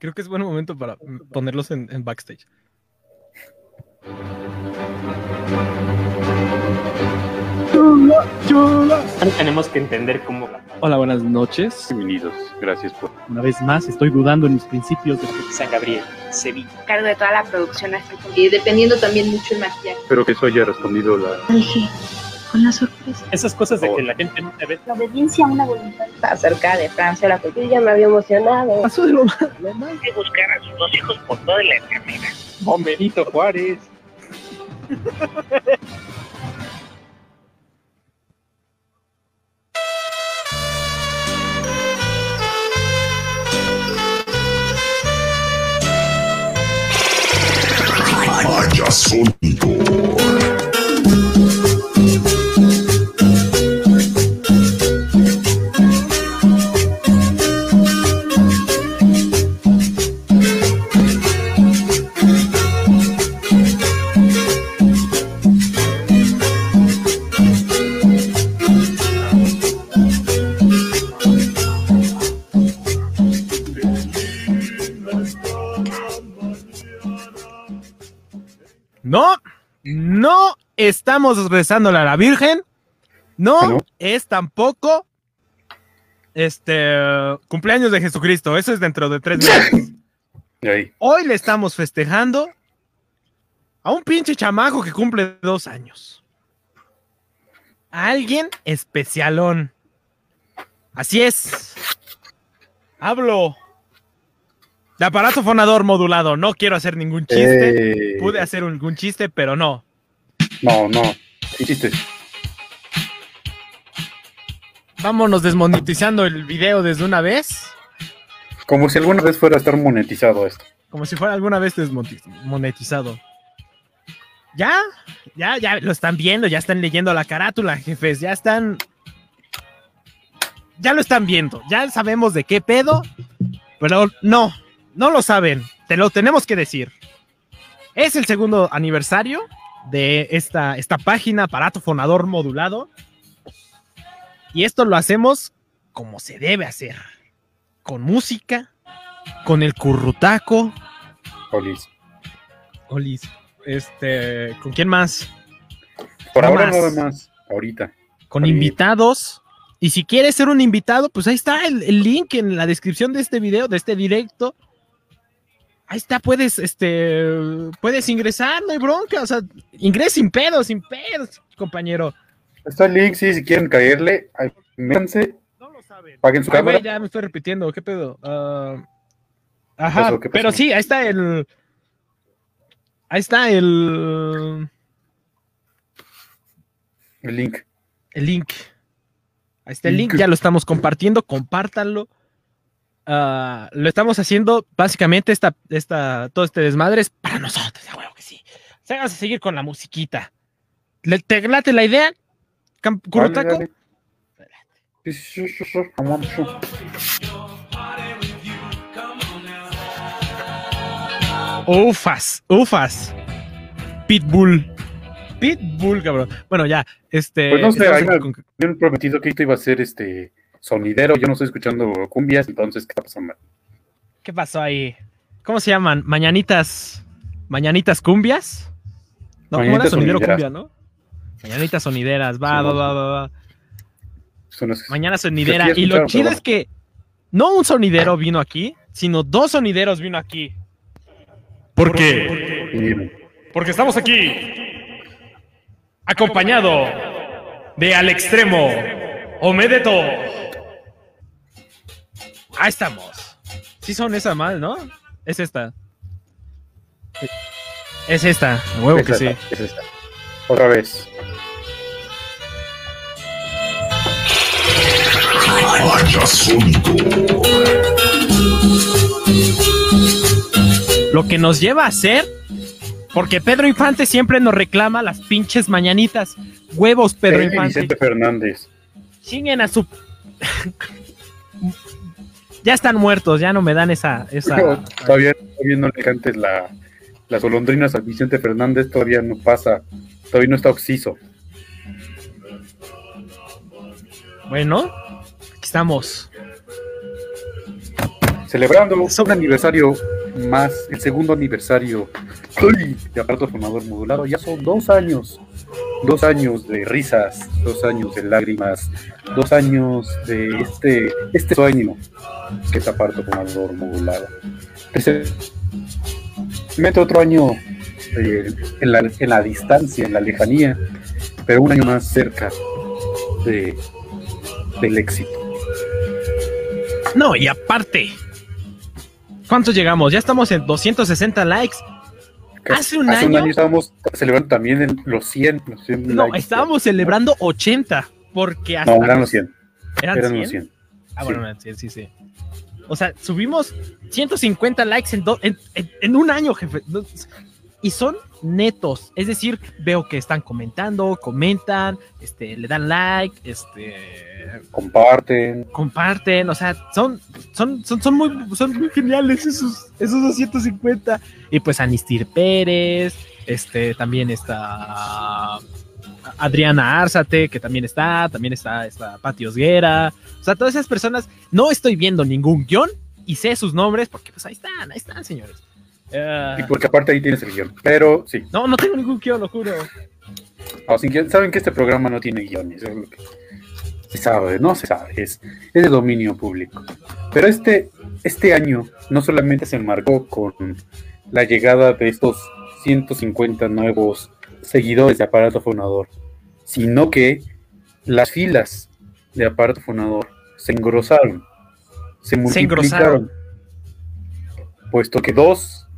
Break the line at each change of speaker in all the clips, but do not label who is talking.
Creo que es buen momento para ponerlos en, en backstage.
Tenemos que entender cómo
Hola, buenas noches.
Bienvenidos, gracias por.
Una vez más, estoy dudando en mis principios. de-
San Gabriel, Sevilla.
a cargo de toda la producción hasta el
Y dependiendo también mucho el maquillaje.
Espero que eso haya respondido la.
Dije, con la sorpresa.
Esas cosas de
Oh.
que la gente no te ve.
La obediencia a una voluntad.
Acerca de Francia, la cultura. ya me había emocionado.
Paso de lo más- lo más.
De buscar a sus dos hijos por toda la enfermedad.
Oh, Benito Juárez.
No, no estamos rezándole a la Virgen. No
¿Ah, no?
es tampoco este cumpleaños de Jesucristo. Eso es dentro de tres meses.
Ahí.
Hoy le estamos festejando a un pinche chamaco que cumple dos años. A alguien especialón. Así es. Hablo de aparato fonador modulado. No quiero hacer ningún chiste.
Eh,
Pude hacer algún chiste, pero no.
No, no. Hiciste.
Vámonos desmonetizando el video desde una vez.
Como si alguna vez fuera a estar monetizado esto.
Como si fuera alguna vez desmonetizado. Ya, ya, ya lo están viendo, ya están leyendo la carátula, jefes, ya están. Ya lo están viendo, ya sabemos de qué pedo, pero no, no lo saben, te lo tenemos que decir. Es el segundo aniversario de esta, esta página, aparato fonador modulado. Y esto lo hacemos como se debe hacer, con música, con el currutaco.
Olis.
Olis, este, ¿con quién más?
Por
No
ahora
más.
nada más. Ahorita.
Con
Con
invitados. Y si quieres ser un invitado, pues ahí está el, el link en la descripción de este video, de este directo. Ahí está, puedes, este, puedes ingresar, no hay bronca, o sea, ingresa sin pedos, sin pedos, compañero.
Está el link, sí, si quieren caerle, ahí, métanse,
No lo saben.
paguen su
Ay, güey,
cámara.
ya me estoy repitiendo, ¿qué pedo? Ah, ajá,
pasó? ¿Qué pasó?
pero sí, ahí está el. Ahí está el.
El link.
El link. Ahí está el
Link.
link, ya lo estamos compartiendo, compártanlo. Ah, lo estamos haciendo básicamente esta, esta, todo este desmadre es para nosotros, a huevo que sí. O sea, vamos a seguir con la musiquita. ¿Le, ¿Te late la idea? Cam- Curutaco?
Dale, dale. Sí, sí, sí, sí, sí. Vamos.
Ufas, ufas. Pitbull. Pitbull, cabrón. Bueno, ya, este.
Pues no sé,
estamos
ahí me-
con-
Me han prometido que esto iba a ser este sonidero. Yo no estoy escuchando cumbias, entonces, ¿qué está pasando?
¿Qué pasó ahí? ¿Cómo se llaman? Mañanitas. Mañanitas cumbias. No, ¿cómo era
Mañanitas
sonidero
sonideras.
cumbia, no? Mañanitas sonideras, va,
Sí,
va,
no.
va, va, va.
Son las-
Mañana
Sí,
sonidera.
sí,
Y lo
escucharon,
chido
pero
es que no un sonidero vino aquí, sino dos sonideros vino aquí. ¿Por qué?
Miren,
Porque estamos aquí acompañado de Al Extremo, Omedeto. Ahí estamos. Sí son esa mal, ¿no? Es esta. Es esta, a huevo
es
que sí.
esta, es esta. Otra vez.
Lo que nos lleva a hacer, porque Pedro Infante siempre nos reclama las pinches mañanitas. Huevos, Pedro
Pedro
Infante.
Este Vicente Fernández.
Chinguen a su. ya están muertos, ya no me dan esa. esa...
todavía, todavía no le cantes la, las golondrinas a Vicente Fernández, todavía no pasa. Todavía no está oxiso.
Bueno, aquí estamos.
Celebrando un aniversario más, el segundo aniversario ¡ay! de aparato formador modulado. Ya son dos años. Dos años de risas, dos años de lágrimas, dos años de este, este sueño que es aparato formador modulado. Mete otro año eh, en, la, en la distancia, en la lejanía, pero un año más cerca de, del éxito.
No, y aparte. ¿Cuántos llegamos? Ya estamos en 260 likes.
Que
Hace un
Hace un
año-
año estábamos celebrando también el- los 100. Los 100
No,
likes.
estábamos celebrando 80. Porque hasta.
No, eran los 100.
¿eran
Eran
100?
los 100.
Ah, bueno, eran 100, sí, sí. O sea, subimos 150 likes en, do- en- en- en un año, jefe. No- Y son netos. Es decir, veo que están comentando, comentan, este, le dan like, este,
Comparten.
comparten, o sea, son, son, son, son muy, son muy geniales esos, esos 250. Y pues Anistir Pérez, este, también está Adriana Arzate, que también está, también está, está Pati Osguera. O sea, todas esas personas, no estoy viendo ningún guión y sé sus nombres porque pues ahí están, ahí están, señores. Eh,
Y porque aparte ahí tienes el guión. Pero sí,
no, no tengo ningún guión, lo juro.
así que saben que este programa no tiene guiones. Es lo que se sabe, no se sabe. Es, es de dominio público. Pero este, este año no solamente se enmarcó con la llegada de estos 150 nuevos seguidores de aparato fonador, sino que las filas de aparato fonador se engrosaron, se multiplicaron,
engrosaron.
puesto que dos,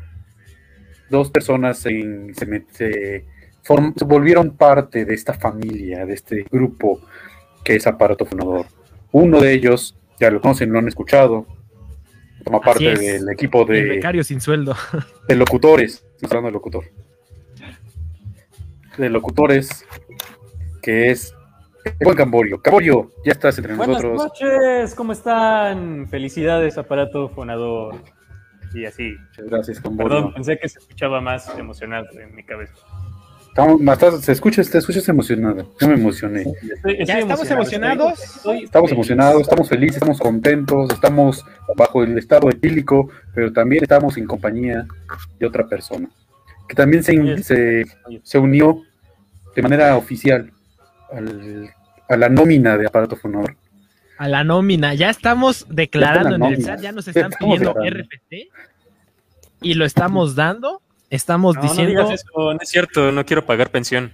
dos personas se, se met- se form- se volvieron parte de esta familia, de este grupo que es aparato fonador. Uno de ellos, ya lo conocen, lo han escuchado, forma
Así
parte
es.
del equipo
El
de
becario sin sueldo.
de locutores, estamos hablando de locutor. De locutores, que es el buen Camborio. Camborio, ya estás entre
Buenas
nosotros.
noches, ¿cómo están? Felicidades, aparato fonador. Y así.
Muchas gracias,
Perdón,
Camborio.
pensé que se escuchaba más emocionado en mi cabeza.
Estamos- más tarde, se escucha, te escuchas emocionado. Yo me emocioné.
Estoy- estoy
Ya estamos
emocionado,
emocionados.
estoy- estoy
Estamos
feliz.
emocionados, estamos felices, estamos contentos, estamos bajo el estado etílico, pero también estamos en compañía de otra persona, que también se, se, se unió de manera oficial al- a la nómina de aparato fonador.
A la nómina, ya estamos declarando
Ya está la
en el
nómina.
SAT, ya nos
Ya
están
estamos
pidiendo
declarando.
RFT y lo estamos dando, estamos
No, no
diciendo,
digas eso, no es cierto, no quiero pagar pensión.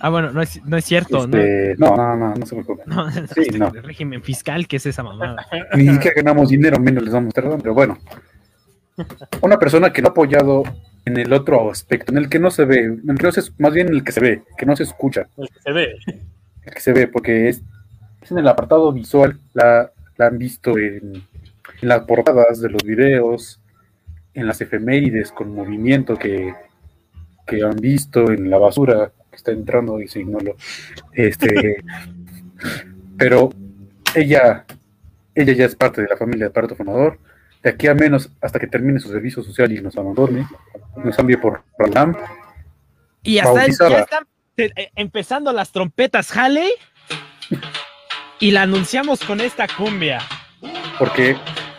ah bueno, no es, no es cierto, ¿no?
Este, no, no, no, no se preocupen.
no,
Este, sí, no.
el régimen fiscal, que es esa mamada?
Ni siquiera ganamos dinero, menos les vamos a tardar, pero bueno. Una persona que no ha apoyado en el otro aspecto, en el que no se ve, en el que no se, más bien en el que se ve, que no se escucha,
El que se ve.
el que se ve, porque es, es en el apartado visual, la, la han visto en, en las portadas de los videos, en las efemérides con movimiento que, que han visto, en la basura que está entrando y se ignora. Este, pero ella, ella ya es parte de la familia de Parto Formador. De aquí a menos hasta que termine su servicio social y nos abandone, nos cambie por Rolam.
Y hasta el- ya
Bautizada.
están te- eh, empezando las trompetas Halley y la anunciamos con esta cumbia.
porque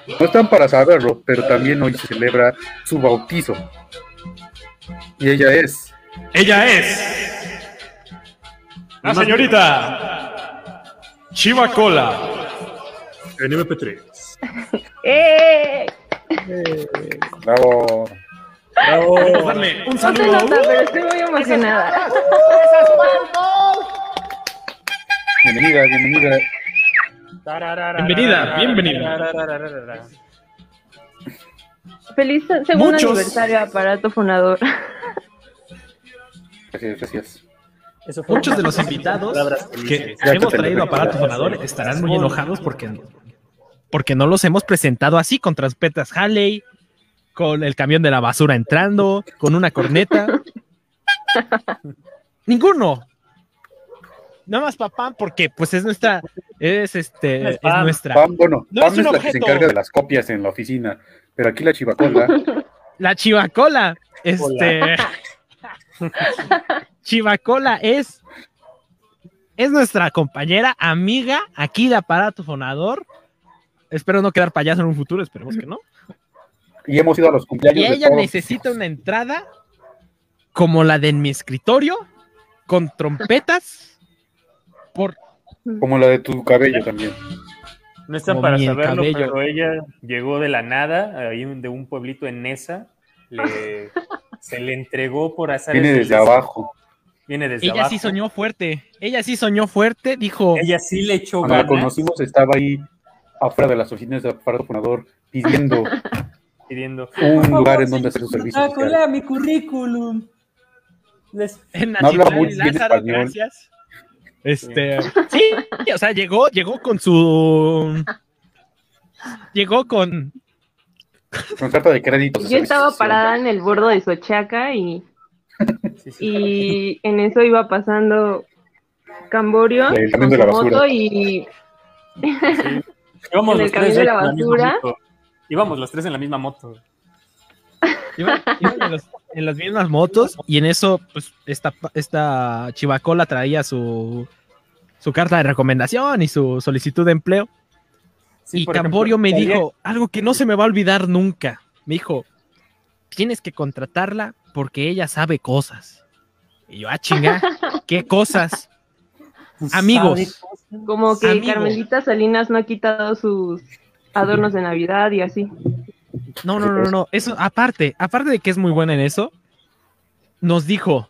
no están para saberlo, pero también hoy se celebra su bautizo. Y ella es
Ella es. La señorita. Chiva Cola. En MP3.
¡Eh!
Bravo.
Vamos a darle un
No se
saludo.
nota, pero estoy muy emocionada.
Bienvenida, bienvenida.
Bienvenida, bienvenida.
Feliz segundo
Muchos.
aniversario, aparato fonador.
Gracias, gracias.
Eso fue
Muchos de los
más-
invitados
palabras
que
felices.
hemos traído aparato donador estarán muy enojados porque, porque no los hemos presentado así, con trompetas Halley, con el camión de la basura entrando, con una corneta. Ninguno. Nada más papá, porque pues es nuestra, es este, es
Pam.
nuestra.
Pam, bueno,
No
Pam
es un
es, la que se
objeto.
encarga de las copias en la oficina, pero aquí la chivacola
La chivacola. Este. chivacola es. Es nuestra compañera, amiga, aquí de aparato fonador. Espero no quedar payaso en un futuro, esperemos que no.
Y hemos ido a los cumpleaños.
Y
de
ella
todos.
necesita una entrada como la de en mi escritorio, con trompetas, por
Como la de tu cabello también.
No están
Como
para
mi
saberlo,
cabello.
pero ella llegó de la nada, ahí un- de un pueblito en Nesa. le- se le entregó por azar.
Viene
el
desde
destino.
abajo.
Viene desde
Ella
abajo.
sí soñó fuerte. Ella sí soñó fuerte. Dijo,
Ella sí le echó
Cuando la
ganas
conocimos estaba ahí afuera de las oficinas de aparato fonador pidiendo
pidiendo.
un lugar en donde hacer sus servicios. sociales.
mi currículum. Les...
en
no habla
Nacional,
muy bien
Lázaro,
español.
gracias. Este, sí, o sea, llegó, llegó con su. Llegó con.
Con carta de créditos. de
Yo estaba
servicios
parada en el borde de Sochaca y,
Sí, sí.
y en eso iba pasando Camborio
El
con
camión de
su
la basura.
moto y
Íbamos
en el
los tres
camión de la
en misma
basura.
moto. Íbamos los tres en la misma moto.
Iban, iban en, los- en las mismas motos. Y en eso, pues, esta, esta chivacola traía su. Su carta de recomendación y su solicitud de empleo.
Sí,
y
por ejemplo,
Camborio me
ayer-
dijo algo que no se me va a olvidar nunca. Me dijo, tienes que contratarla porque ella sabe cosas. Y yo, ah, chinga, ¿qué cosas?
Pues,
Amigos.
¿sabe?
como que
Amigo.
Carmelita Salinas no ha quitado sus adornos de Navidad y así.
No, no, no, no, no. Eso, aparte, aparte de que es muy buena en eso, nos dijo,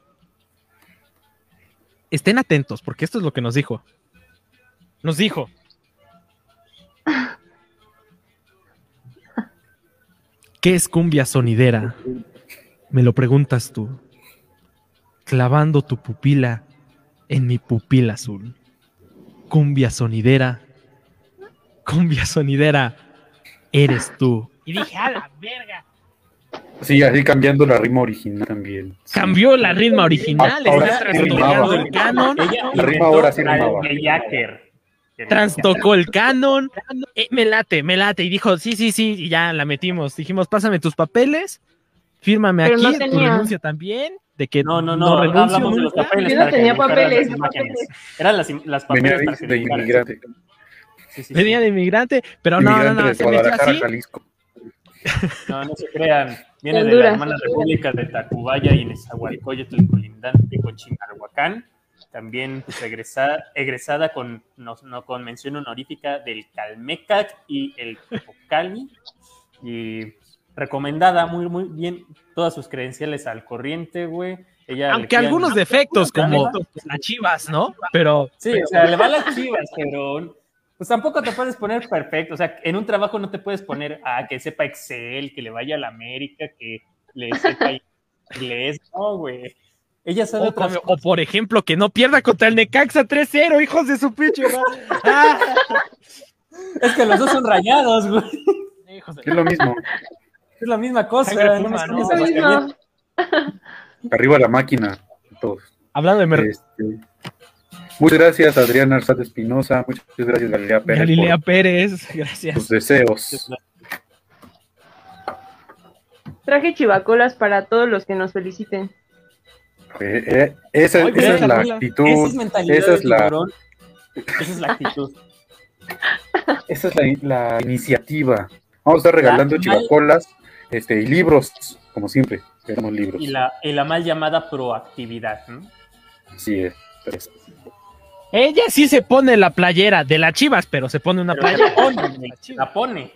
estén atentos, porque esto es lo que nos dijo. Nos dijo. ¿Qué es cumbia sonidera? Me lo preguntas tú, clavando tu pupila en mi pupila azul. Cumbia sonidera, cumbia sonidera, eres tú. Y dije, a la verga.
Sí, así cambiando la rima original también. Sí.
Cambió la ritma original,
Ahora
está
sí
trastornando
rimaba.
el canon,
Ella
La rima
inventó
ahora sí
al
rimaba.
bellaquer.
trastocó el canon. Eh, me late, me late. Y dijo, sí, sí, sí, y ya la metimos. Dijimos, pásame tus papeles, fírmame
Pero
aquí,
no
tu
tenía.
renuncia también, de que
No, no, no, no
renuncio
hablamos de los
nunca.
papeles.
Yo no
para que
tenía
dibujaran
papeles,
las
no
imágenes. Eran las, im- las
Venía
papeles para
de,
que
de
dibujaran.
inmigrante.
Sí, sí, sí.
Venía de inmigrante, pero no, no,
inmigrante
no,
de
se metió
Guadalajara,
así.
Jalisco.
No, no se crean. Viene de la
Honduras.
hermana república de Tacubaya y Nezahualcóyotl, el colindante con Chimalhuacán. También regresada, egresada con, no, no, con mención honorífica del Calmecac y el Pocali. Y pues, recomendada muy, muy bien todas sus credenciales al corriente, güey. Ella le
Aunque
tira-
algunos defectos, como las chivas, ¿no? Pero
Sí, o sea, le va a las chivas, pero pues tampoco te puedes poner perfecto. O sea, en un trabajo no te puedes poner ah, que sepa Excel, que le vaya a la América, que le sepa inglés. No, güey. Ella sabe
O,
otras
como- o, por ejemplo, que no pierda contra el Necaxa 3-0, hijos de su pinche. madre. Ah,
cosas. Es que los dos son rayados, güey.
hijos de-
Es lo mismo.
Es la misma cosa.
Sangre
no
puma,
son
¿no?
esas
Ay, no.
mascarillas.
Arriba la máquina. Todos.
Hablando de mer-
Este, muchas gracias, Adrián Arzat Espinosa. Muchas gracias, Galilea Pérez.
Galilea
por
Pérez, gracias.
tus deseos.
Traje chivacolas para todos los que nos feliciten.
Eh, eh, esa,
Ay,
esa es
mira,
la
mira.
actitud.
Esa es mentalidad
esa
de
es la-
tiburón. Esa es la actitud.
Esa es la, la iniciativa. Vamos a estar regalando
La-
chivacolas este, y libros, como siempre. Tenemos libros.
Y la, y la mal llamada proactividad. ¿no?
Sí, es. es-
Ella sí se pone la playera de las Chivas, pero se pone una
Pero se
playera.
la pone, güey, se la pone.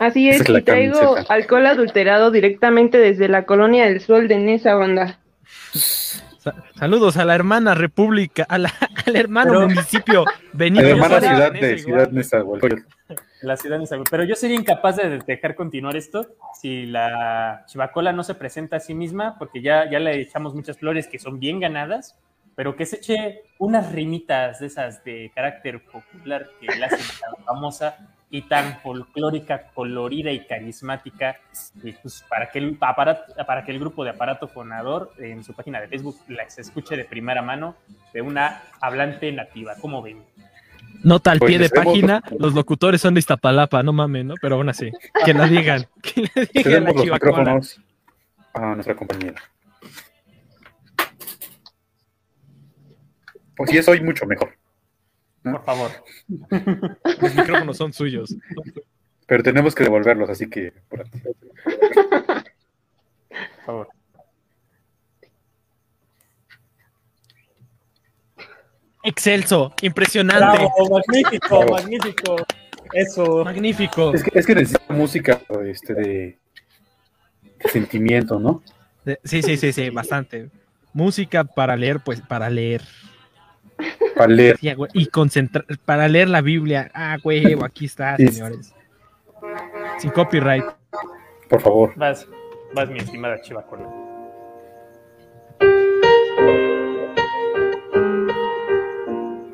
Así es,
Esa es la
y traigo
camiseta.
alcohol adulterado directamente desde la Colonia del Sol de Nesa, banda.
Sa- Saludos a la hermana República, a la, al hermano
Pero-
municipio
La
Benito.
hermana
Juárez.
ciudad
Ese
de
igual.
Ciudad Nezahualcóyotl.
La ciudad de Nezahualcóyotl. Pero yo sería incapaz de dejar continuar esto si la chivacola no se presenta a sí misma, porque ya, ya le echamos muchas flores que son bien ganadas, pero que se eche unas rimitas de esas de carácter popular que la hacen tan famosa y tan folclórica, colorida y carismática, y pues para que el, aparato- para que el grupo de aparato fonador en su página de Facebook las escuche de primera mano de una hablante nativa. ¿Cómo ven?
Nota al
Pues,
pie de
les vemos-
página, los locutores son de Iztapalapa, no mames, ¿no? Pero aún así, que la digan, que la digan la
Cedemos los
chivacola.
micrófonos a nuestra compañera. Pues sí, es hoy mucho mejor.
Por favor.
Los micrófonos son suyos.
Pero tenemos que devolverlos, así que. por aquí.
Por favor.
Excelso, impresionante,
Bravo, magnífico, magnífico. Eso.
magnífico.
Es que, es que necesita música este, de, de sentimiento, ¿no?
Sí, sí, sí, sí, bastante. Música para leer, pues para leer.
Para leer.
Sí, ah, güey, Y concentrar, para leer la Biblia. Ah, huevo, aquí está,
Sí.
señores. Sin copyright.
Por favor.
Vas, vas, mi estimada Chivacola.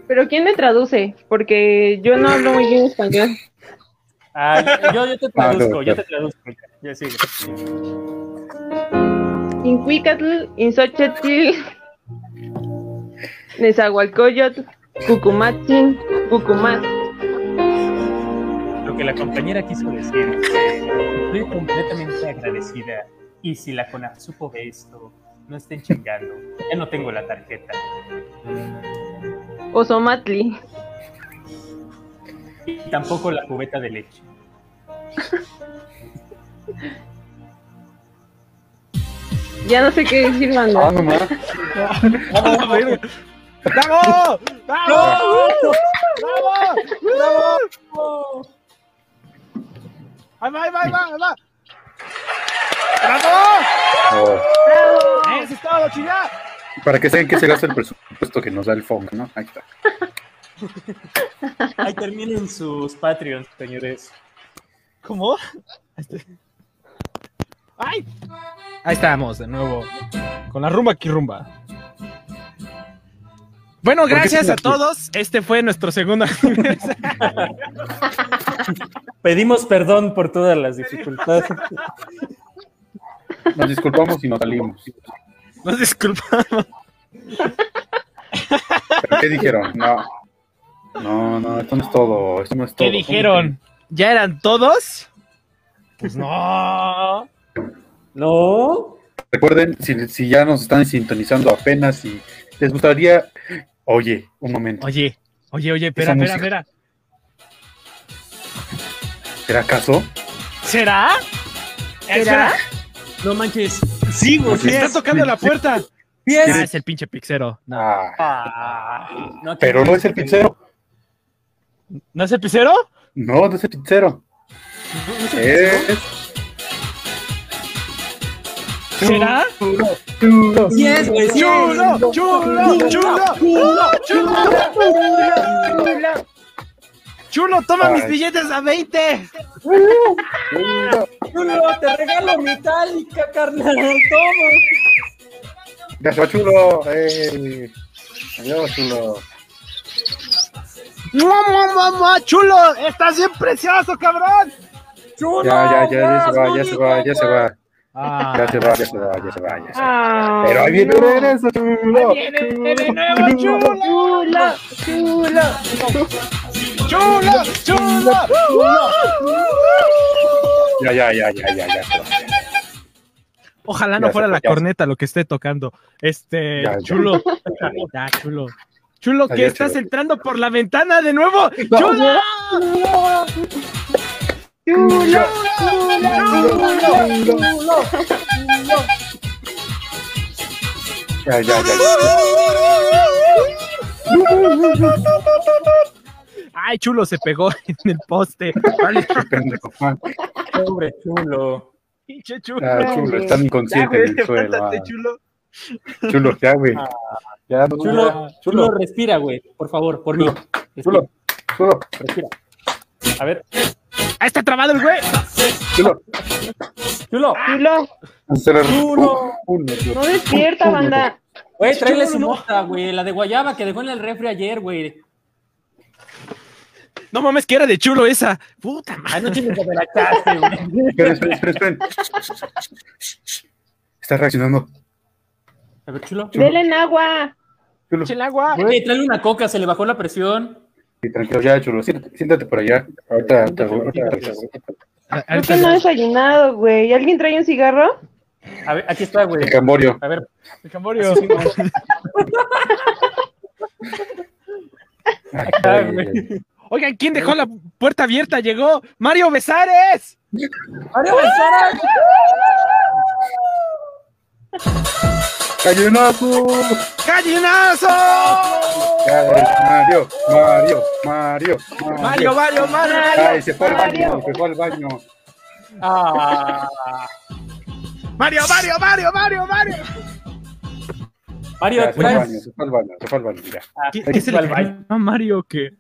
Pero ¿quién me traduce? Porque yo no hablo muy bien español.
Ah, yo, yo te
Ah, no,
traduzco, yo
claro.
te traduzco. Ya sigue.
Incuicatl, Insochetil, Nezahualcóyotl, Cucumatzin, Cucumaz.
Lo que la compañera quiso decir. Estoy completamente agradecida. Y si la CONAF supo de esto, no estén chingando. Ya no tengo la tarjeta.
Osomatli.
Y tampoco la cubeta de leche.
Ya no sé qué decir,
Ah,
banda.
no más.
¡Ah,
¡Bravo! ¡Bravo! ¡Bravo! ¡Bravo! ¡Ahí va, ahí va, ahí va! ahí va! ¡Bravo! ¡Eso es todo, chingada!
para que sepan que se gasta el presupuesto que nos da el FONC, ¿no? Ahí está.
Ahí terminen sus Patreons, señores.
¿Cómo? Este. ¡Ay! Ahí estamos de nuevo con la rumba aquí rumba. Bueno, gracias a todos. Este fue nuestro segundo aniversario.
Pedimos perdón por todas las dificultades.
Nos disculpamos y nos salimos.
Nos disculpamos.
¿Pero qué dijeron? No. No, no, esto no es todo. Esto no es todo.
¿Qué dijeron? ¿Ya eran todos? Pues no.
No.
Recuerden, si, si ya nos están sintonizando apenas y les gustaría. Oye, un momento.
Oye, oye, oye, espera, espera,
música.
espera.
¿Será acaso?
¿Será? Eh, Espera,
No manches. Sí, güey.
sí
está tocando la puerta. Ah, es el pinche pixero. No.
Ah,
Ah, no
pero no es el pizzero.
¿No es el pixero?
No, no es el pizzero. Es.
¿Será?
Sí es, güey. Sí es.
¡Chulo! ¡Chulo! ¡Chulo! ¡Chulo! ¡Chulo, toma mis
Ay.
billetes a 20!
Chulo, te regalo metálica, carnal. Toma.
Gracias, chulo. ¡Ey! Adiós, chulo.
¡Mua, mua, mua, mua! ¡Chulo! ¡Estás bien precioso, cabrón!
Chulo.
Ya, ya, ya, ya se
vas,
va, ya se va, ya se va.
Ah.
Ya se va, ya se va, ya se va. ya se va.
Ah,
Pero ahí viene
no.
de regreso, chulo.
nuevo, chulo!
Chula, chula.
¡Chulo! ¡Chulo!
Ya, ya, ya, ya, ya, ya. se va.
Ojalá no
Ya
fuera
se-
la
ya se-
corneta lo que esté tocando. Este,
Ya, ya.
chulo. Ya, chulo. Chulo, que
Adiós,
estás
chulo.
entrando por la ventana de nuevo.
No.
¡Chulo!
Chula,
Ya, ya, ya, ya.
Ay, chulo, se pegó en el poste. Vale,
Pendejo, Juan.
Pobre chulo.
pinche chulo.
Ah, chulo, están
Ya,
inconscientes
güey,
del suelo.
levántate,
ah.
chulo.
Chulo, ya, güey. Ya, no,
Chulo,
ya.
chulo, respira, güey. Por favor, por mí.
chulo, chulo,
Respira. A ver,
Ah, está trabado el güey.
chulo.
chulo.
chula.
Chulo,
Chulo.
No despierta, banda.
Güey, tráele
Chulo,
su
¿no?
nota, güey. La de guayaba que dejó en el refri ayer, güey.
No mames, que era de chulo esa. Puta madre.
Anoche me adelantaste, güey.
Esperen, esperen, esperen, esperen. Está reaccionando.
A ver, chulo.
Dele en agua.
Chulo,
Echa el agua.
Güey, tráele una coca, se le bajó la presión.
sí, tranquilo, ya, chulo. Siéntate, siéntate por allá. Ahorita, ahorita, ahorita, ahorita.
Ah,
¿Por
ahorita
qué
no.
no has desayunado, güey? ¿Alguien trae un cigarro?
A ver, aquí está, güey.
El Camborio.
A ver,
El Camborio.
Ay,
Ah,
ay, ay.
güey.
Oigan, ¿quién dejó la puerta abierta? Llegó Mario Besares.
Mario Besares.
¡Cañonazo!
¡Gallinazo!
Ay, Mario, Mario, Mario,
Mario, Mario, Mario.
Ay, se fue al baño,
Mario.
se fue al baño.
Ah,
Mario, Mario, Mario, Mario, Mario.
Mario,
Ya, se fue al
pues.
traes-
baño, se fue al baño, se fue al baño, ya.
¿Qué, qué se le cayó a Mario? Que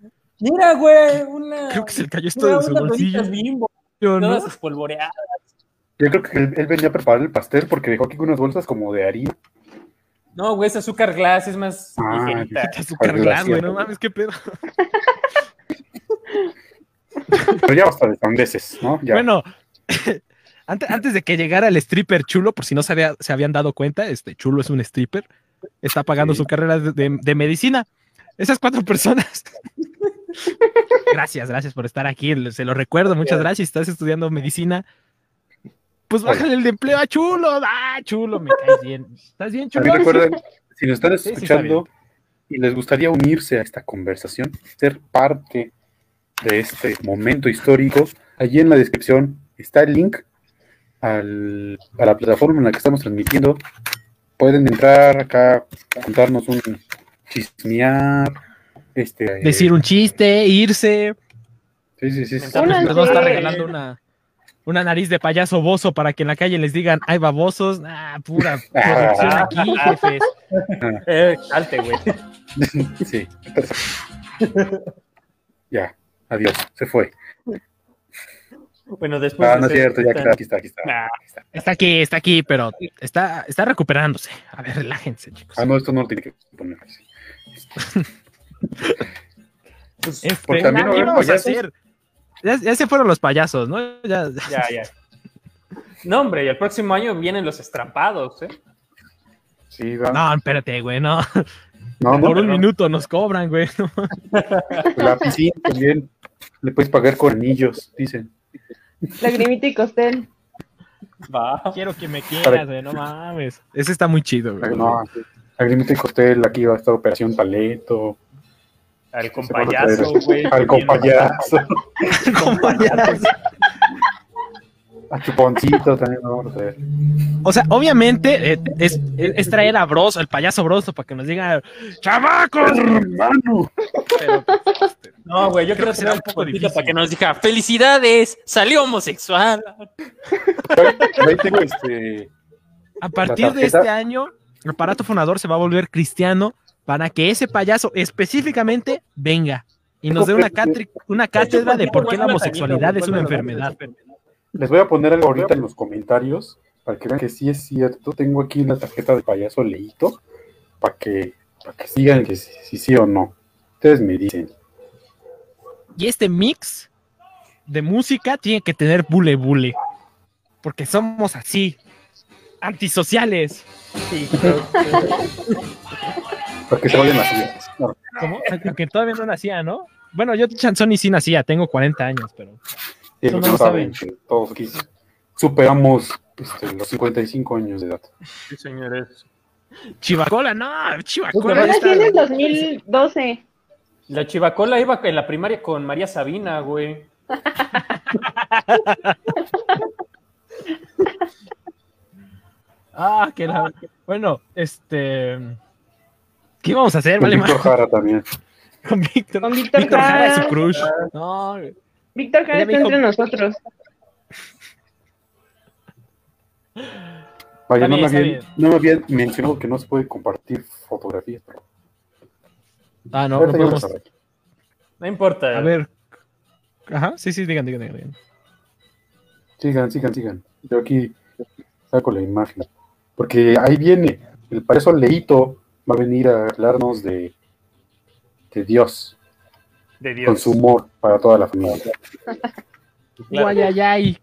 Mira, güey, una.
creo que se le cayó esto
mira,
de su
unas
bolsillo.
doritas bimbo,
¿no?
todas espolvoreadas.
Yo creo que él, él venía a preparar el pastel porque dejó aquí unas bolsas como de harina.
No, güey, es azúcar glass, es más
Ah,
ligerita.
Azúcar glass, güey, no mames, qué pedo.
Pero ya basta de sandeces, ¿no? Ya.
Bueno, antes, antes de que llegara el stripper chulo, por si no se, había- se habían dado cuenta, este chulo es un stripper, está pagando
Sí.
su carrera de, de- de medicina. Esas cuatro personas. gracias, gracias por estar aquí. le- Se lo recuerdo, muchas gracias. si Estás estudiando medicina. Pues
Oye.
bájale el de empleo a chulo. Ah, chulo, me caes bien. ¿Estás bien, chulo?
También recuerden, si nos están
sí, está
escuchando y les gustaría unirse a esta conversación, ser parte de este momento histórico, allí en la descripción está el link al- a la plataforma en la que estamos transmitiendo. Pueden entrar acá, contarnos un chismear, este,
Decir un chiste, irse.
Sí, sí, sí, sí.
Únanse.
Perdón, está regalando una, una nariz de payaso bozo para que en la calle les digan, ay babosos, ah, pura corrupción aquí, jefes.
Eh, salte, güey.
Sí. ya, adiós, se fue.
Bueno,
Pues,
después.
Ah,
de este-
no es
ser-
cierto, ya está, aquí está, aquí está.
Ah,
Está aquí, está aquí, pero está, está recuperándose. A ver, relájense, chicos.
Ah, no, esto no lo tiene que poner.
pues,
Este,
porque también
¿qué
va a haber
vamos a
payasos.
hacer? Ya, ya se fueron los payasos, ¿no? Ya,
ya, ya. No, hombre, y el próximo año vienen los estrampados, ¿eh?
Sí, va.
No, espérate, güey, no.
No, no,
Por un
no.
minuto nos cobran, güey. no.
La piscina también. Le puedes pagar con anillos, dicen.
Lagrimita y costel.
Va.
Quiero que me quieras, güey, no mames. Ese está muy chido, güey.
No, Agrimita y Costel, aquí va a estar Operación Paleto.
Al
Se van a
compayazo,
traer
güey.
Al compayazo. A Chuponcito también lo vamos a traer.
O sea, obviamente eh, es, es- es traer a Broso, el payaso Broso, para que nos diga, ¡Chamacos!
Hermano.
Pero, pues, este,
No, güey, yo
Creo
quiero
que será
tener un
un poco
poco
difícil.
para que nos diga: ¡Felicidades! ¡Salió homosexual!
Ahí tengo este.
a partir de
tarjeta.
este año, el aparato fonador se va a volver cristiano para que ese payaso específicamente venga y nos dé una, cátri- una cátedra de por qué la homosexualidad es una enfermedad.
Les voy a poner algo ahorita en los comentarios para que vean que sí es cierto. Tengo aquí la tarjeta de payaso leíto para que, para que sigan que sí, sí, sí o no. Ustedes me dicen.
Y este mix de música tiene que tener bule bule, porque somos así, antisociales.
Sí, creo que-
Para que se vayan las ideas. No,
¿Cómo? Aunque todavía no nacía, ¿no? Bueno, yo Chanzoni sí nacía, tengo 40 años, pero...
sí,
Eso
lo
no
que
lo
saben que todos aquí superamos este, los 55 años de edad.
Sí, señores.
Chivacola, no,
Yo
Chivacola.
nací
está-
en el 2012.
La chivacola iba en la primaria con María Sabina, güey.
Ah, que la. Bueno, este. ¿Qué íbamos a hacer?
Con
Vale,
Víctor
más
Jara también.
con Víctor.
Con Víctor
Víctor Jara es su
Jara.
crush. No, güey.
Víctor Jara
Ella
está
dijo-
entre nosotros.
Vaya,
Está
no, me
bien, está
habían, no me habían mencionado que no se puede compartir fotografías. Pero
ah, no, no
ahorita ya
podemos.
lo saben.
No importa.
A ver. Ajá, sí, sí, digan, digan, digan. digan.
Sigan, sigan, sigan. Yo aquí saco la imagen. Porque ahí viene. El payaso Leito va a venir a hablarnos de, de Dios,
De
con
Dios.
su humor para toda la familia.
Claro.
Guayayay.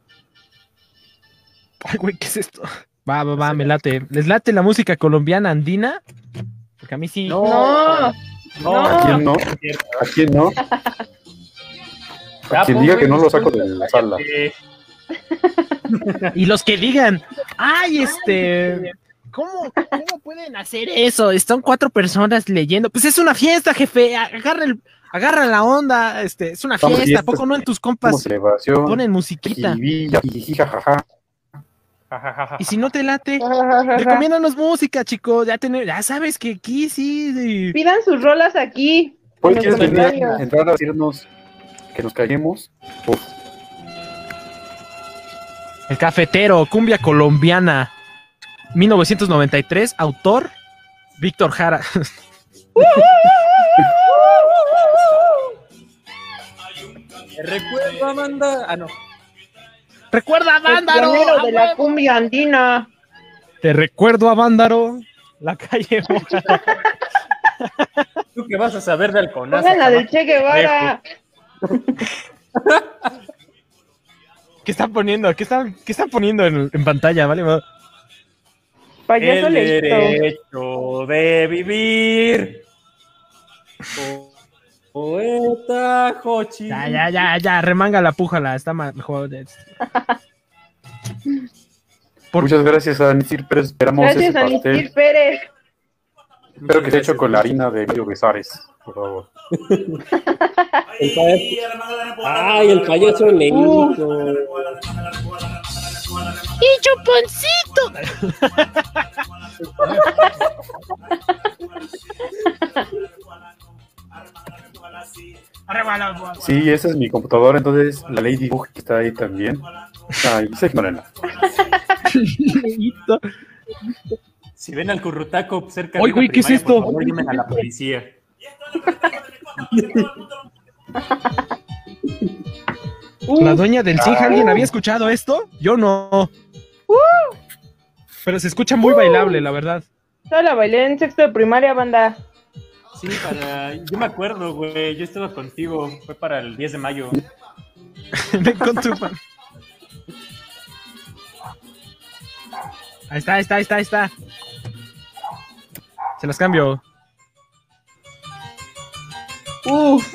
Ay, güey, ¿qué es esto? Va, va, va, me late. ¿Les late la música colombiana andina? Porque a mí sí.
No.
No,
No,
Ah.
¿A
no.
quién no? ¿A quién no? A
Ah,
quien diga
pues,
que no lo saco de la sala.
Eh,
Y los que digan, ay, este. ¿Cómo, ¿Cómo pueden hacer eso? Están cuatro personas leyendo. Pues es una fiesta, jefe. Agarra, el- agarra la onda. Este, es una
Estamos
fiesta. ¿A
fiestas.
poco no en tus
Como
compas
celebración.
ponen musiquita?
jiribilla, jijiji, jajaja.
Y si no te late,
Recomiendo-
recomiéndanos música, chicos. Ya, tener, ya sabes que aquí sí. sí.
Pidan sus rolas aquí.
Pues
en los
quieres venir
comentarios.
a entrar a decirnos que nos callemos. Pues,
El cafetero, cumbia colombiana, 1993, autor Víctor Jara.
Recuerda, Amanda. Ah, no.
Recuerda,
El
Vándaro.
pionero
¡A
de la
huevo!
cumbia andina.
Te recuerdo a Vándaro, la calle Moja.
¿Tú qué vas a saber de halconazo?
Pongan la del Che Guevara.
¿Qué están poniendo? ¿Qué están, qué están poniendo en, en pantalla? Vale, madre.
Payaso
El eh,
leído.
derecho de vivir.
Po- Poeta Jochi.
ya, ya, ya, ya, remanga la pújala, está ma- mejor. este. Por-
Muchas gracias a Nisir Pérez. Esperamos
Gracias
ese
a
pastel.
Nisir Pérez.
Espero que sea hecho con la harina de Mario Besares, por favor.
El payaso- Ay, el payaso
Uh,
leído.
Sí, esa es mi computadora, entonces la Ladybug que está ahí también. Ay, se ignorenla.
Si ven al currutaco cerca
Oye,
una
güey, ¿qué es
primaria, por
esto?
favor, llamen a la policía.
uh,
La dueña del Sija, ¿alguien había escuchado esto? Yo no. Pero se escucha muy bailable, la verdad.
Yo la bailé en sexto de primaria, banda.
Sí, para... Yo me acuerdo, güey. Yo estaba contigo. Fue para el 10 de mayo.
Ven con tu fa- Ahí está, ahí está, ahí está, ahí está. Se los cambio.
Uf.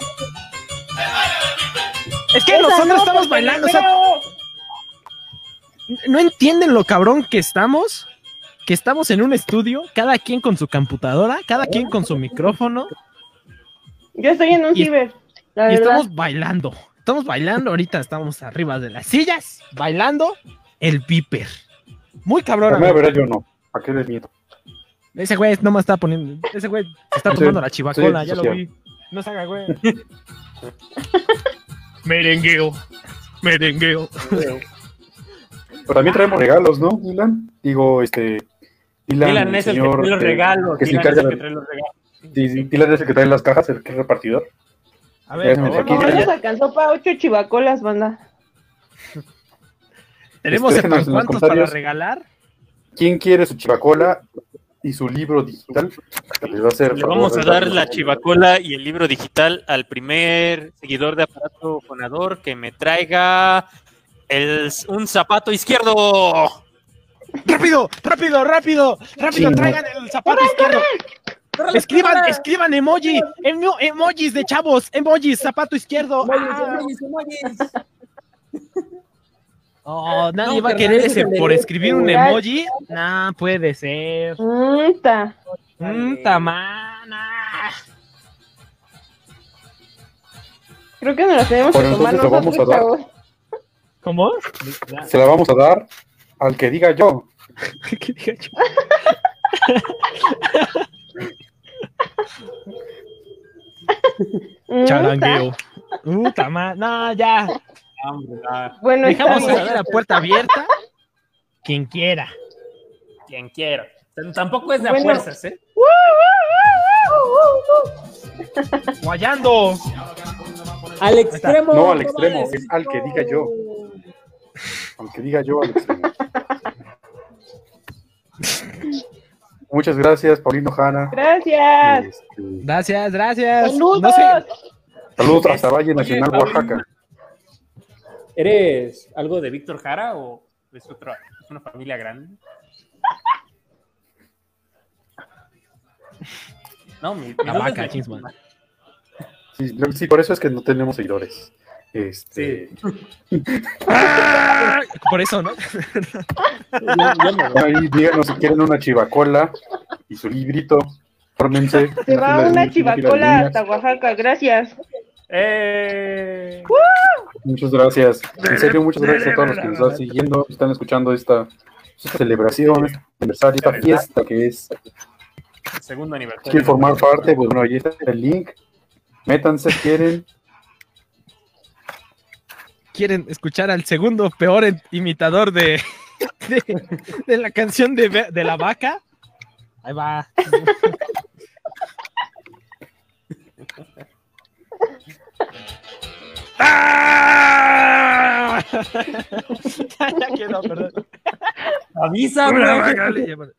Es que nosotros estamos bailando, o sea, ¿No entienden lo cabrón que estamos? Que estamos en un estudio, cada quien con su computadora, cada quien con su micrófono,
Yo estoy en un
Y-
ciber. La
y
verdad.
estamos bailando. Estamos bailando, ahorita estamos arriba de las sillas, bailando el piper. Muy cabrón.
La mera
amigo.
verdad, yo no. ¿A qué les miento?
Ese güey no me está poniendo. Ese güey se está
Sí,
tomando la chivacola,
sí,
ya lo
social.
vi. No se haga, güey. merengueo, merengueo.
Pero también traemos regalos, ¿no, Dylan? Digo, este. Dylan,
Dylan
el
es el que
señor
trae los
que-
regalos.
que se
Dylan es el
encarga
que
de-
trae los regalos.
Sí, sí, Dylan es el que trae las cajas, el que es repartidor.
A ver,
Déjame
por
aquí,
No,
favor,
no
ya.
nos alcanzó para ocho chivacolas, banda.
tenemos
Déjenos
sepan
en los
cuántos para
comentarios.
regalar.
¿Quién quiere su chivacola y su libro digital? Les va a hacer
Le
favor
vamos
de
a dar
darnos-
la chivacola y el libro digital al primer seguidor de aparato fonador que me traiga el- un zapato izquierdo.
¡Rápido! ¡Rápido! ¡Rápido! ¡Rápido!
Sí.
¡Traigan el zapato izquierdo! Escriban, escriban emoji, emo- emojis de chavos, emojis, zapato izquierdo. Ah.
Emojis, emojis, emojis.
Oh, nadie
No,
va a
carnal,
querer
ese es
ese
el de
por
Luis,
escribir un
¿verdad?
emoji. Nah, puede ser.
Mm, ta.
Mm, tamana.
Creo que nos las tenemos
Bueno,
que tomar
entonces lo
nosotros,
vamos a dar.
chavos.
¿Cómo?
Se la vamos a dar al que diga yo.
¿Qué dije yo?
Mm, ta.
Charangueo. Uh, tama- No, ya.
Hombre, ah,
Bueno, está
Dejamos
bien.
ahí la puerta abierta. Quien quiera.
Quien quiera. T- Tampoco es de a
Bueno. Uh,
fuerzas, ¿eh?
Guayando.
Al extremo.
No, al extremo,
vale,
es al que diga yo. Al que diga yo, al extremo. Muchas gracias, Paulino Hanna.
Gracias.
Este,
Gracias, gracias.
Saludos.
No sé.
saludos hasta Valle Nacional,
Oye,
Oaxaca.
¿Eres algo de Víctor Jara o es otra, es una familia grande? No, mi, mi
La
duda
vaca,
es de-
Kingsman.
Sí, lo- sí, por eso es que no tenemos seguidores. Este,
¡Ah! Por eso, ¿no?
Ahí díganos si quieren una chivacola y su librito. Fórmense.
Se
Una
va
fila de-
una
fila de
chivacola
niñas.
hasta Oaxaca, gracias.
¡Eh!
Muchas gracias. En serio, muchas gracias a todos los que nos están siguiendo, están escuchando esta, esta celebración, este aniversario, esta fiesta que es.
Segundo aniversario.
Quieren formar parte, pues bueno, ahí está el link. Métanse, quieren.
Quieren escuchar al segundo peor en- imitador de, de, de la canción de, Be- de la vaca. Ahí va. ¡Ah! ya quedó, perdón.
¡Avisa,
Una
güey!
vaca le llaman.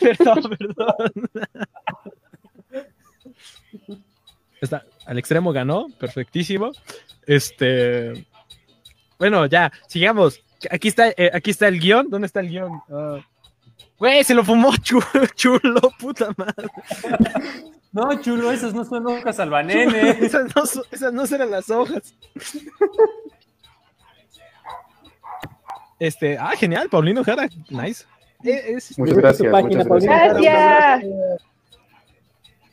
Perdón, perdón. Está, al extremo ganó, perfectísimo. Este. Bueno, ya, sigamos. Aquí está, eh, aquí está el guión. ¿Dónde está el guión? Ah. Güey, se lo fumó chu- chulo, puta madre.
No, chulo, esas no son hojas albanene.
Esas no, son- esas no serán las hojas. Este, ah, genial, Paulino Jara, nice. Eh, es-
Muchas gracias.
página,
Muchas gracias.
Paulina.
Gracias.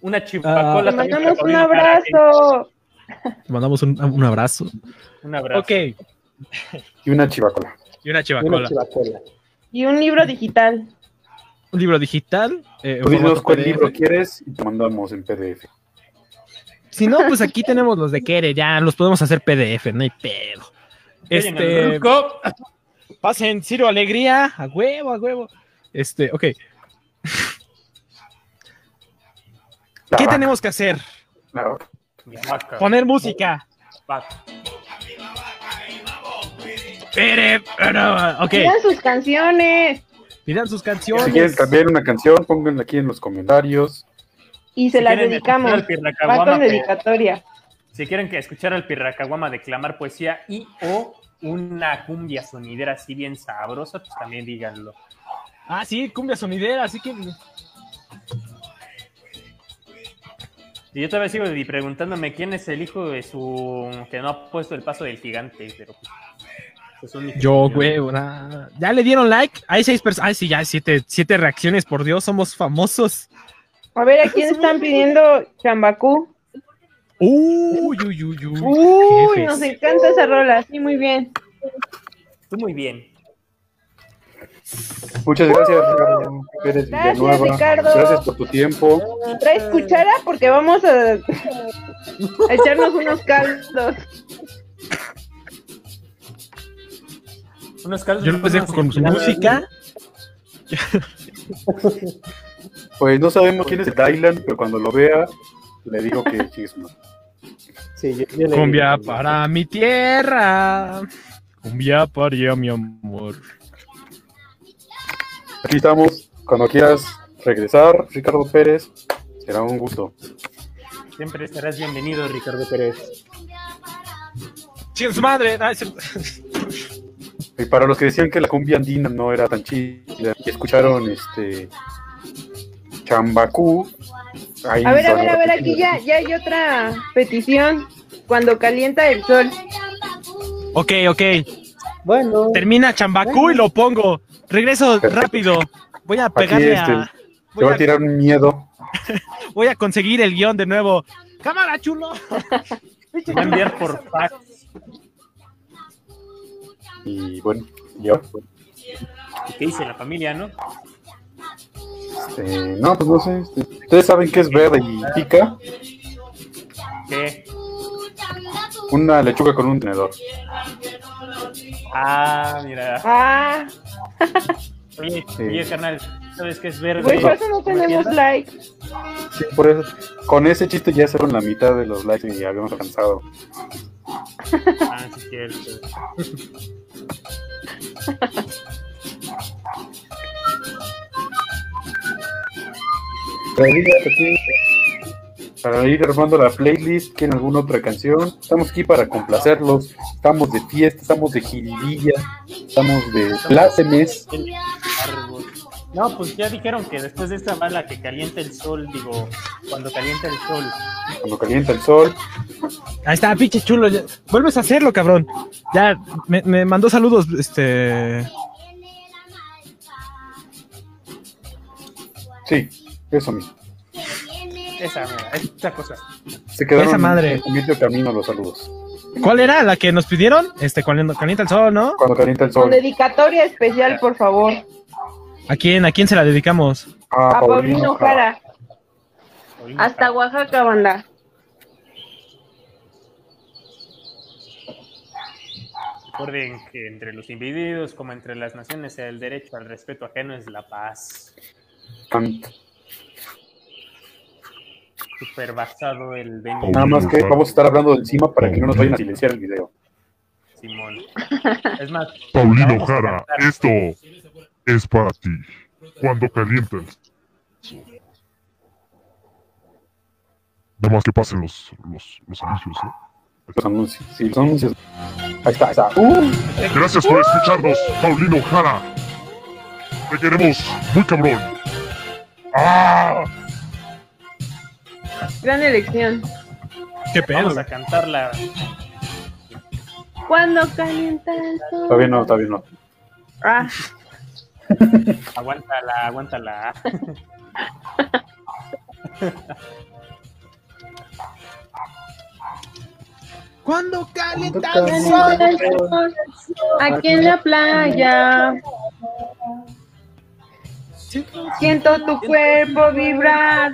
Una chivacola.
Te
Ah.
también
mandamos
para
un
Paulina Jara, ¿eh?
abrazo.
Te mandamos un, un abrazo.
eh, Un abrazo.
Ok,
Y una chivacola.
y una chivacola.
Una chivacola.
Y un libro digital.
Un libro digital. eh, en
Tú Pues dinos
formato
cuál
PDF.
libro quieres y te mandamos en PDF.
Si no, pues aquí tenemos los de Kere, ya los podemos hacer PDF, no hay pedo.
Lleguen al
Este,
grupo.
pasen Ciro Alegría, a huevo, a huevo. Este, ok.
La
¿Qué
vaca,
tenemos que hacer?
la vaca.
Mi vaca.
Poner música.
Vaca.
Pere, pero, Ok,
Miren sus canciones
pidan sus
Si quieres
canciones.
cambiar una canción, pónganla aquí en los comentarios.
y se
Si
las
quieren escuchar
dedicamos.
al
Va
Pirracaguama,
con
pues,
dedicatoria.
Si quieren que escuchar al Pirracaguama declamar poesía y o una cumbia sonidera así bien sabrosa, pues también díganlo.
Ah, sí, cumbia sonidera, así que.
Y yo todavía sigo di- preguntándome quién es el hijo de su. que no ha puesto el paso del gigante, pero. pues, pues son mis-
Yo, huevo, nah. Ya le dieron like. Hay seis personas. Ay, sí, ya hay siete, siete reacciones, por Dios, somos famosos.
A ver, ¿a quién están pidiendo chambacú?
Uy, uy, uy, uy.
Uy,
jefes.
nos encanta esa rola. Sí, muy bien.
Tú muy bien.
Muchas gracias, Ricardo Pérez
Gracias,
Villanueva.
Ricardo.
Gracias por tu tiempo.
¿Traes cuchara? Porque vamos a, a echarnos unos caldos.
Unos caldos
Yo los dejo con su
Unas-
música.
Pues no sabemos quién es el Dylan, pero cuando lo vea, le digo que chisma.
Sí, yo, yo le-
Cumbia para mi tierra. Cumbia para mi amor.
Aquí estamos. Cuando quieras regresar, Ricardo Pérez, será un gusto.
Siempre estarás bienvenido, Ricardo Pérez.
Chinga su madre. Ay, se-
Y para los que decían que la cumbia andina no era tan chida, y escucharon este Chambacú. ahí
A ver, a
van
ver, a ver,
repetir.
aquí ya, ya hay otra petición. Cuando calienta el sol.
Ok, ok.
Bueno,
Termina chambacú y lo pongo. Regreso rápido. Voy a pegarle a.
este, Te
Voy
va a
a,
tirar un miedo.
voy a conseguir el guión de nuevo. Cámara, chulo.
Te va a enviar por fax.
Y bueno, yo.
¿Y ¿Qué dice la familia, no?
este, no, pues no sé. este, Ustedes saben que es verde y pica
¿Qué?
una lechuga con un tenedor.
Ah, mira.
Ah,
Oye,
Sí.
oye, carnal, ¿sabes qué es verde?
güey, por eso no tenemos like.
Sí, por eso. Con ese chiste ya fueron la mitad de los likes y habíamos alcanzado.
Ah, sí, cierto.
Para ir armando la playlist, ¿quieren alguna otra canción? Estamos aquí para complacerlos. Estamos de fiesta, estamos de jiribilla, estamos de plácemes.
Árbol. No, pues ya dijeron que después de esta bala que calienta el sol, digo, cuando calienta el sol.
Cuando calienta el sol,
Ahí está, pinche chulo. ya- Vuelves a hacerlo, cabrón. Ya, me, me mandó saludos, este.
Sí, eso mismo.
Esa, mira, esa cosa.
Se quedaron
Esa madre.
en medio camino los saludos.
¿Cuál era la que nos pidieron? Este, cuando calienta el sol, ¿no?
Cuando calienta el
Con
sol.
dedicatoria especial, por favor.
¿A quién, a quién se la dedicamos?
Ah,
A Paulino Jara. Hasta Oaxaca, banda.
Recuerden que entre los individuos como entre las naciones el derecho al respeto ajeno es la paz. Super basado el Benny
Nada más que vamos a estar hablando del cima para que no nos vayan a silenciar el video.
Simón. Es más,
Paulino
vamos a
Jara,
cantar.
esto es para ti. Cuando calientas. Nada más que pasen los, los, los anuncios. ¿eh?
Los anuncios. Sí, los anuncios. Ahí está, ahí está. ¡Uh!
Gracias por escucharnos, Paulino Jara. Te queremos muy cabrón. ¡Ah!
Gran elección.
¿Qué pedo?
Vamos a cantarla.
Cuando calienta el sol.
Todavía no, todavía no.
Ah,
Aguántala, aguántala.
Cuando calienta
el sol.
calienta el sol. Aquí en la playa. Siento tu cuerpo vibrar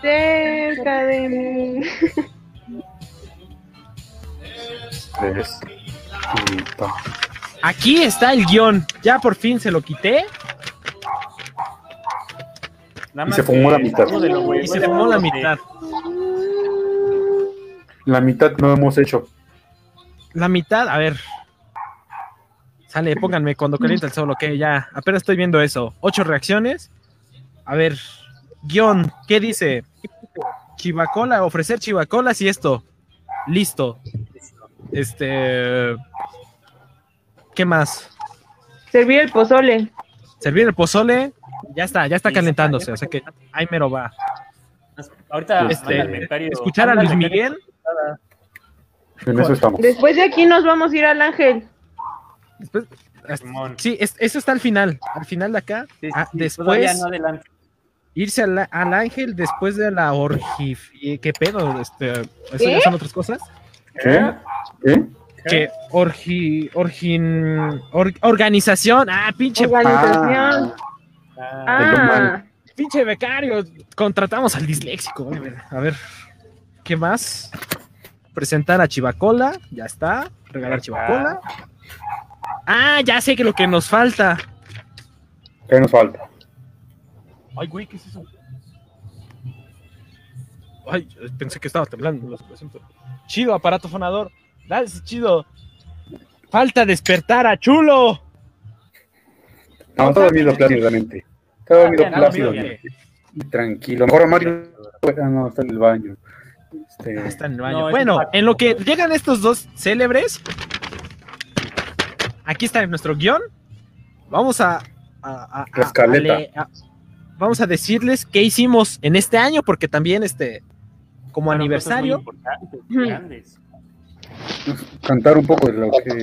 cerca de mí.
Tres. Quinto.
Aquí está el guión. Ya por fin se lo quité.
Nada
Y se fumó la
que-
mitad.
algo de lo
Y se fumó la mitad.
La mitad no hemos hecho.
La mitad, a ver. Sale, pónganme cuando calienta el sol, ok, ya. Apenas estoy viendo eso. Ocho reacciones. A ver, guión, ¿qué dice? Chivacola, ofrecer chivacolas y esto. Listo. Este. ¿Qué más?
Servir el pozole.
Servir el pozole. Ya está, ya está
Sí,
calentándose.
ya
O sea
está
que ahí mero va.
Ahorita
Este,
mándale, Becario,
Escuchar a
mándale,
Luis Miguel.
En eso estamos.
Después de aquí nos vamos a ir al ángel.
Después,
Becario, Simón.
sí, es- eso está al final. Al final de acá.
Sí, sí,
Ah,
sí, todavía
después.
no adelante.
irse al, al ángel después de la orgifie... ¿Qué pedo? Este, ¿Eso ya
¿Qué?
son otras cosas?
¿Qué? ¿Qué?
¿Eh?
Que orgi, orgin, or- organización. Ah, pinche,
Organización.
Ah,
Ah,
pinche becario. Contratamos al disléxico. vale, vale. A ver, ¿qué más? Presentar a Chivacola. Ya está. Regalar Chivacola. Ah, ya sé que lo que nos falta.
¿Qué nos falta?
Ay, güey, ¿qué es eso? Ay, eh, pensé que estaba temblando. lo siento. Chido, aparato fonador. Dale, ese chido. Falta despertar a Chulo.
No, está dormido plácidamente. Está dormido
ya, no,
plácido.
mira,
Mira,
Tranquilo. Mejor a Mario. Ah, no, está en el baño. Este,
Está en el baño.
No, es
bueno,
un pacto.
en lo que llegan estos dos célebres, aquí está nuestro guión. Vamos a. a- a- a-
La escaleta.
a le- a- vamos a decirles qué hicimos en este año, porque también este. Como
fueron
aniversario.
cosas pues, muy importantes,
Mm.
grandes.
cantar un poco de lo que.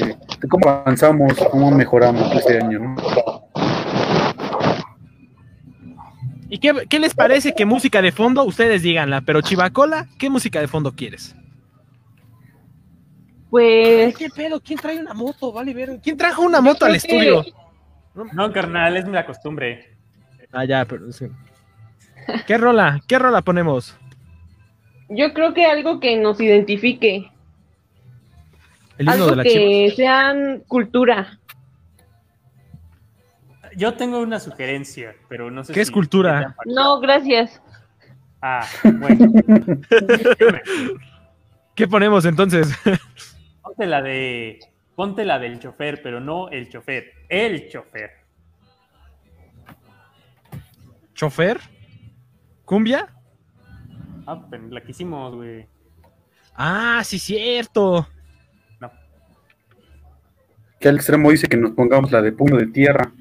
de cómo avanzamos, cómo mejoramos este año, ¿no?
¿Y qué, qué les parece que música de fondo? Ustedes díganla, pero Chivacola, ¿qué música de fondo quieres?
pues
¿Qué pedo? ¿Quién trae una moto? Vale, ver. ¿Quién trajo una moto al
creo que-
estudio?
No, carnal, es la costumbre.
Ah, ya, pero. sí. ¿Qué rola? ¿Qué rola ponemos?
yo creo que algo que nos identifique,
El himno de
algo
la
que sean cultura.
Yo tengo una sugerencia, pero no sé
¿Qué es
si-
cultura?
qué tan factible.
No, gracias.
Ah, bueno.
Chiva. ¿Qué ponemos entonces?
ponte la de. Ponte la del chofer, pero no el chofer. El chofer.
¿Chofer? ¿Cumbia?
Ah, pero la que hicimos, güey.
Ah, sí, cierto.
Que al extremo dice que nos pongamos la de puño de tierra.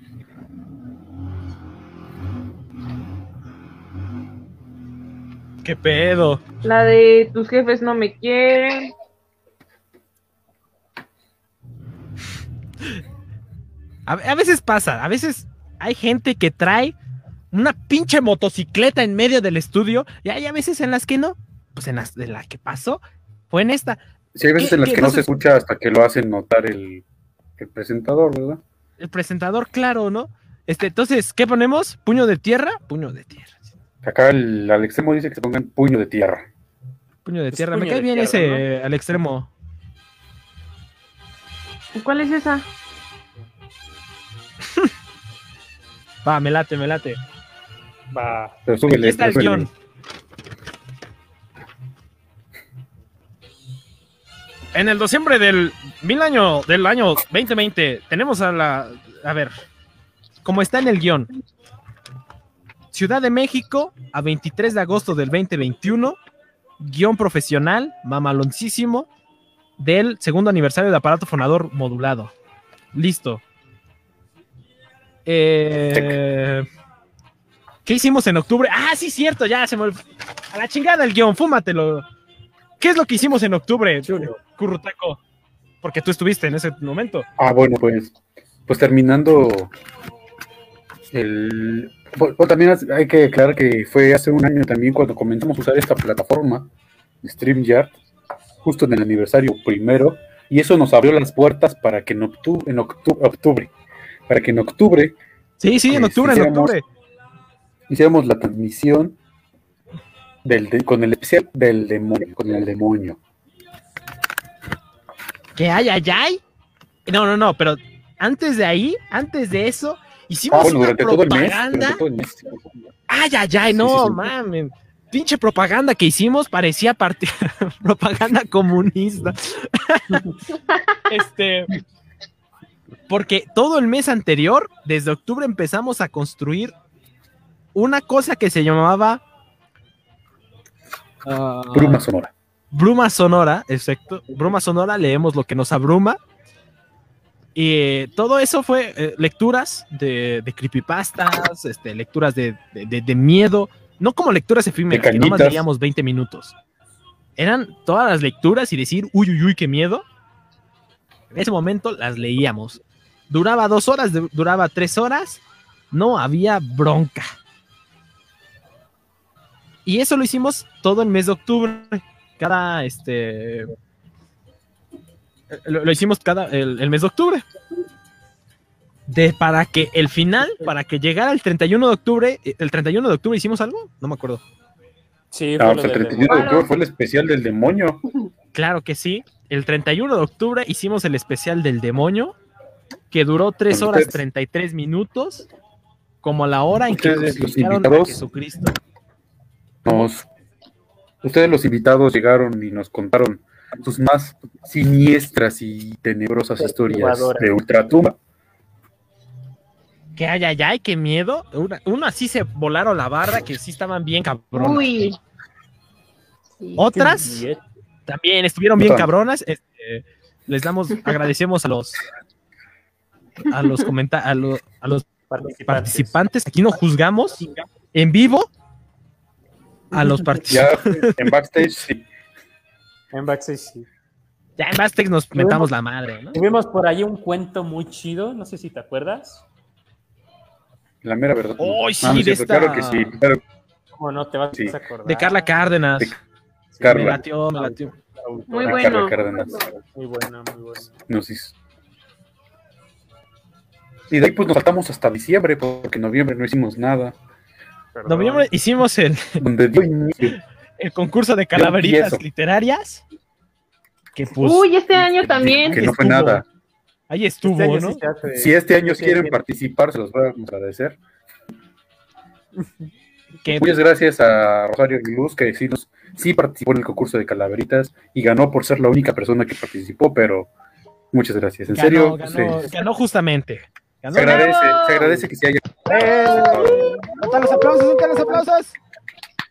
¿Qué pedo?
La de tus jefes no me quieren.
A, a veces pasa, a veces hay gente que trae una pinche motocicleta en medio del estudio y hay a veces en las que no, pues en las de la que pasó fue en esta.
Sí, hay veces
¿Qué-
en las
qué?
que no
No
se
sé-
escucha hasta que lo hacen notar el, el presentador, ¿verdad?
El presentador, claro, ¿no? Este, entonces, ¿qué ponemos? ¿Puño de tierra? Puño de tierra. sí.
Acá el, al extremo dice que se pongan puño de tierra.
Puño de
Pues
tierra. Me
puño
cae
de
bien
tierra,
ese eh, al extremo.
¿Cuál es esa?
Va, me late, me late.
Va.
Pero súbele.
Aquí está el
pero súbele.
guión. En el diciembre del mil año del año 2020 tenemos a la a ver como está en el guión. Ciudad de México a 23 de agosto del 2021 guión profesional mamaloncísimo del segundo aniversario de aparato fonador modulado. Listo. Eh, ¿Qué hicimos en octubre? Ah, sí, cierto, ya se me olvidó. A la chingada el guión, fúmatelo. ¿Qué es lo que hicimos en octubre, Currutaco? Porque tú estuviste en ese momento.
Ah, bueno, pues, pues terminando el... o- o también has- hay que aclarar que fue hace un año también cuando comenzamos a usar esta plataforma, StreamYard, justo en el aniversario primero, y eso nos abrió las puertas para que en, octu- en octu- octubre, para que en octubre
Sí, sí, en
Pues,
octubre, en
hiciéramos-
octubre.
hiciéramos la transmisión del, de- con el especial del demonio, con el demonio.
¿Qué hay, ay, ay? No, no, no, pero antes de ahí, antes de eso, hicimos
Ah, bueno,
una
durante todo el mes,
propaganda.
durante todo el mes.
Ay, ay, ay, no,
Sí, sí, sí.
mamen. Pinche propaganda que hicimos parecía parti- propaganda comunista. este. Porque todo el mes anterior, desde octubre, empezamos a construir una cosa que se llamaba. ah,
Bruma Sonora.
Bruma Sonora, exacto. Bruma Sonora, leemos lo que nos abruma. Y eh, todo eso fue eh, lecturas de, de creepypastas, este, lecturas de, de- de- de miedo, no como lecturas efímeras,
De
que nomás
cañitas.
leíamos 20 minutos. Eran todas las lecturas y decir, uy, uy, uy, qué miedo. En ese momento las leíamos. Duraba dos horas, du- duraba tres horas, no había bronca. Y eso lo hicimos todo el mes de octubre cada este lo, lo hicimos cada el, el mes de octubre de para que el final para que llegara el 31 de octubre eh, el 31 de octubre hicimos algo no me acuerdo
Sí, fue
Ah, o
lo
sea, el
del
31 de octubre fue el especial del demonio.
claro que sí el 31 de octubre hicimos el especial del demonio que duró 3
Con
horas
ustedes.
33 minutos como la hora en que
Ustedes, los
crucificaron a
invitados.
Jesucristo
Nos, ustedes los invitados llegaron y nos contaron sus más siniestras y tenebrosas
Pues,
historias
Perturbadoras.
de ultratumba.
que ay ay ay qué miedo una, uno así se volaron la barra que sí estaban bien cabrón
Uy. Sí.
otras
Miguel.
también estuvieron bien
Total.
cabronas. este, les damos, agradecemos a los a los comenta a, lo- a los
Participantes.
participantes. Aquí no juzgamos en vivo a los
Ya
participantes.
en backstage, sí.
En backstage, sí.
Ya en Bastex nos metamos la madre, ¿no?
Tuvimos por ahí un cuento muy chido, no sé si te acuerdas.
la mera verdad.
Ay, sí,
no es
de
cierto,
esta-
Claro que sí, claro,
¿Cómo no te vas
Sí.
a acordar?
De Carla Cárdenas.
De
Sí,
Me
Carla.
latió, me latió.
la autora.
Muy
a
bueno.
Ah, Carla Cárdenas
Muy buena, muy buena.
nos hizo. Y de ahí pues nos saltamos hasta diciembre, porque en noviembre no hicimos nada.
En
Perdón.
Noviembre hicimos el,
Donde dio inicio.
el concurso de calaveritas
empiezo.
literarias. Que pues
Uy, este año también.
Que no fue
estuvo,
nada.
ahí
Este
estuvo,
año
¿no?
sí se hace-
Si este año
sí,
quieren
sí.
participar, se los vamos a agradecer.
Que
Muchas gracias a Rosario Luz que sí, nos- sí participó en el concurso de calaveritas y ganó por ser la única persona que participó, pero muchas gracias. En serio,
ganó,
pues,
ganó-
eh,
ganó justamente. Ganó
se, agradece,
¡Bravo!
se agradece que se haya.
¡Suelta los aplausos, suelta los aplausos!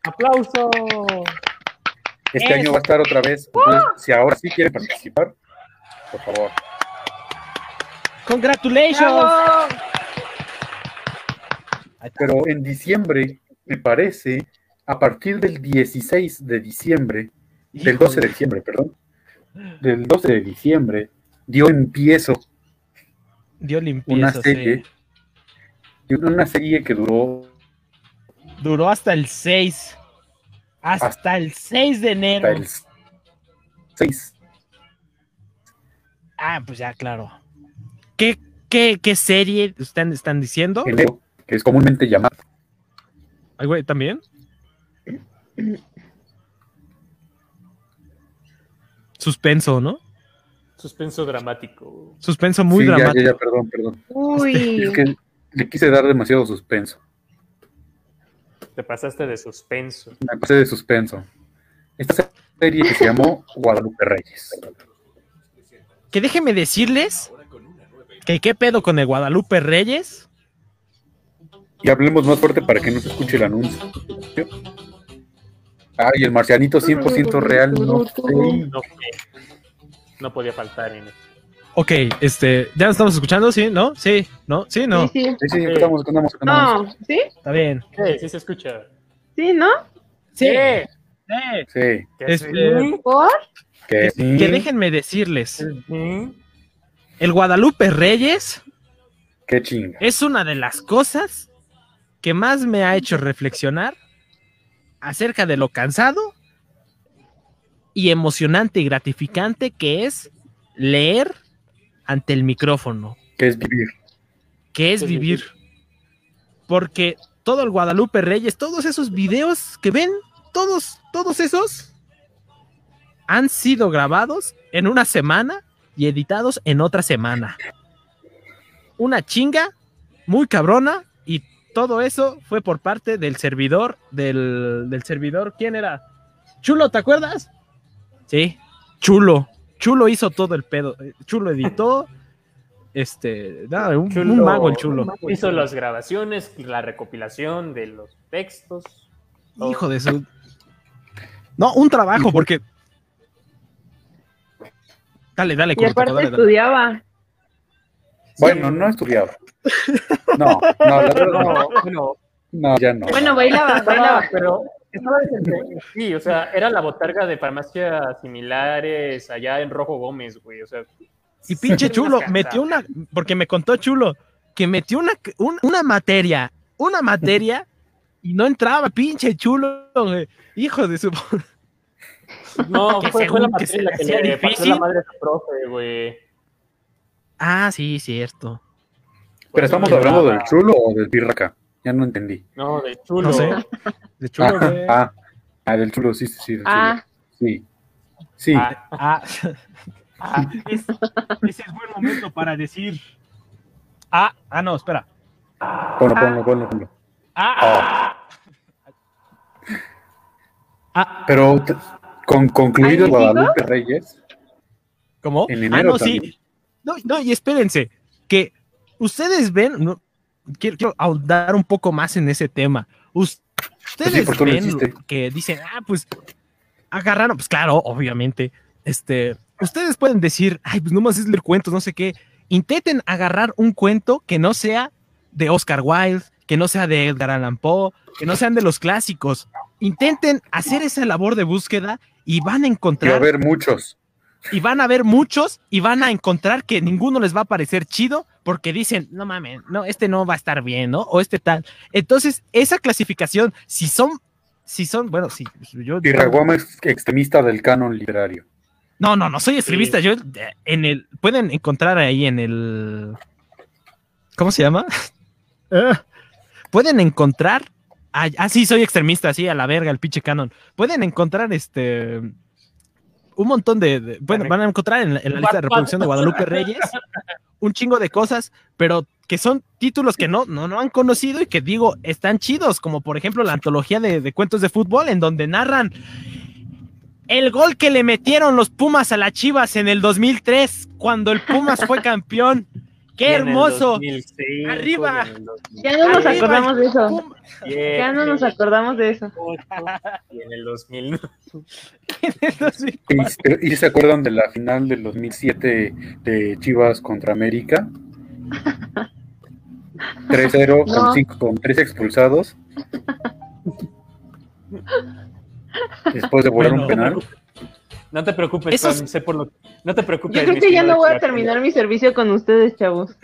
¡Aplauso!
Este año va a estar otra vez. Entonces,
¡Uh!
si ahora sí quieren participar, por favor.
Este
¡Congratulations!
Bravo.
Pero en diciembre, me parece, a partir del 16 de diciembre, del 12 de diciembre, perdón, del 12 de diciembre, dio empiezo
Dio
una
limpieza, sí.
serie. y Una serie que duró
Duró hasta el 6. Hasta, el 6 de enero.
hasta el 6.
Ah, pues ya, claro. ¿Qué, qué, qué serie están, están diciendo?
enero, que es comúnmente llamado.
Ay, güey, ¿también? Suspenso, ¿no?
Suspenso dramático.
Suspenso muy
Sí, ya,
dramático.
ya, ya, perdón, perdón.
Uy.
Es que le quise dar demasiado suspenso.
Te pasaste de suspenso.
Me pasé de suspenso. Esta serie que se llamó Guadalupe Reyes.
Que déjenme decirles que qué pedo con el Guadalupe Reyes.
Y hablemos más fuerte para que no se escuche el anuncio. Ah, y el marcianito 100% real. No sé.
No, fue- no podía faltar en
Ok, este, ya nos estamos escuchando, ¿sí? ¿No? ¿Sí? ¿no? ¿Sí? ¿No?
Sí, sí.
Sí, sí, estamos, estamos, estamos.
No, ¿sí?
Está bien.
Sí, sí se escucha.
¿Sí, no?
Sí.
Sí,
¿Qué
Este-
haces?
¿Por?
que sí.
Que déjenme decirles,
¿Mm?
el Guadalupe Reyes
Qué chinga.
es una de las cosas que más me ha hecho reflexionar acerca de lo cansado y emocionante y gratificante que es leer ante el micrófono,
Que es vivir.
que es
Sí, sí,
vivir. Porque todo el Guadalupe Reyes, todos esos videos que ven, todos, todos esos han sido grabados en una semana y editados en otra semana. Una chinga muy cabrona y todo eso fue por parte del servidor, del, del servidor, ¿quién era? Chulo, ¿te acuerdas? Sí, Chulo. Chulo hizo todo el pedo. eh, Chulo editó. Este, nada, un,
Chulo-
un mago el chulo.
Hizo las grabaciones, la recopilación de los textos. todo.
Hijo de su. No, un trabajo, porque. Dale, dale,
Y
Curto,
aparte
dale, dale.
estudiaba.
Bueno, no estudiaba. No, no, la verdad no.
No, bueno,
No, ya no.
Bueno, bailaba,
estaba,
bailaba.
pero estaba decente. Sí, o sea, era la botarga de farmacias similares allá en Rojo Gómez, güey. O sea,
Y pinche
Sí,
chulo,
una
metió una. Porque me contó chulo que metió una, un- una materia, una materia, y no entraba, pinche chulo, güey. hijo de su.
No,
Que
fue, fue la
según que se
materia la que
le hacía
le pasó
difícil.
la madre a su profe, güey.
Ah, sí, cierto.
Pero estamos hablando del chulo o del pirraca. Ya no entendí.
No, de chulo.
No sé. De chulo,
ah,
güey.
ah, ah, del chulo, sí, sí, sí. del
Ah,
chulo. Sí. Sí,
Ah,
Ah. Es- ese es buen momento para decir. Ah, ah, no, espera.
ponlo, ponlo, ponlo, ponlo.
Ah, ah,
Pero t- con concluido
¿Hay
Guadalupe Reyes,
¿cómo?
En
ah,
enero
no, sí.
también.
No, no, y espérense, que ustedes ven, no, quiero, quiero ahondar un poco más en ese tema. Us-
sí,
Ustedes
pues tú lo
ven
hiciste.
que dicen, ah, pues agarraron, pues claro, obviamente, este, ustedes pueden decir, ay, pues nomás es leer cuentos, no sé qué. Intenten agarrar un cuento que no sea de Oscar Wilde, que no sea de Edgar Allan Poe, que no sean de los clásicos. Intenten hacer esa labor de búsqueda y van a
que va a
encontrar
haber muchos.
y van a ver muchos y van a encontrar que ninguno les va a parecer chido porque dicen, no mames, no, este no va a estar bien, ¿no? O este tal. Entonces, esa clasificación, si son, si son, bueno, si yo...
Pirra Gómez, extremista del canon literario.
No, no, no, soy escribista, yo eh, en el, pueden encontrar ahí en el... ¿Cómo se llama? Ah, pueden encontrar... Ah, ah, sí, soy extremista, sí, a la verga, el pinche canon. Pueden encontrar este... Un montón de... de- bueno, van a encontrar en la, en la lista de reproducción de Guadalupe Reyes un chingo de cosas, pero que son títulos que no, no, no han conocido y que digo, están chidos, como por ejemplo la antología de, de cuentos de fútbol en donde narran el gol que le metieron los Pumas a las Chivas en el 2003, cuando el Pumas fue campeón. ¡Qué
y en el
hermoso!
2005,
Arriba.
y en el 2008,
ya no nos
Arriba,
acordamos de eso.
Pum-
Ya no nos acordamos de eso.
Y en el 2009.
en el 2000.
Y, se- y se acuerdan de la final del 2007 de Chivas contra América. 3-0
No.
con, cinco- con tres expulsados. Después de volar
Bueno.
un penal.
No te preocupes,
Esos-
Juan, sé por lo- No te preocupes.
Yo
mi
creo que ya
estimado
no voy a
Chivacola.
terminar mi servicio con ustedes, chavos.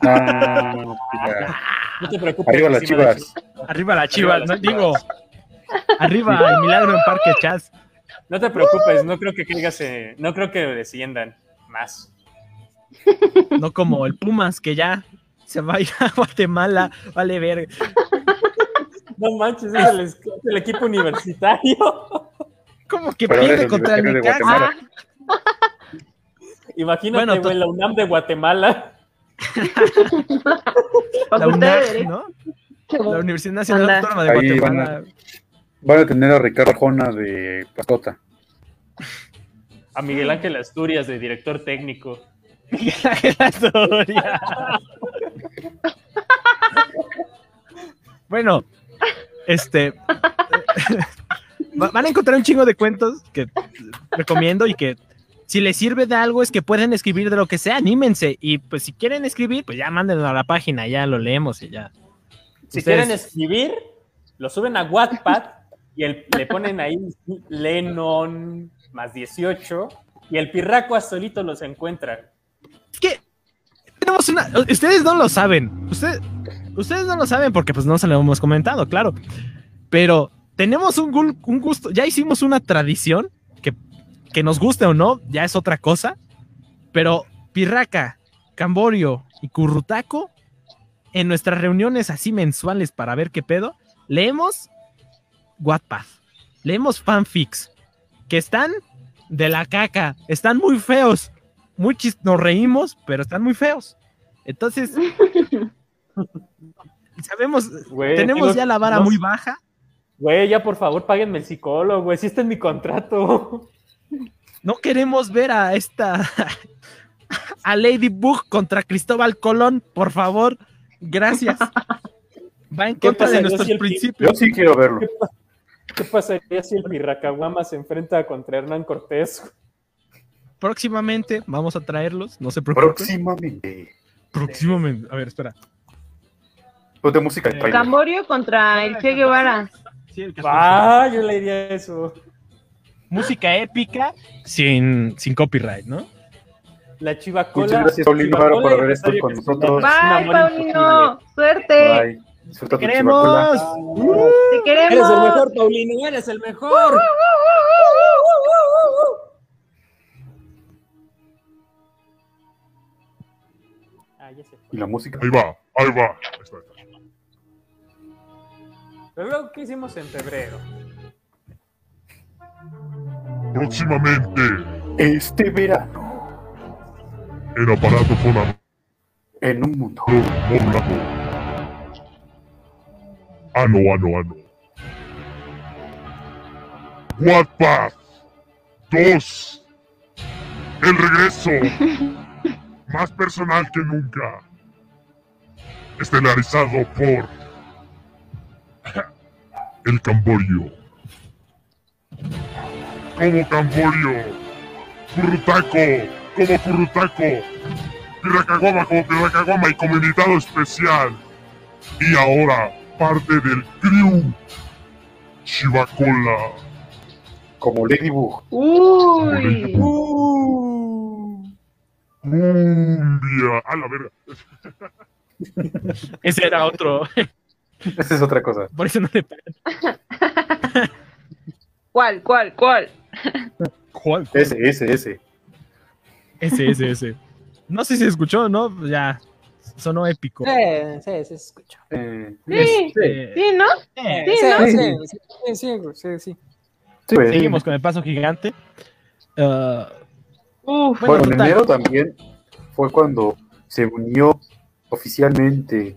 Ah, ya.
No te preocupes.
Arriba las
estimado
chivas.
Chivacola.
Arriba la chivas,
las
¿no?
Chivas.
digo. Arriba el milagro en Parque Chas.
No te preocupes, no creo que caigas, eh, no creo que desciendan más.
No como el Pumas, que ya se va a ir a Guatemala. Vale, verga.
No manches, es el, es el equipo universitario.
Como que
Pero ahora es
pierde
el
contra el
Universitario de
Necaxa.
Ah,
Guatemala.
Imagínate,
Bueno, to-
güey, la UNAM de Guatemala.
La
Ah, Facultad de
UNAC,
Derecho.
¿no? La Universidad Nacional
Anda.
Autónoma de
Ahí van a-
Guatemala.
Van a tener a Ricardo Arjona de Pascota.
A Miguel Ángel Asturias de director técnico.
La historia. bueno, este. va- van a encontrar un chingo de cuentos que recomiendo y que si les sirve de algo es que pueden escribir de lo que sea, anímense. Y pues si quieren escribir, pues ya mándenlo a la página, ya lo leemos y ya.
Si
Ustedes-
quieren escribir, lo suben a Wattpad y el- le ponen ahí Lennon más 18 y el pirraco solito los encuentra.
Es que tenemos una. Ustedes no lo saben. Ustedes, ustedes no lo saben porque pues no se lo hemos comentado, claro. Pero tenemos un, gul- un gusto. Ya hicimos una tradición que, que nos guste o no, ya es otra cosa. Pero Pirraca, Camborio y Currutaco, en nuestras reuniones así mensuales para ver qué pedo, leemos Wattpad, leemos fanfics, que están de la caca, están muy feos, muy chis- nos reímos, pero están muy feos. Entonces, sabemos,
Güey,
tenemos
tengo-
ya la vara
no-
muy baja.
Güey, ya por favor, páguenme el psicólogo, güey. Si está en mi contrato.
No queremos ver a esta a Ladybug contra Cristóbal Colón, por favor. Gracias. Va en contra
pasa,
de
yo
nuestros
sí el-
Yo
principios.
sí quiero verlo.
¿Qué pasaría si el pirracaguama se enfrenta contra Hernán Cortés?
Próximamente vamos a traerlos, no se preocupen.
Próximamente.
Próximamente. A ver, espera.
Ponte música Pues de trailer.
Camborio contra el Che Guevara.
Va, Ah, yo le diría eso.
Música épica sin, sin copyright, ¿no?
La chivacola.
Muchas gracias, Paulino Varo, por haber estado
necesario
con
que-
Pues,
nosotros.
un
Bye,
amor
Paulino. Suerte.
Bye. Disfruta tu chivacola.
¡Queremos!
Te queremos.
Eres el mejor, Paulino, eres el mejor.
Ah, ya sé.
Y la música.
Ahí va, ahí va. Ahí está, ahí está.
Pero luego, ¿qué hicimos en febrero?
Próximamente
Este verano,
en aparato fonador
en un mundo.
modulado. Ano, ano, ano. Wattpad 2. El regreso. Más personal que nunca. Estelarizado por. El Camborio. Como Camborio. Currutaco. Como Currutaco. Pirracaguama como Pirracaguama y como invitado especial. Y ahora, parte del crew. Chivacola.
Como Ladybug.
Uy.
Uh.
Uh.
Cumbia. A la verga.
Ese era otro.
Esa es otra cosa.
Por eso no le
¿Cuál, cuál, cuál?
¿Cuál?
Ese, ese, ese.
Ese, ese, ese. No sé si se escuchó, ¿no? Pues Ya. Sonó épico.
Sí, sí, sí, escucho.
Eh,
Eh, Sí,
Este,
sí, ¿no?
eh,
Sí, ¿no?
sí, sí, sí, sí, güey, sí, sí.
sí, pues, güey.
Seguimos con el paso gigante. Ah,
Uf.
bueno,
Bueno, en
total.
enero también fue cuando se unió oficialmente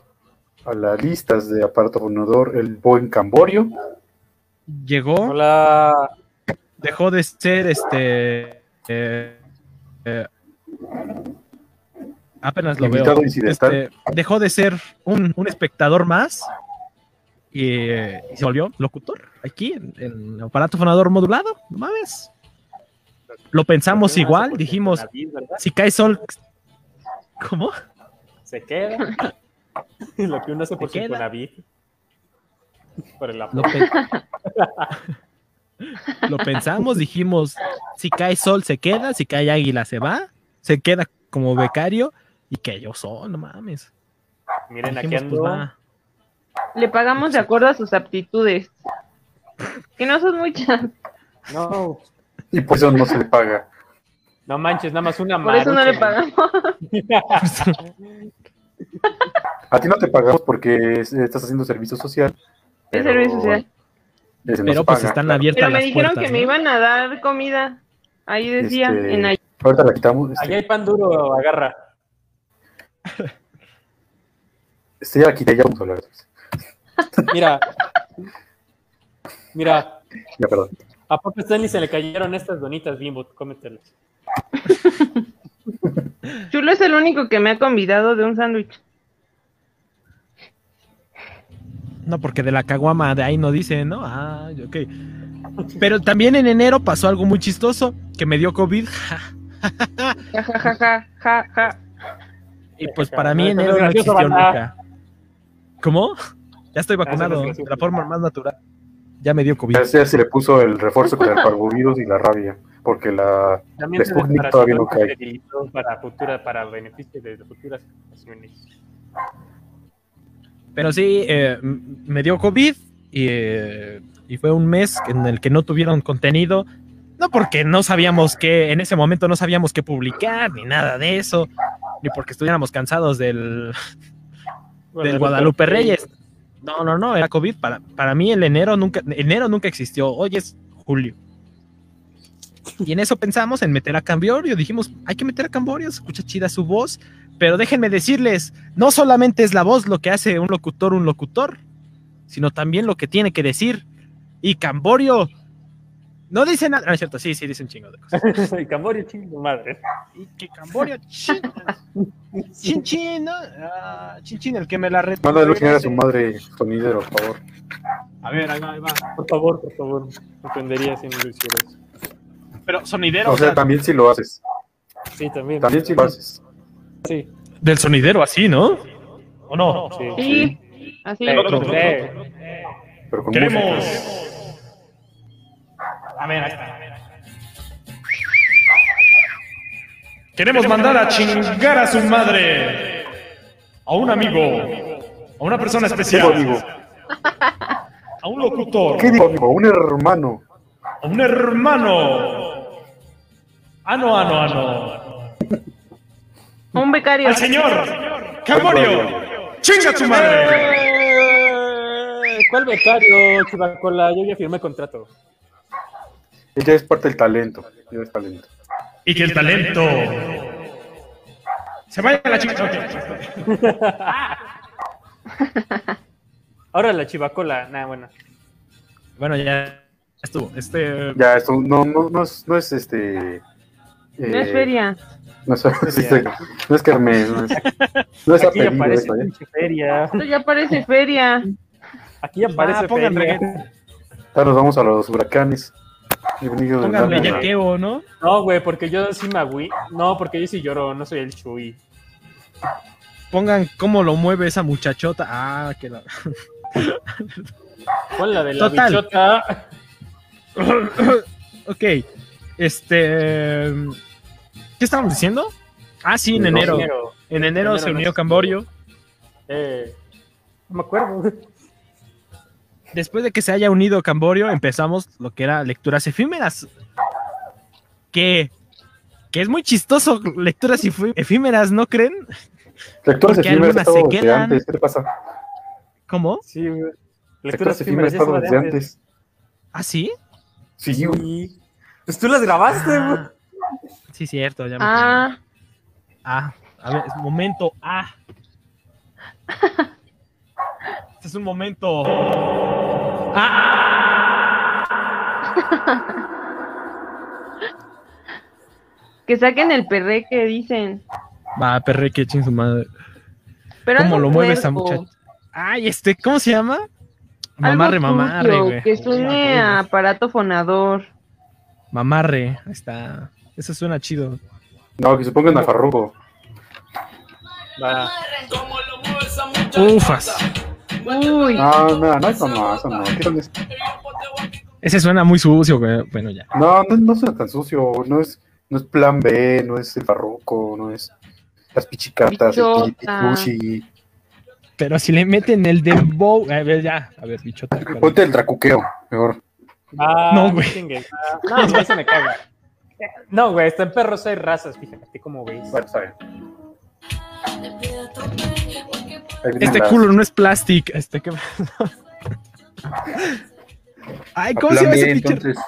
a las listas de aparato fonador el buen Camborio.
llegó,
Hola.
dejó de ser este. eh, eh, apenas lo veo.
Invitado incidental.
Este, dejó de ser un, un espectador más y, eh, y se volvió locutor aquí en, en aparato fonador modulado. No mames. Lo pensamos igual, dijimos,
David, ¿verdad?
si cae sol. ¿Cómo?
Se queda. Lo que uno hace por
Se
su
queda.
Infonavit. Por el
Lo
apoyo.
pe- Lo pensamos, dijimos, si cae sol se queda, si cae águila se va, se queda como becario y cayó sol, no mames.
Miren, aquí
Dijimos,
ando.
pues va.
Le pagamos de acuerdo a sus aptitudes. Que no son muchas.
No,
Y por eso no se le paga.
no manches, nada más una
Por eso no le
marucha.
pagamos.
A ti no te pagamos porque es- estás haciendo servicio social. pero
servicio social.
ese no
Pero
se
pues
paga,
están
claro.
abiertas
Pero me
las
dijeron
puertas, ¿eh?
que me
¿no?
iban a dar comida. Ahí decía,
Este,
en ahí.
Ahorita la quitamos. este,
Allá hay pan duro, agarra.
este, ya la quité, ya vamos a hablar. de eso.
Mira, mira,
Ya, perdón.
¿a poco a Stanley se le cayeron estas donitas bimbo? Cómetelas.
Chulo es el único que me ha convidado de un sándwich.
No, porque de la caguama de ahí no dice, ¿no? Ah, ok. Pero también en enero pasó algo muy chistoso, que me dio COVID.
Ja, ja, ja, ja, ja, ja.
Y pues para mí
Eso es
enero no
gracioso,
existió nunca.
banda.
¿Cómo? Ya estoy
es
vacunado
gracioso.
de la forma más natural. Ya me dio COVID.
Ya, se- se le puso el refuerzo con el parvovirus y la rabia. Porque la.
También se
Sputnik todavía no
desparasitó
cae.
y se utilizó para futura, para beneficio de futuras generaciones.
Pero sí, eh, m- me dio COVID y, eh, y fue un mes en el que no tuvieron contenido. No porque no sabíamos qué, en ese momento no sabíamos qué publicar, ni nada de eso, ni porque estuviéramos cansados del, del Guadalupe Reyes. No, no, no, era COVID. Para, para mí el enero nunca, enero nunca existió. Hoy es julio. Y en eso pensamos en meter a Camborio. Dijimos, hay que meter a Camborio, se escucha chida su voz. Pero déjenme decirles, no solamente es la voz lo que hace un locutor un locutor, sino también lo que tiene que decir. Y Camborio no dice nada. No es cierto, sí, sí, dice un chingo de cosas.
Y Camborio, chingo madre.
Y que Camborio, chin, chin, chin, ¿no? Ah, chin, chin, el que me la retó.
Mándale un a su madre, sonidero, por favor.
A ver, ahí va, ahí va. Por favor, por favor. Me ofendería si no lo hicieras.
Pero sonidero.
O sea, también si lo haces.
Sí, también.
También si lo haces.
Sí,
Del sonidero así, ¿no? ¿O no?
sí.
Sí, así.
Eh,
Otro.
eh,
Pero con música.
A ver, ahí está. Queremos mandar a chingar a su madre. A un amigo. A una persona
¿Qué
especial.
digo, amigo?
A un locutor.
¿Qué digo, amigo? Un hermano.
A un hermano. Ah, no, ah, no, ah, no.
Un becario.
Al señor. Camorio. Chinga a su madre.
Eh, ¿Cuál becario, Chivacola? Yo ya firmé contrato.
Ella es parte del talento. Ella es talento.
Y que el talento. Se vaya a la chica.
Ahora la Chivacola. Nah, bueno.
Bueno, ya estuvo. Este.
Ya, esto no, no, no, es, no es este. eh,
No es feria.
Eh.
No es, no es Kermés. No es, no es
Aquí
apellido
aparece
eso, ¿eh?
pinche feria.
Esto ya parece feria.
Aquí aparece
Ah, pongan
feria.
reggaetón.
Ya nos vamos a los huracanes. Bienvenido de
Pónganle
nada.
yaqueo, ¿no?
No, güey, porque yo sí me agüí. No, porque yo sí lloro, no soy el Chuy.
Pongan cómo lo mueve esa muchachota. Ah, que la...
Pon la de la
Total.
bichota.
Ok. Este. em, ¿Qué estábamos diciendo? Ah, sí, en
No,
enero.
Enero.
En enero se
enero
unió
no.
Camborio.
Eh, no me acuerdo.
Después de que se haya unido Camborio, empezamos lo que era lecturas efímeras. Que. Que es muy chistoso, lecturas efí- efímeras, ¿no creen?
Lectores
Porque algunas
efímeros ha estado
se
desde
quedan.
antes. ¿Qué te pasa?
¿Cómo?
Sí, güey.
Lectores efímeros ha estado desde antes.
¿Ah, sí?
Sí, güey.
Sí. Pues tú las grabaste, güey.
Ah, sí, cierto. Ya me acordé.
Ah,
Ah, a ver, es momento A. Este es un momento. Ah,
que saquen el perre que dicen.
va, perre, que ching su madre.
Pero
¿Cómo
algo
lo mueve esa
puerco,
muchacha? Ay, este, ¿cómo se llama?
algo
Mamarre, mamarre,
sucio,
güey.
Que suene a aparato fonador.
Mamarre, ahí está. Eso suena chido.
No, que se pongan a Farruko.
Va.
Ufas.
Uy,
No, no, no, eso no, eso no. ¿Qué tal es?
Ese suena muy sucio, güey. Bueno, ya.
No, no, no suena tan sucio, no es, no es plan B, no es el barroco, no es las pichicatas,
Bichota.
el Titi-Tushi.
Pero si le meten el dembow... A ver, ya. A ver, bichota. perdón.
Ponte el tracuqueo, mejor.
Ah,
No, güey.
chingues. Ah, No, güey, se me caga. No, güey, está en perros hay razas, fíjate cómo veis.
Bueno, está bien. Ahí vienen
Este
las-
culo no es plástico. Este, ¿qué Ay, ¿cómo se llama
plan B,
ese pinche?
entonces,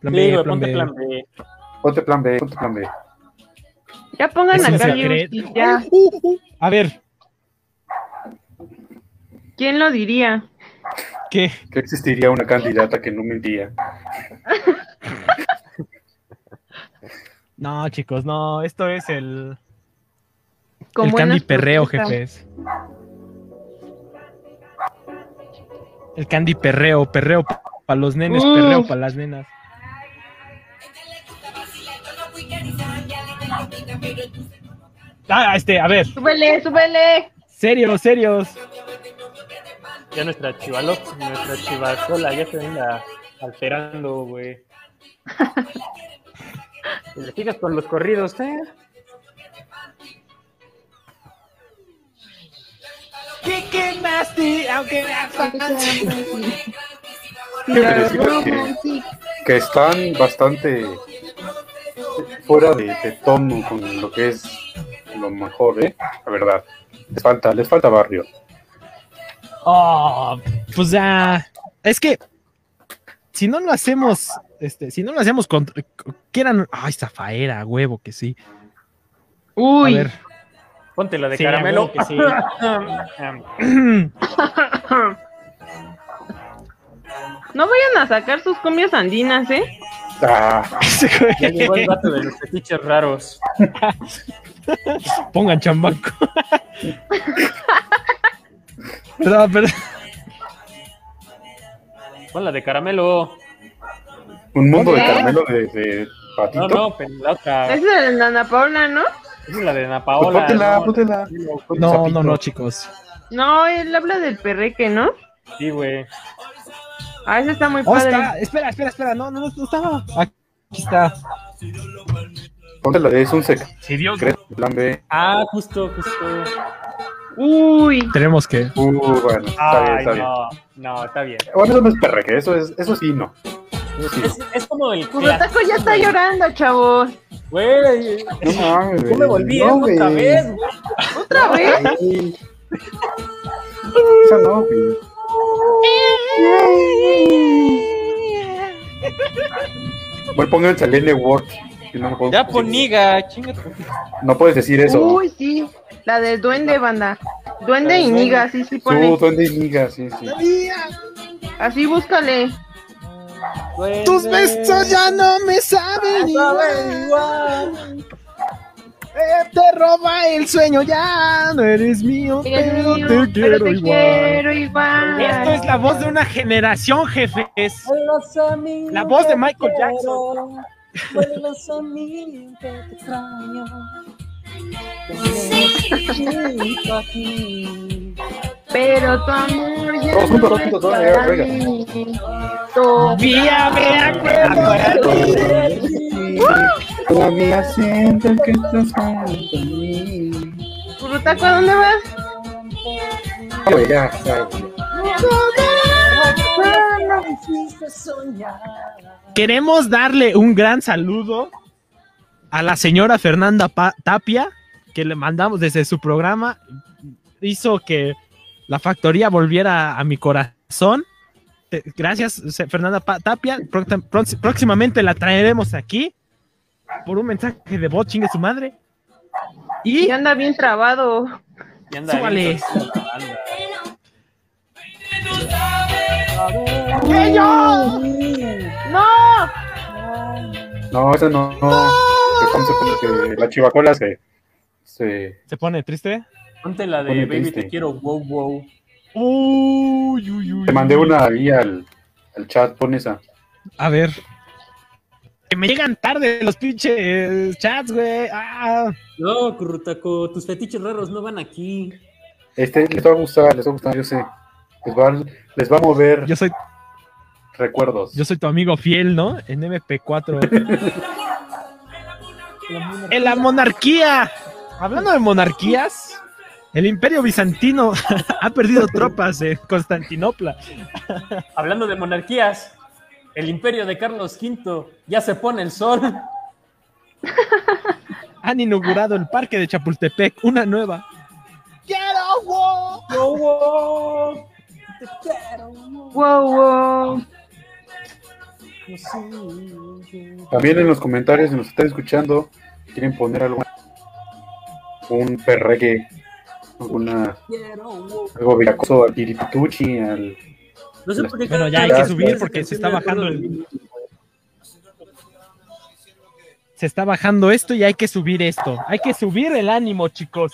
Plan
Sí,
B,
güey,
plan
ponte
B.
plan B.
Ponte plan B, ponte plan B.
Ya pongan
Es
a
un
Calius
secreto.
y ya.
Uh, uh, A ver,
¿Quién lo diría?
¿qué?
Que existiría una candidata que no mentía.
No, chicos, no. Esto es el,
Con
el candy
buenos
perreo,
propuestas.
jefes. El candy perreo, perreo para los nenes,
Mm.
perreo para las nenas. Ah, este, a ver,
Súbele, súbele.
serios, serios.
Ya nuestra chivalo, nuestra chivacola ya se anda alterando, güey. Y le sigas con los corridos, ¿eh?
Quiero decir que, que están bastante fuera de, de tono con lo que es lo mejor, ¿eh? La verdad. Les falta, les falta barrio.
Oh, pues ya. Es que si no lo hacemos, este, si no lo hacemos contra. ¿Qué eran? Ay, Zafaera, huevo, que sí.
Uy.
A ver.
Ponte la de
Sí,
caramelo.
güey, que sí.
No vayan a sacar sus cumbias andinas, ¿eh?
Ah,
Ese
ya
güey,
llegó el vato de los fetiches raros.
Pongan chambaco. Perdón, perdón.
Pon la de caramelo.
un mundo de
Ok.
caramelo de, de patito.
No, no, pero la otra.
Esa ¿Eh? es de la Ana Paula, ¿no?
Es la de Ana
Pues
Paola.
póntela,
no,
póntela. Ponte
No,
zapito.
no, no, chicos.
No, él habla del perreque, ¿no?
Sí, güey.
Ah, esa está muy
Oh,
padre.
está. Espera, espera, espera. No, no, no, no estaba. Aquí está.
Póntela, es un secreto.
Si Dios.
Plan B.
Ah, justo, justo.
Uy.
Tenemos que.
Uh, bueno, está bien,
Ay,
está bien.
no, no, está bien.
Bueno, eso no es perreque, eso es, eso sí, no. Eso sí,
Es, es como el
Taco ya está
clásico,
llorando, chavos.
Güey,
no. mames,
yo me volví
no,
emo otra
güey.
vez, güey.
¿Otra vez?
Ey. Esa no, güey. Bueno, pónganse el N word. que no me acuerdo
Ya
cómo se dice.
poniga, chingate.
No puedes decir eso.
Uy, sí. La del duende, banda.
La
Duende
del
y
duende.
niga, sí, sí
Tú,
pone.
duende y miga, sí, sí.
Así búscale.
Tus besos ya no me saben igual.
igual.
Eh, te roba el sueño, ya no eres mío, pero te quiero
pero te
igual.
quiero igual.
Esto es la voz de una generación, jefes.
A los amigos
La voz de Michael
que
Jackson.
quiero, a los amigos que te extraño. Junto a ti.
Pero tu amor ya
Todos juntos,
no
todos juntos,
es
venga,
para
venga.
mí. Todavía me acuerdo.
Todavía siento que estás junto a mí.
Curutaco, ¿a dónde vas?
Ah, güey, ya, ya, güey.
Me hiciste soñar.
Queremos darle un gran saludo a la señora Fernanda Pa- Tapia, que le mandamos desde su programa. Hizo que la factoría volviera a mi corazón. Te- Gracias, se- Fernanda Pa- Tapia. Pronta- prox- Próximamente la traeremos aquí por un mensaje de bot, chingue su madre. Y
Y anda bien trabado.
Y anda,
súbale.
anda.
¡No!
No, esa no. no. Que ponse como que la chivacola se. se
¿Se pone triste?
Ponte la de
Pone
Baby
triste.
Te Quiero, wow, wow.
Uy, uy, uy.
te mandé una ahí al, al chat, pon esa.
A ver. Que me llegan tarde los pinches chats, güey. Ah.
No, Currutaco, tus fetiches raros no van aquí.
Este, les va a gustar, les va a gustar, yo sé. Les va, a- les va a mover.
Yo soy,
recuerdos.
Yo soy tu amigo fiel, ¿no? En MP4. ¡En la monarquía! Hablando de monarquías, el imperio bizantino ha perdido tropas en Constantinopla.
Hablando de monarquías, el imperio de Carlos V ya se pone el sol.
Han inaugurado el parque de Chapultepec, una nueva.
Wow, wow. Te quiero. wow.
Wow, wow.
No sé.
También en los comentarios, si nos están escuchando, quieren poner algo un perreque, alguna,
Quiero, wow.
algo veracoso al pirituchi, al
No sé por qué
Bueno,
cada-
ya hay que
Gracias.
subir porque se está bajando el. Se está bajando esto y hay que subir esto. Hay que subir el ánimo, chicos.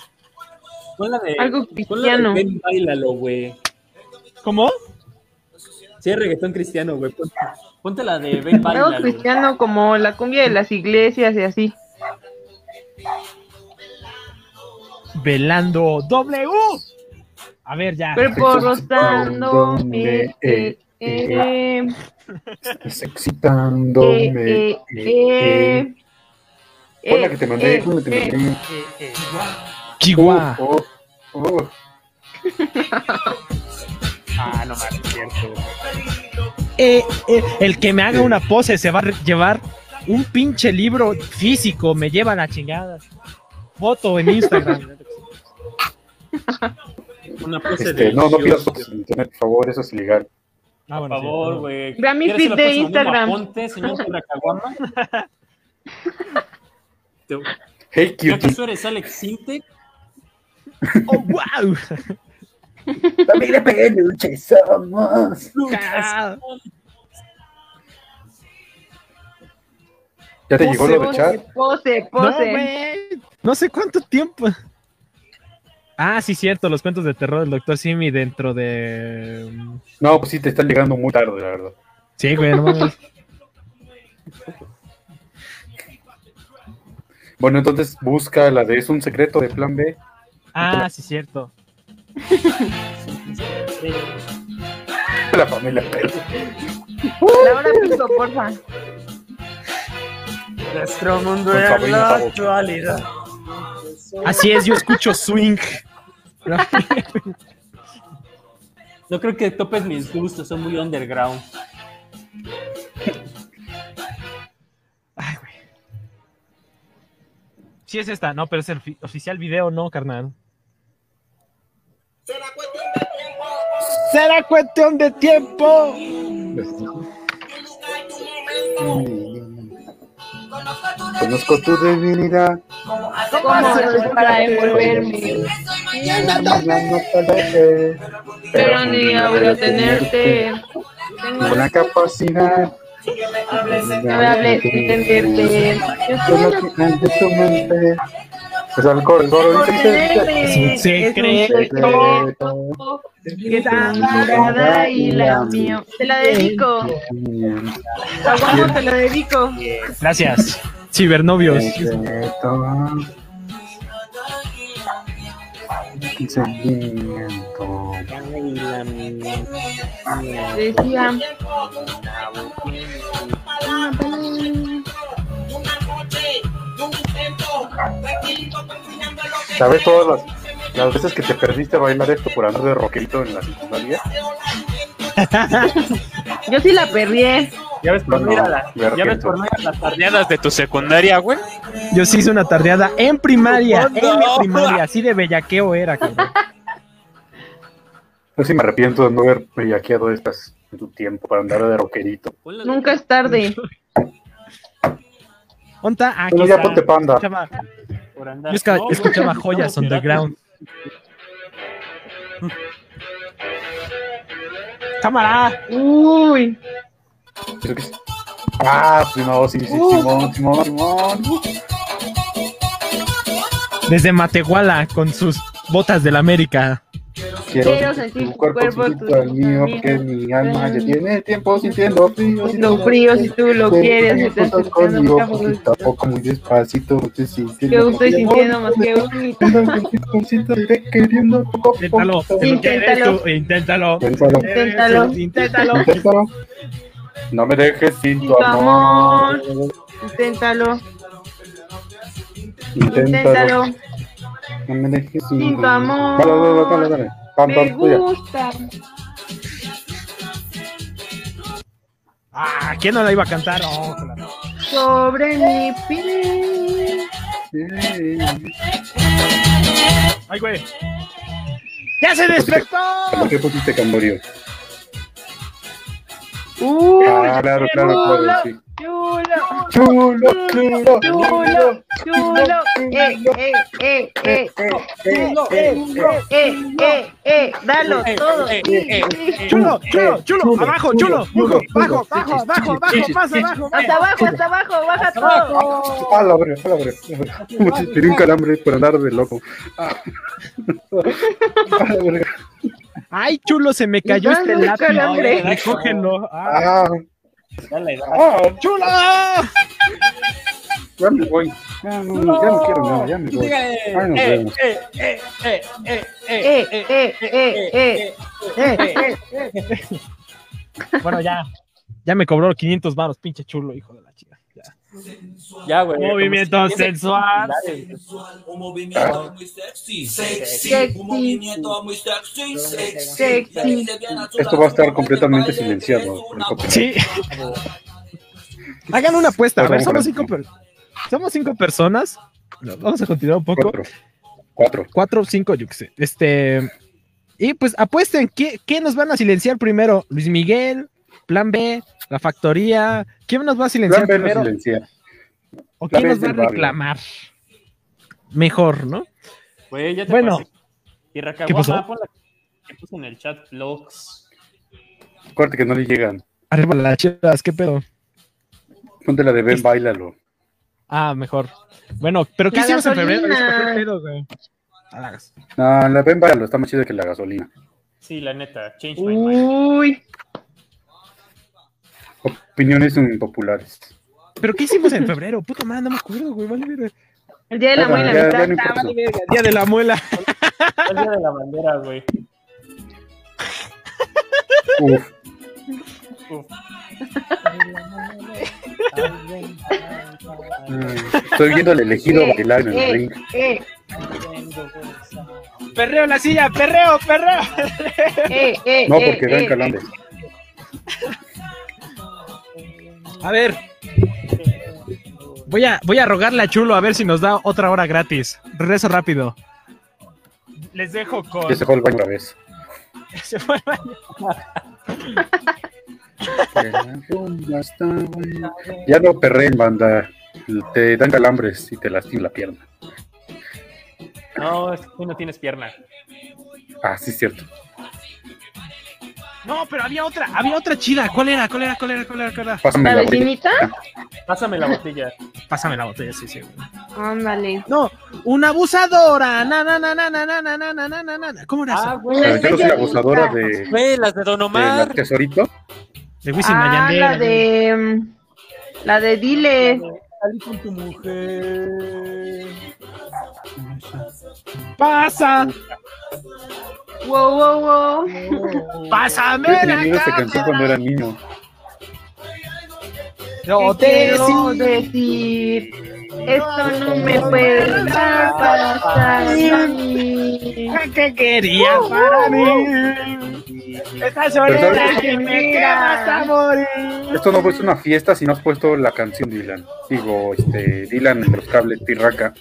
Pon la de-
Algo
pon la de
cristiano.
Ven, Báilalo, güey.
¿Cómo?
Sí, reggaetón cristiano, güey. Ponte, ponte la de Ven,
Algo
Báilalo. güey.
cristiano como la cumbia de las iglesias y así.
Velando W. A ver, ya.
Cuerpo
Sexo
rozando.
excitante,
eh, eh,
eh, eh.
eh, eh,
excitándome.
eh, eh,
Pon la que te mandé,
eh,
pon la que te
eh,
mandé.
Chihuahua.
Oh, oh.
Ah, no mames, es cierto. güey.
Eh, eh, el que me haga una pose se va a re- llevar un pinche libro físico. Me lleva la chingada. Foto en Instagram.
Una pose
Este,
de.
no, no
Dios, güey.
pidas fotos en internet, por favor, eso es ilegal.
Ah,
Por
bueno, sí,
favor,
perdón.
güey.
Ve a mi
¿Quieres ser la
feed de
próxima Numa
Instagram.
Ponte, señor Suracaguama? Te-
Hey,
¿Ya que
cutie,
tú eres Alex Sintek?
Oh, wow.
familia peluche somos.
eh,
Ah,
¿Ya te
Pose,
llegó lo de chat?
Pose,
No,
pose.
güey. No sé cuánto tiempo. Ah, sí, cierto, los cuentos de terror del Dr. Simi dentro de.
No, pues sí, te están llegando muy tarde, la verdad.
Sí, güey, no mames.
Bueno, entonces busca la de Es un secreto de plan B.
Ah, sí, cierto.
La familia peluche.
La hora pico, porfa.
Nuestro mundo
Por favor,
es la
por favor.
actualidad.
Así es, yo escucho swing.
No creo que topes mis gustos, son muy underground.
Sí, es esta, no, pero es el fi- oficial video, no, carnal. Será cuestión de tiempo.
Conozco tu debilidad.
¿Cómo haces para envolverme? Pero ni ahora tenerte. Tengo
Una capacidad.
No me hables sin entenderte. Yo solo
Es alcohol, el coro dice.
Es
un secreto.
Que está morada y la mía. Te la dedico. Aguamo, te la dedico.
Gracias. Cibernovios.
Decía.
¿Sabes todas las, las veces que te perdiste bailar esto por andar de rockerito en la secundaria?
Yo sí la perdí. ¿eh?
Ya ves por
No,
no ir a
no,
la-
me
ya ves
arrepiento.
por no ir a las tardeadas de tu secundaria, güey.
Yo sí hice una tardeada en primaria. En mi
No.
primaria, así de bellaqueo era, carnal.
Yo sí me arrepiento de no haber bellaqueado estas en tu tiempo para andar de rockerito.
Ponle-
Nunca es tarde.
¿Onta? Ah,
Pero
aquí
ya
está.
ponte panda.
Chava,
por
Yo
andar.
esca-
No, güey,
escuchaba
no,
joyas
no,
underground. Cámara.
Uy.
Creo que es- Ah, sí, no, sí, sí, Simón, Simón, Simón.
Desde Matehuala con sus botas del América.
Quiero, sentir
Quiero sentir
tu cuerpo,
cuerpo,
junto
tu-
al mío,
tu-
porque mi alma ya
Mm.
tiene tiempo sintiendo frío.
Lo frío, si tú lo quieres, si te
estás
estás
conmigo,
acercando,
poquito a poco, muy despacito, te sintiendo.
Yo estoy
más
sintiendo más que
amor.
un.
Corazoncito, iré queriendo poco a poco.
Inténtalo. te lo
Inténtalo.
quieres tú, Inténtalo.
Inténtalo.
Inténtalo.
Inténtalo.
Inténtalo. No me dejes sin
Sin
tu
tu
amor.
Inténtalo,
Inténtalo.
inténtalo.
No me dejes
Sin
sin
tu amor.
Dale, dale, dale, dale. Pam,
Me
pam, tuya.
gusta.
Ah, ¿quién no la iba a cantar? Oh, claro.
Sobre mi piel.
Ay, güey. ¡Ya se despertó!
¿Por qué pusiste Camborio?
Uh,
Ah, claro, claro, claro. sí.
chulo,
Chulo, chulo,
chulo, chulo. Eh, eh, eh, eh,
Chulo, chulo.
eh, eh, eh. Dalo todo. eh,
Chulo, chulo, chulo, abajo, chulo,
chulo,
bajo,
chulo.
bajo, abajo, abajo, más abajo, más
Hasta abajo, hasta abajo, baja todo.
Ah, la verga, ah, la verga. Como si tenía un calambre por andar de loco. Ah. Ah, la verga.
Ay, chulo, se me cayó
Iván,
este
un
lápiz.
calambre.
Recógelo. Ah,
Ah,
Dale, dale.
ah,
¡Chulo!
ya me voy. Ya no, ya no quiero nada, ya me voy.
Dígale.
Ay, nos
Eh,
vemos.
eh, eh, eh, eh,
Eh,
eh, eh,
eh, eh, eh, eh, eh.
Bueno, ya. Ya me cobró 500 varos, pinche chulo, hijo de la chica. Ya.
Ya, güey.
Movimiento
Como si-
sensual.
Un movimiento muy sexy, sexy,
Sexy.
un movimiento muy sexy, sexy.
Sexy.
La lesbiana
Esto va a estar
sudando
completamente
en el baile,
silenciado,
es una
el copyright.
Sí. Hagan una apuesta. A ver, somos
Vamos,
cinco, per- somos cinco personas. Vamos a continuar un poco.
Cuatro. Cuatro.
Cuatro, cinco, yo qué sé. Este. Y pues apuesten, ¿qué, qué nos van a silenciar primero? Luis Miguel, Plan B, La Factoría. ¿Quién nos va a silenciar
Plan B
primero?
no silencia.
¿O
Plan
quién
B
nos
es
va a
del barrio.
reclamar? Mejor, ¿no?
Güey, ya te
Bueno.
pasé. Y Racaguama,
¿Qué pasó?
pon la que puso en el chat vlogs.
Acuérdate que no le llegan.
Arriba las chivas, ¿qué pedo?
Ponte la de Ben, bailalo.
Ah, mejor. Bueno, pero ¿qué
La
hicimos en febrero?
gasolina.
¿Qué pedo, güey? Ah, la gas-
No, la Ben, bailalo. Está más chida que la gasolina.
Sí, la neta, change my
Uh.
mind.
Uy,
Opiniones impopulares.
Pero ¿qué hicimos en febrero? Puta madre, no me acuerdo, güey. Vale, mira.
el día de la
Bueno,
muela.
ya- ya
mitad.
no importa.
Vale, verga.
Día de la muela.
Fue el día de la bandera, güey.
Uf,
Ah,
Mm. estoy viendo al elegido
Eh,
bailar en el
eh.
ring.
Eh,
Perreo en la silla, perreo, perreo.
eh, eh,
No,
eh,
porque
eh,
dan calambres.
A ver. Voy a, voy a rogarle a Chulo a ver si nos da otra hora gratis. Regreso rápido. Les dejo con.
Ya se fue al baño otra vez.
Se fue.
Ya no perreen, banda. Te dan calambres y te lastima la pierna.
No, es que tú no tienes pierna.
Ah, sí, es cierto.
No, pero había otra, había otra chida. ¿Cuál era? ¿Cuál era? ¿Cuál era? ¿Cuál era? ¿Cuál era?
Pásame
¿La
la orilla.
vecinita?
Pásame la botella.
Pásame la botella, sí, sí. güey.
Ándale.
No, una abusadora. Na, na, na, na, na, na, na, na, na, na, na, na. ¿Cómo era esa?
Pero yo no soy
especialista.
abusadora de, de
Güey, las Ah, de Don
la tesorito.
De Wisin
Ah,
Yandel.
la de. mm, La de Dile.
Salí con tu mujer.
Pasa,
Wow, wow, wow.
pásame
Yo tenía miedo
la
a esa canción cuando
cámara.
era niño.
Este, No
¿Qué
te
quiero
sí.
decir? Esto no me puede dejar pasar a mí.
que quería para mí. Esta soledad
Perdón.
que me queda hasta morir.
Esto no es una fiesta si no has puesto la canción Dylan. Digo, este, Dylan en los cables, pirraca.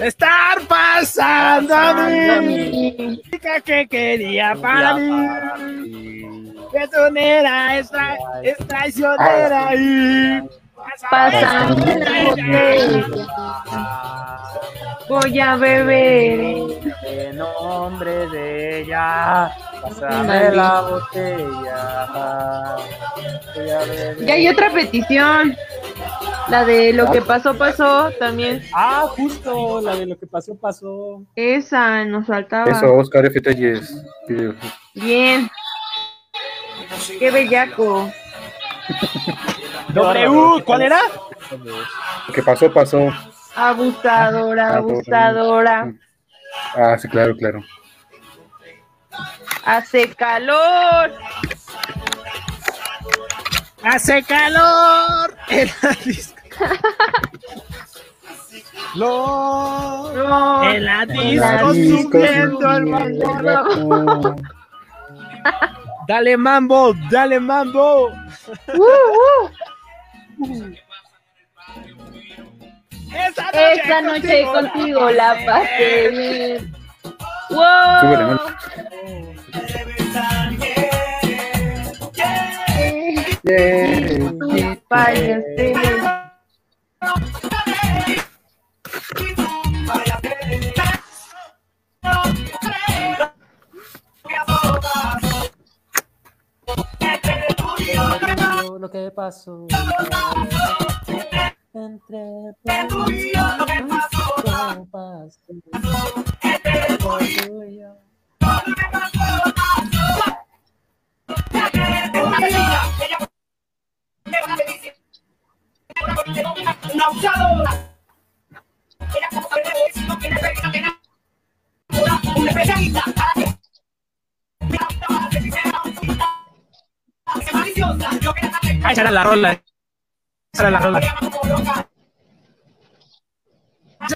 Estar pasando a
A
mí.
mí.
Chica que quería para mí. Petonera es, tra- es traicionera y.
Pásame la botella. Voy a beber.
En nombre de ella. Pásame la botella. Voy a beber.
Ya hay otra petición. La de lo que pasó, pasó. También
Ah, justo, la de lo que pasó, pasó.
esa nos faltaba.
Eso, Oscar F. Telles.
Bien. Qué bellaco.
W, ¿cuál era?
Lo que pasó, pasó.
Abusadora, abusadora.
Ah, sí, claro, claro.
Hace calor.
¡Hace calor! en la disco. ¡Lo!
No.
En la
La
disco
disco
subiendo al
subiendo
balcón.
al balcón.
¡Dale mambo! ¡Dale mambo! ¡Esa
Esta noche
contigo
contigo la pasé bien.
Súbele, ¿no?
¡Wow!
Yeah.
Tus padres te-
Lo que pasó. Entre compas.
Ah, esa era la rola. Esa era la rola.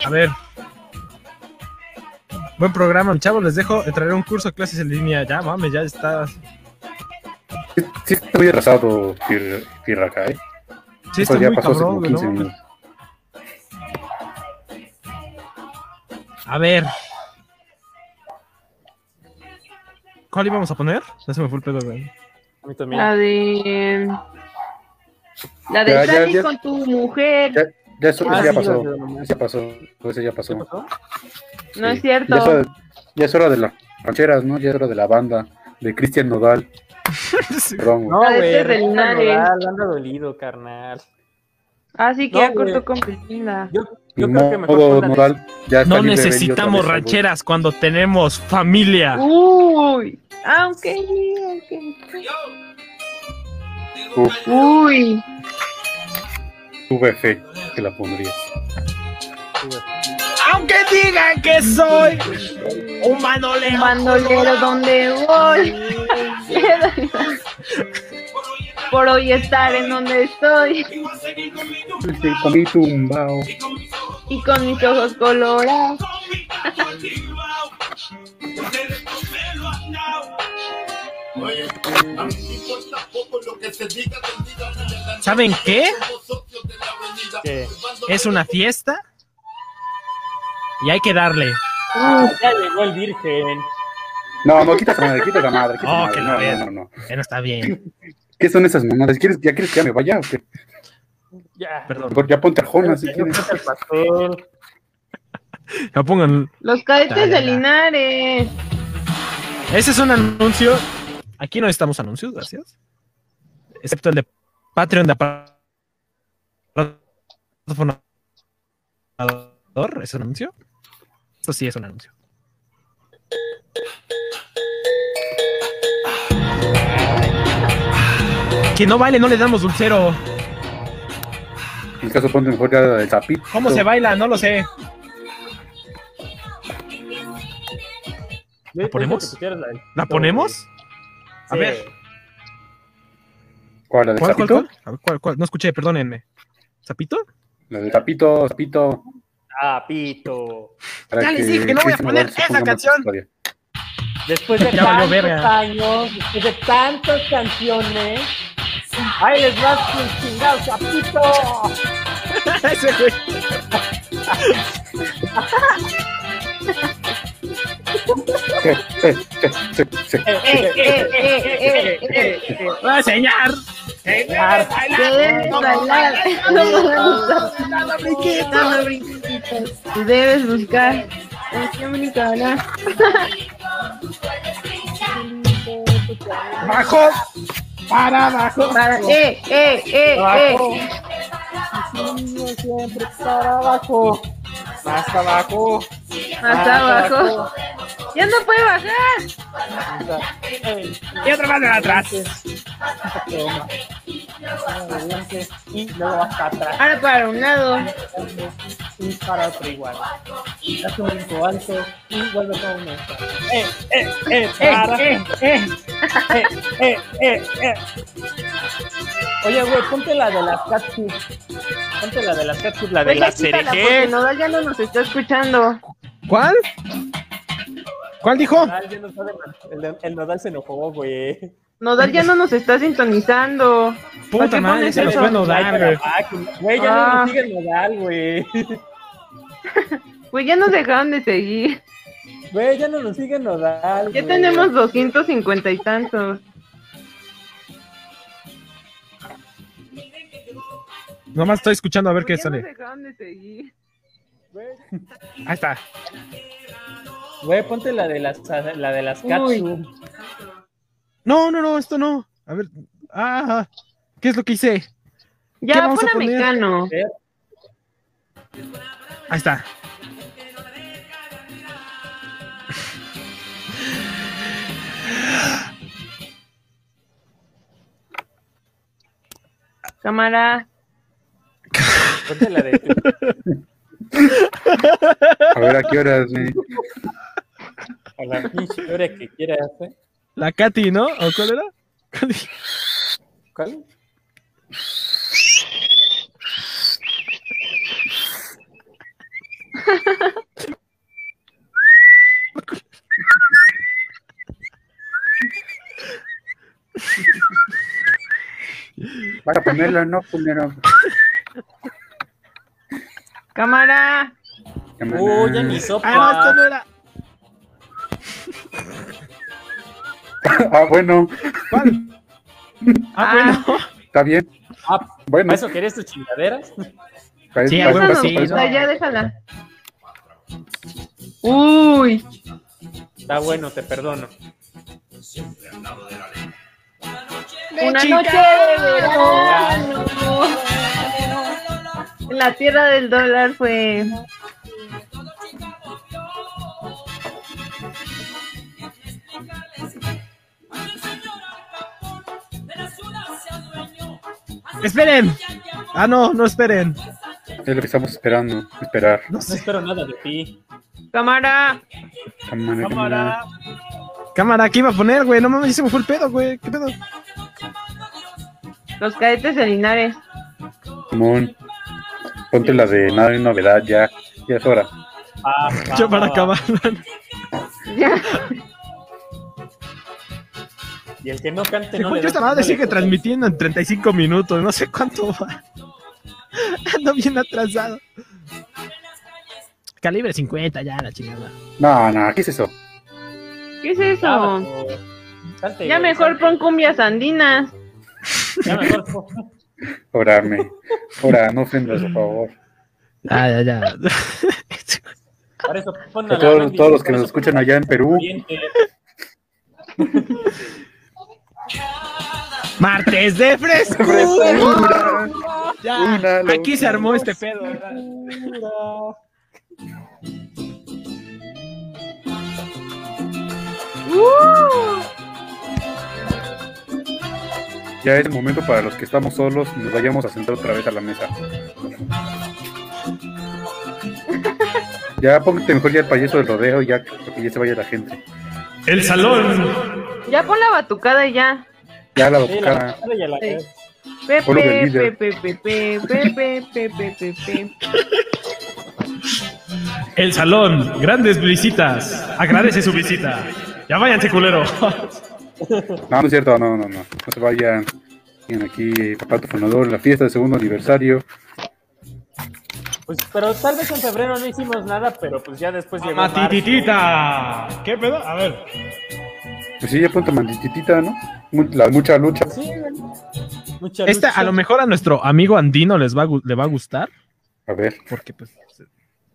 A ver. Buen programa, chavos. Les dejo entrar a un curso de clases en línea. Ya, mames, ya está.
Sí, está muy arrasado Fir- Firraca, ¿eh?
Sí,
Eso
está
ya
muy
pasó hace
cabrón,
como
güey,
15
¿no?
minutos.
A ver. ¿Cuál íbamos a poner? Ya se me fue el pedo, güey.
A mí también.
La de. La de
Ya, ya,
Sally
ya.
con tu mujer.
Ya, ya, eso,
Ah,
ya
sí,
pasó.
ya pasó.
Ya pasó. Ese ya pasó.
no
Sí.
es cierto.
Ya es, hora, ya es hora de las rancheras, ¿no? Ya es hora de la banda. De Cristian Nodal. Perdón, güey.
No,
La de
güey.
Terry
Anda
Linares.
nodal, anda dolido, carnal.
Así que
No,
ya cortó
güey.
con Belinda.
Yo,
Ni
yo creo que mejor
modo,
pon la de-
Nodal. Ya está
No
libre de venir
necesitamos
otra vez, güey.
rancheras cuando tenemos familia.
Uy. Ah, ok, ok. Uy.
Tuve fe que la pondrías.
Aunque digan que soy un bandolero.
Bandolero, ¿dónde voy? Por hoy estar en donde estoy.
Estoy con mi tumbao.
Y con mis ojos colorados.
¿Saben qué?
¿Qué?
Es una fiesta. Y hay que darle.
Ya llegó el virgen.
No, no, quita esa madre, quita esa madre. quita esa
Oh,
madre.
que la
No,
vean.
no, no, no.
Bueno, está bien.
¿Qué son esas mamadas? ¿Quieres, ¿Ya quieres que ya me vaya o qué?
Ya.
Perdón.
Mejor ya ponte arjona si
Ya
quieres.
falta el pastel.
No pongan.
Los cadetes
Ya, ya,
de
ya.
Linares.
Ese es un anuncio. Aquí no estamos anuncios, gracias. Excepto el de Patreon de aparato fonador. ¿Es un anuncio? Esto sí es un anuncio. Que no baile, no le damos dulcero.
En caso ponte mejor ya el zapito.
¿Cómo se baila? No lo sé.
Yo- yo
ponemos?
creo que pusieras la del-
¿La ponemos? A
Sí.
ver.
¿Cuál? ¿La del
¿Cuál, cuál,
zapito?
cuál? A ver, ¿cuál, cuál? No escuché, perdónenme. ¿Zapito?
La del zapito, zapito.
Ah, pito.
para
Ya les dije que no voy a
Cristian
poner
Nodal se
esa
ponga más
canción.
historia.
Después de
Ya valió
tantos
verga.
años, después de tantas canciones, ahí les pues, vas con chingado chapito.
Ese güey.
Eh, eh, eh, sí, sí.
Eh, eh, eh, eh, eh.
¡Va a enseñar! ¡Te debes
Debes bailar. Dame brinquitos. Tú Debes buscar. Canción brincona.
¡Bajo! ¡Para abajo!
Para- Eh, eh, eh, eh.
Abajo. Siempre para abajo. Más abajo.
Más abajo. Ya no puede bajar.
¡Y otra más de atrás!
Ah, Y luego vas para atrás
Ahora para un lado.
y para otro igual. Haz un brinco alto y vuelve con uno. Eh, eh, eh,
Eh,
para.
eh, eh.
eh, eh, eh. Oye, güey, ponte la de las catsup. Ponte la de las catsup, la de
Oye,
las
quítala,
cerejes.
porque Nodal ya no nos está escuchando.
¿Cuál? ¿Cuál dijo?
Nodal ya no sabe man- El, de- el Nodal se enojó, güey.
Nodal ya no nos está sintonizando.
Puta
¿Para qué
madre,
pones
se nos
eso?
fue Nodal, güey.
Güey, ya no
Ah.
nos sigue el Nodal, güey.
Pues ya nos dejaron de seguir.
Güey, ya no nos sigue el Nodal.
Ya
güey.
tenemos 250 y tantos.
Nomás estoy escuchando a ver qué
Ya nos
sale.
dejaron de seguir.
Ahí está.
Güey, ponte la de las, la de las catsup.
No, no, no, esto no. A ver. Ah, ¿qué es lo que hice? ¿Qué
Ya,
vamos
pon
a
a
poner? Eh.
Mecano.
Ahí está.
Cámara.
Ponte la de.
A ver a qué horas, güey.
A la pinche hora que quieras, ¿eh?
La Katy, ¿no? ¿O cuál era?
¿Cuál?
Vas a ponerla, no, culero.
Cámara.
Uy, Oh, ya ni sopa.
Ah, no, esto no era.
Ah, bueno,
Ah, bueno.
está bien.
Ah,
Bueno,
¿Para eso querías tus chingaderas?
para-
Sí,
para-
bueno,
para-
sí,
para-
no.
Ah, ya, déjala. Uy.
Está bueno, te perdono.
Una
chica.
noche de verano.
En la tierra del dólar fue.
Esperen. Ah, no, no esperen.
Es lo que estamos esperando. Esperar.
No
No
sé.
espero nada de ti.
Cámara.
Cámara, cámara.
Cámara, ¿qué iba a poner, güey? No mames, ya se me fue el pedo, güey. ¿Qué pedo?
Los cadetes de Linares.
Simón. Ponte la de nada de novedad, ya. Ya es hora.
Ah, va,
Yo
va,
para
va.
acabar.
Ya.
Y el que no cante no
Según
le
yo,
da-
esta madre
no le
sigue
toca.
transmitiendo en 35 minutos. No sé cuánto va. Ando bien atrasado. Calibre 50, ya, la chingada.
No, no, ¿qué es eso?
¿Qué es eso?
Sábado. Ah, pues, Salte,
Ya
güey,
mejor pon
salte.
cumbias andinas.
Ya mejor pon-
Orarme. Ora, no ofendas, por favor.
Ah, ya, ya.
Para eso pon a
A
la
todos,
Wendy,
todos los que
para
nos
eso pon
escuchan
a
allá en Perú,
Oriente.
Martes de frescura. Ya,
Una
aquí se
locura.
armó este pedo.
ya es momento para los que estamos solos nos vayamos a sentar otra vez a la mesa. Ya póngate mejor ya el payaso del rodeo, ya que ya se vaya la gente.
El salón.
Ya pon la batucada y ya.
Ya la
Sí, la
boca.
madre y a la-
Sí.
Ponlo de
Pepe,
líder.
pepe, pepe, pepe, pepe, pepe.
El salón. Grandes visitas. Agradece su visita. Ya váyanse, culero.
No, no es cierto, no, no, no. No se vayan. Tienen aquí Papá Tufonador, la fiesta del segundo aniversario.
Pues, pero tal vez en febrero no hicimos nada, pero pues ya después llegó marzo.
Matititita. ¿Qué pedo? A ver.
Pues sí, ya ponte mandititita, ¿no? Mu- La mucha lucha.
Pues Sí, güey. Mucha
Esta
lucha.
a lo mejor a nuestro amigo Andino les va a, gu- le va a gustar.
A ver.
Porque pues... se-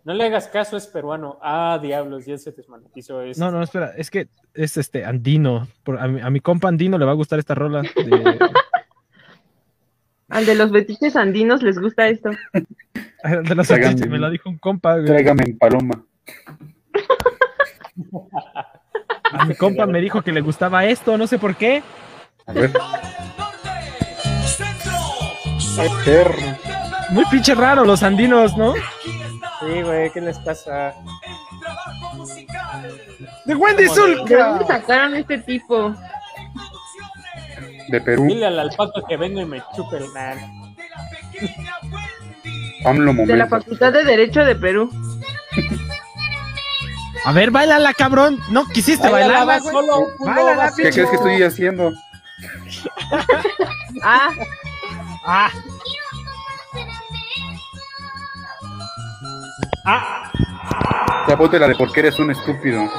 No le hagas caso, es peruano. Ah, diablos, ya se desmonetizó eso.
No, no, espera. Es que es este Andino. Por- a, mi, a mi compa Andino le va a gustar esta rola. de-
Al de los betiches andinos les gusta esto.
de los
Tráigame.
artistas, me lo dijo un compa. güey.
Tráigame en paloma.
A mi compa me dijo que le gustaba esto, no sé por qué.
A ver.
Centro,
Ay, perro.
Muy pinche raro los andinos, ¿no?
Sí, güey, ¿qué les pasa?
trabajo musical.
De Wendy
Sul.
¿De dónde sacaron este tipo?
Producciones.
de Perú,
Dile a la alpaca que venga y me chupe el nan.
AMLO
De la
momento.
Facultad de Derecho de Perú.
A ver, bailala, cabrón. No quisiste
Bailala,
bailarla,
vas
güey.
solo, culo,
Bailala,
vas
¿Qué
solo.
crees que estoy haciendo?
Ah,
Ah. Ah,
Ya ponte la de porque eres un estúpido.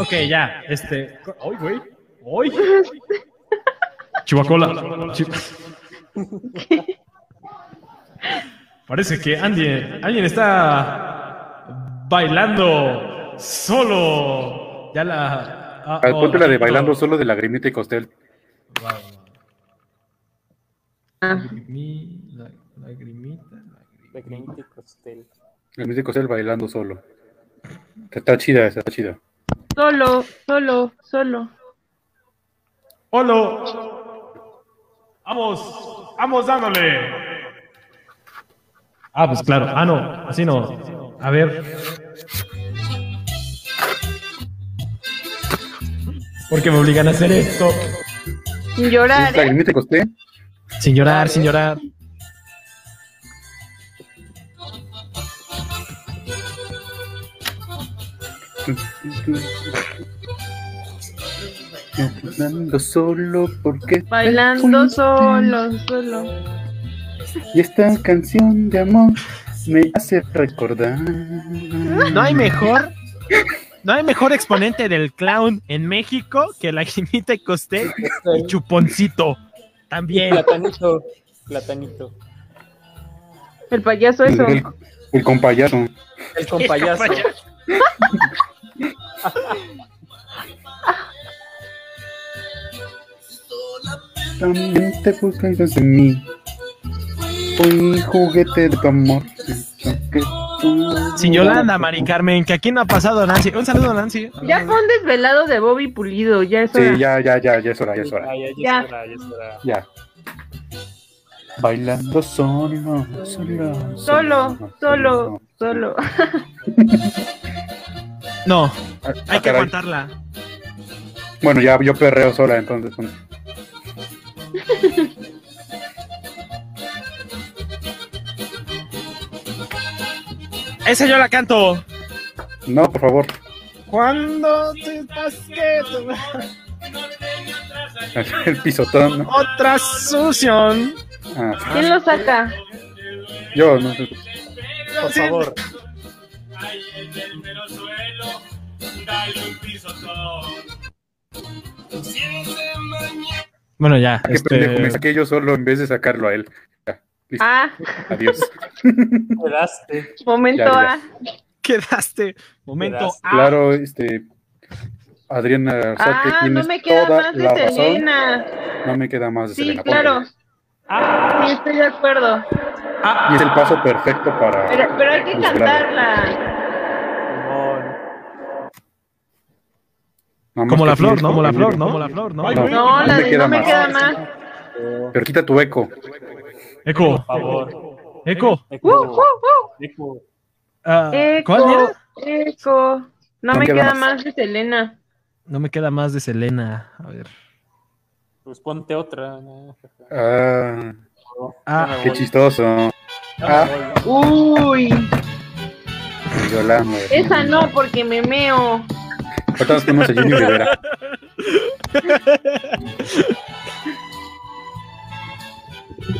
ok, ya. Este. Hoy, güey. Hoy. Chihuacola. Parece que Andy, alguien está bailando solo. Ya la. ah,
Ah,
oh,
ponte la de
no.
bailando solo de lagrimita y costel.
Wow.
Ah.
Lagrimi- la- lagrimita, lagrimita.
De Clemente y Costel.
Lagrimita y costel bailando solo. Está, está chida, esa, está chida.
solo, solo, solo.
¡Holo! ¡Vamos! ¡Vamos dándole! Ah, pues claro. Ah, no. Así no. A ver. ¿Por qué me obligan a hacer esto?
Sin llorar,
¿Es
¿eh?
lagrimita y costel?
Sin llorar, sin llorar.
Bailando solo porque
Bailando solo, solo.
y esta canción de amor me hace recordar.
No hay mejor. No hay mejor exponente del clown en México que la Jimita Costel y Chuponcito. También.
Platanito. Platanito.
El payaso
El,
eso.
el, el compayazo.
El compayazo.
También te buscas en mí. Fui juguete de tu amor.
Sin Yolanda, Mari Carmen, que aquí no ha pasado Nancy. Un saludo, Nancy.
Ya fue un desvelado de Bobby Pulido, ya es hora.
Sí, ya, ya, ya, ya es hora, ya es hora.
Ay, ay,
Ya.
ya es hora, ya es hora.
Ya. Bailando solo, solo.
Solo, solo, solo.
No, hay
Ah, ah,
que
caray.
aguantarla.
Bueno, ya yo perreo sola, entonces. pues,
Esa yo la canto.
No, por favor.
Cuando te pasqueto
El pisotón, ¿no?
otra sución.
Ah,
¿Quién lo saca?
yo, no sé.
Por favor.
Bueno, ya.
¿A qué pendejo me saqué yo solo en vez de sacarlo a él? Ya, listo.
Ah,
Adiós.
Te daste.
momento
Ya, ya.
A.
Quedaste. Momento
Quedaste.
Ah.
A.
Claro, este. Adriana, Saque,
Ah, no
tienes
me queda
toda
más de
la razón.
Selena.
No me queda más de
Sí,
Selena,
claro.
póntela.
Sí, estoy de acuerdo.
Y es el paso perfecto para.
Pero, pero hay que
Pues, claro.
cantarla.
Simón.
Nada más
Como
que
la
sí,
flor,
es
¿no? Como la flor, ¿no?
conmigo.
Como la flor, ¿no?
Ay, güey.
No,
No
la
me
de
queda
no me
más.
queda más.
Pero quita tu eco.
Eco.
Por favor.
Eco.
Uh, uh,
Eco.
uh.
Eco.
Ah,
Eco,
¿Cuál era?
eco. No, me queda más de Selena.
No me queda más de Selena. A ver.
Pues ponte otra.
Ah,
Ah,
qué chistoso. Ah,
Uy,
yo la amo.
esa no, porque me meo.
Ahorita nos ponemos a Jenny Rivera.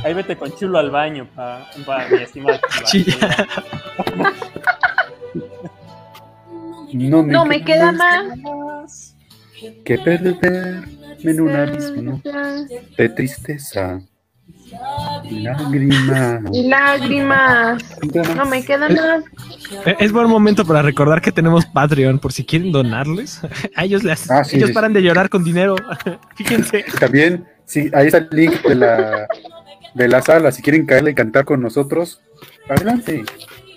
Ahí vete con chulo al baño, pa, pa mi estimado.
Chilla.
No me,
No me queda más.
Que perderme en un abismo de tristeza. Lágrimas.
Y lágrimas. No me queda más.
Eh, Es buen momento para recordar que tenemos Patreon por si quieren donarles. A ellos les,
Ah, sí,
ellos
sí.
paran de llorar con dinero. Fíjense.
También, sí, ahí está el link de la, de la sala. Si quieren caerle y cantar con nosotros, adelante.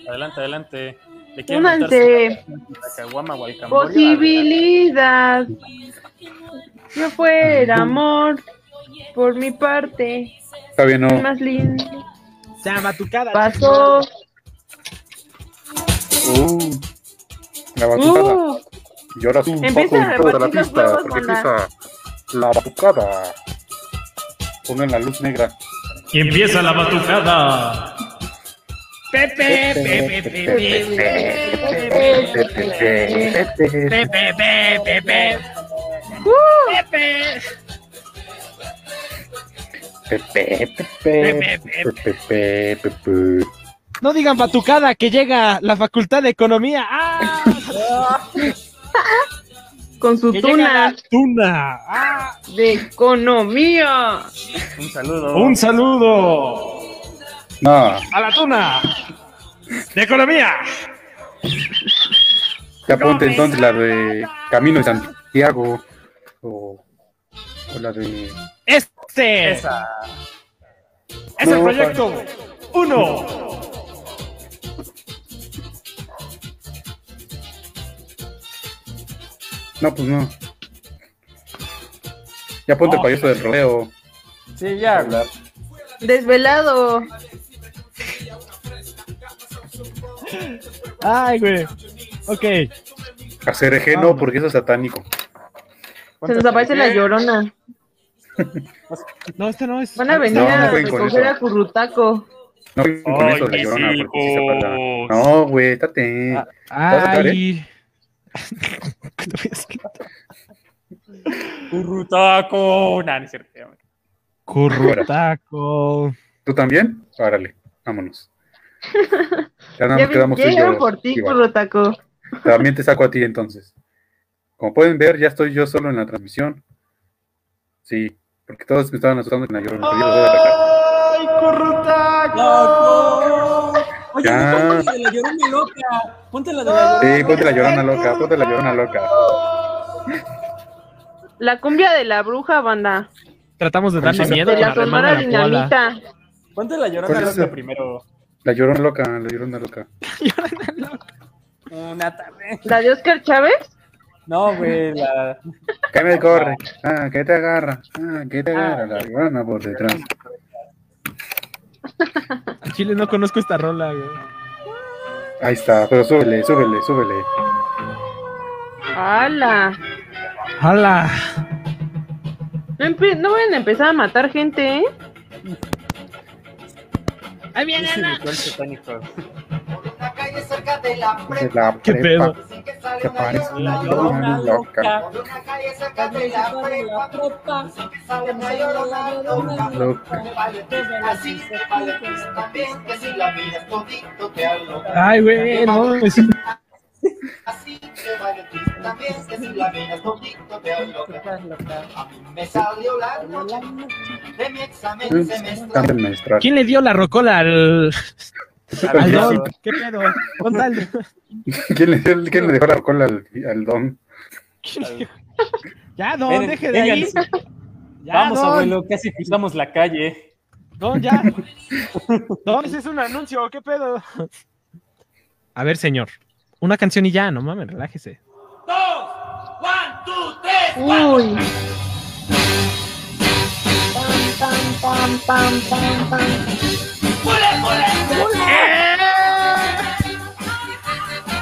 Adelante, adelante. Le quiero
Únanse.
meter la caguama o al camboriú.
Posibilidad. Yo fuera amor. Por mi parte.
Está bien, ¿no?
el Más lindo. Ah,
Se batucada.
Pasó.
Uh, La batucada.
Uh.
Y ahora sí, un
Empieza
poco
a
en toda la
repartir los
pista,
huevos,
porque
banda.
empieza la batucada. Pongan la luz negra.
Y empieza la batucada.
Pepe, pepe, pepe. Pepe, pepe, pepe. Pepe.
Pepe, pepe, pepe, pepe, pepe.
No digan batucada que llega la Facultad de Economía. ¡Ah!
Con su
Que llega
tuna
la Ah. tuna.
de economía.
Un saludo.
Un saludo.
No,
A la tuna. De Economía.
ya ponte entonces la de Camino de Santiago. O, o la de.
Este
Esa.
es el
No,
proyecto uno.
No, pues no. Ya ponte el payaso del rodeo.
Sí, ya.
Desvelado.
Ay, güey. Ok.
Hacer ejeno porque eso es satánico.
Se nos aparece la llorona.
No, este no es.
Van a venir
No, no
a
jueguen con
recoger
eso.
a Currutaco.
No jueguen con eso, la llorona, porque sí se apaga. No, güey, estate. ¿Te vas a caer, eh?
Ay.
Currutaco. Nah, no es cierto.
Currutaco.
¿Tú también? Árale, vámonos. Ya nada
Ya
más quedamos tú y
llegaron
yo,
por ti,
Iván.
Currutaco.
También te saco a ti entonces. Como pueden ver, ya estoy yo solo en la transmisión. Sí, porque todos me estaban asustando en la llorona. pero yo los voy a atacar.
¡Ay, corrutaco! Oye,
Ya.
no ponte la de la llorona loca. Ponte la de la
Sí, ponte la llorona loca, ponte la llorona loca.
La cumbia de la bruja, banda.
Tratamos de darle
Con
miedo
De
con
la
la
sonora
remana de la cola.
dinamita.
Ponte la llorona
¿Cuál es
loca
esa?
primero.
La llorona loca, la llorona loca.
Una tarde.
La de Oscar Chávez.
No, güey, la.
¿Qué me corre? Ah, ¿qué te agarra? Ah, ¿qué te agarra? La llorona por detrás.
Al Chile no conozco esta rola, güey.
Ahí está, pero súbele, súbele, súbele.
¡Hala!
¡Hala!
No, empe- no vayan a empezar a matar gente, ¿eh?
Ahí
Pinche ritual satánico.
La calle cerca de la
Esa es la
¿Qué pedo?
prepa
pre- que sale
que
una
parece una
llorona
llorona loca.
Por una calle cerca de la prepa
prepa.
que sale una llorona loca.
Loca.
Te vale así, te vale también, que si la miras todito te aloca.
Ay, güey, no. pues es-
Así te vale también, que si la miras todito te aloca. A mí me salió la noche de mi examen
Cambia
semestral.
Mm, el maestral.
¿Quién le dio la rocola al. al
Yo.
don? ¿Qué pedo? Contale.
¿Quién le, dio- quién le dejó la cola al, al don?
Ya, don,
Miren,
deje de ahí.
vénganse.
Ya,
Vamos,
don.
abuelo, casi cruzamos la calle.
Don, ya. Don, ese es un anuncio, ¿qué pedo? A ver, señor. Una canción y ya, no mames, relájese.
¡Uy!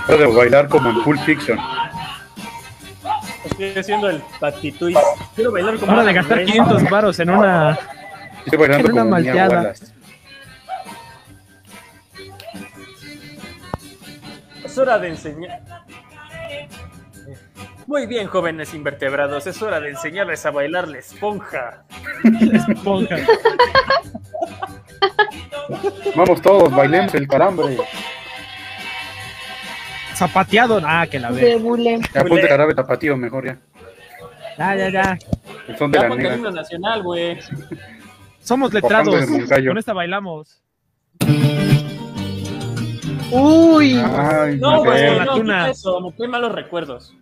Puede bailar como en Pulp Fiction.
Estoy haciendo el patituis. Quiero bailar como.
Hora de gastar 500 varos en una.
Ah, Estoy bailando
Era una
como Mia
malteada.
Wallace.
Es hora de enseñar. Muy bien, jóvenes invertebrados, es hora de enseñarles a bailar la esponja.
esponja.
Vamos todos, bailemos el carambre.
Zapateado, ah, que la
De
ve.
bule.
Ya ponte carambre tapatío mejor ya.
Ya, ya, ya.
El son de
Ya
la
con el
negra.
himno nacional, güey.
Somos
Bajando
letrados.
de Moncayo.
este
Con esta bailamos.
¡Uy!
Ay,
No,
no eh. sé.
güey,
la
no,
tuna.
quita eso, me trae malos recuerdos.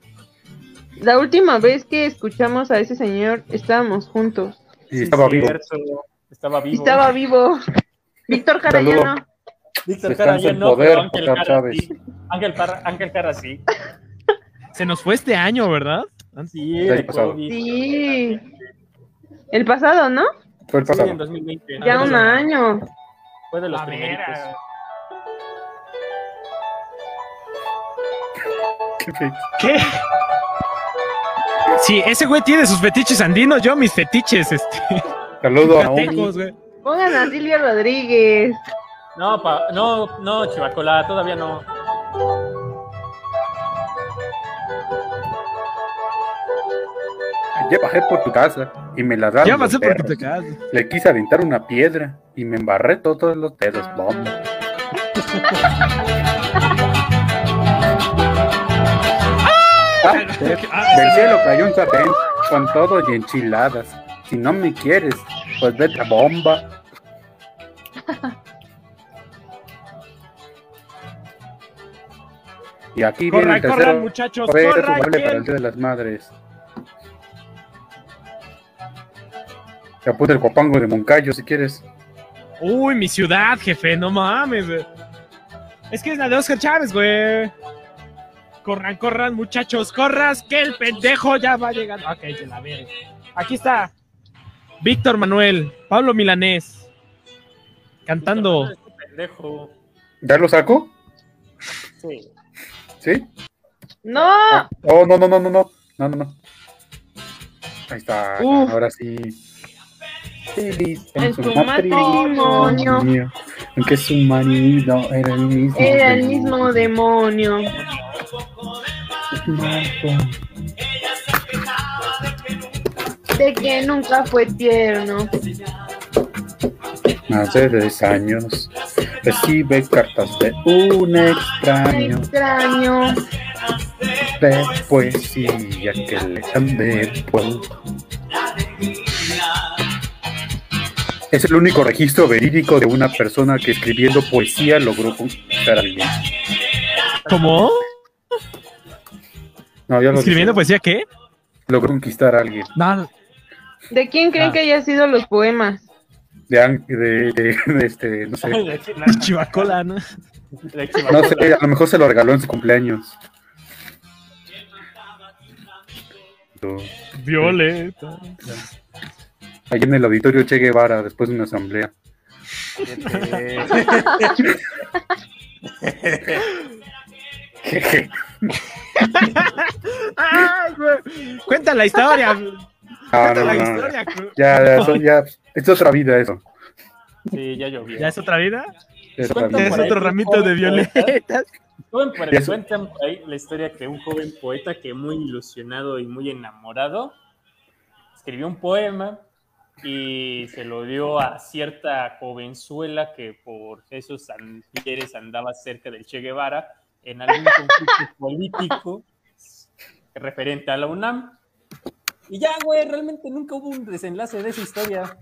La última vez que escuchamos a ese señor estábamos juntos.
Y
Sí,
estaba vivo.
cierto, Estaba
Y
vivo.
estaba vivo. Víctor Carayano.
Víctor
Descansa
Jara ya
en
no,
poder,
pero Ángel
Oscar
Jara
Chávez.
sí. Ángel, Parra- Ángel Jara sí.
Se nos fue este año, ¿verdad?
Sí,
año
de
pasado.
COVID.
Sí. El pasado, ¿no?
Fue el
Sí, en
pasado.
2020.
Ya un año.
Fue de los
A ver,
primeros.
¿Qué? Sí, ese güey tiene sus fetiches andinos, yo mis fetiches, este.
Saludo a Naomi.
Yucatecos, güey.
Pongan a Silvia Rodríguez.
No, pa- no, no, Chivacola, todavía no.
Ya bajé por tu casa y me ladraron.
Ya
los
pasé por
perros.
tu casa.
Le quise aventar una piedra y me embarré todos los dedos. Vamos. Ah, Del cielo cayó un sartén con todo y enchiladas. Si no me quieres, pues vete a bomba. Y aquí viene
Corran,
el tercero.
corran, muchachos,
Corre, es
corran,
jugable para
¿quién?
el Día de las Madres. Ya puse el copango de Moncayo si quieres.
Uy, mi ciudad, jefe, no mames, güey. Es que es la de Oscar Chávez, güey. Corran, corran, muchachos, corras, que el pendejo ya va llegando. Ok, te la verga. Aquí está Víctor Manuel, Pablo Milanés, cantando.
Pendejo.
¿Ya lo saco?
Sí.
¿Sí?
¡No!
Oh, no, no, no, no, no. No, no, no. Ahí está.
Uf.
Ahora sí. Feliz
En su matrimonio.
Aunque su marido era el mismo.
Era el mismo demonio. De que nunca fue tierno.
Hace tres años recibe cartas de un extraño.
Extraño.
de poesía pues, que le dan pues, de pueblo. Es el único registro verídico de una persona que escribiendo poesía logró conquistar a alguien.
¿Cómo?
No, ya lo
¿Escribiendo
dije.
poesía qué?
Logró conquistar a alguien.
No,
¿De quién creen
Ah.
que hayan sido los poemas?
De, an- de- de- de este, no sé.
De Chila-
chivacola, ¿no?
de Chivacola.
No sé, a lo mejor se lo regaló en su cumpleaños. Lo-
Violeta.
Ahí en el auditorio Che Guevara, después de una asamblea.
Ay, güey. Cuenta la historia. Cuenta
Ah, no,
la
no, no.
historia. güey.
Ya, ya, eso- ya, es otra vida eso.
Sí, ya llovió.
¿Ya es otra vida?
Es otra
Cuentan
Ya es
por ahí
vida.
otro
un
ramito
joven
de violetas.
Joven por
Eso.
cuentan por ahí la historia que un joven poeta que muy ilusionado y muy enamorado escribió un poema y se lo dio a cierta jovenzuela que por esos andieres andaba cerca del Che Guevara en algún conflicto político referente a la UNAM. Y ya, güey, realmente nunca hubo un desenlace de esa historia.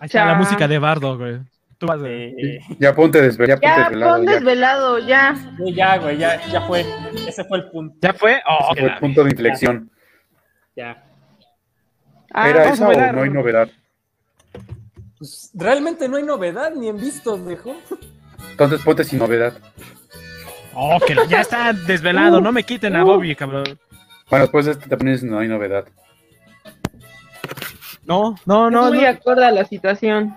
Ahí está la
Cha.
música de Bardo, güey. Tú vas, güey.
Eh,
Ya ponte desvelado. Ya
Ya,
ponte
pon
desvelado. Este ya.
desvelado, ya.
güey, ya, güey, ya, ya fue. Ese fue el punto.
¿Ya fue? Oh,
Ese fue el punto de inflexión.
Ya.
Ah,
¿Era
vamos a
esa o
bailar.
no hay novedad?
Pues, realmente no hay novedad ni en vistos, dejo.
Entonces ponte sin novedad.
oh, que la- ya está desvelado. no me quiten a Bobby, cabrón.
Bueno, después de este también es no hay novedad.
No, no,
No,
no.
muy
no.
acorde a la situación.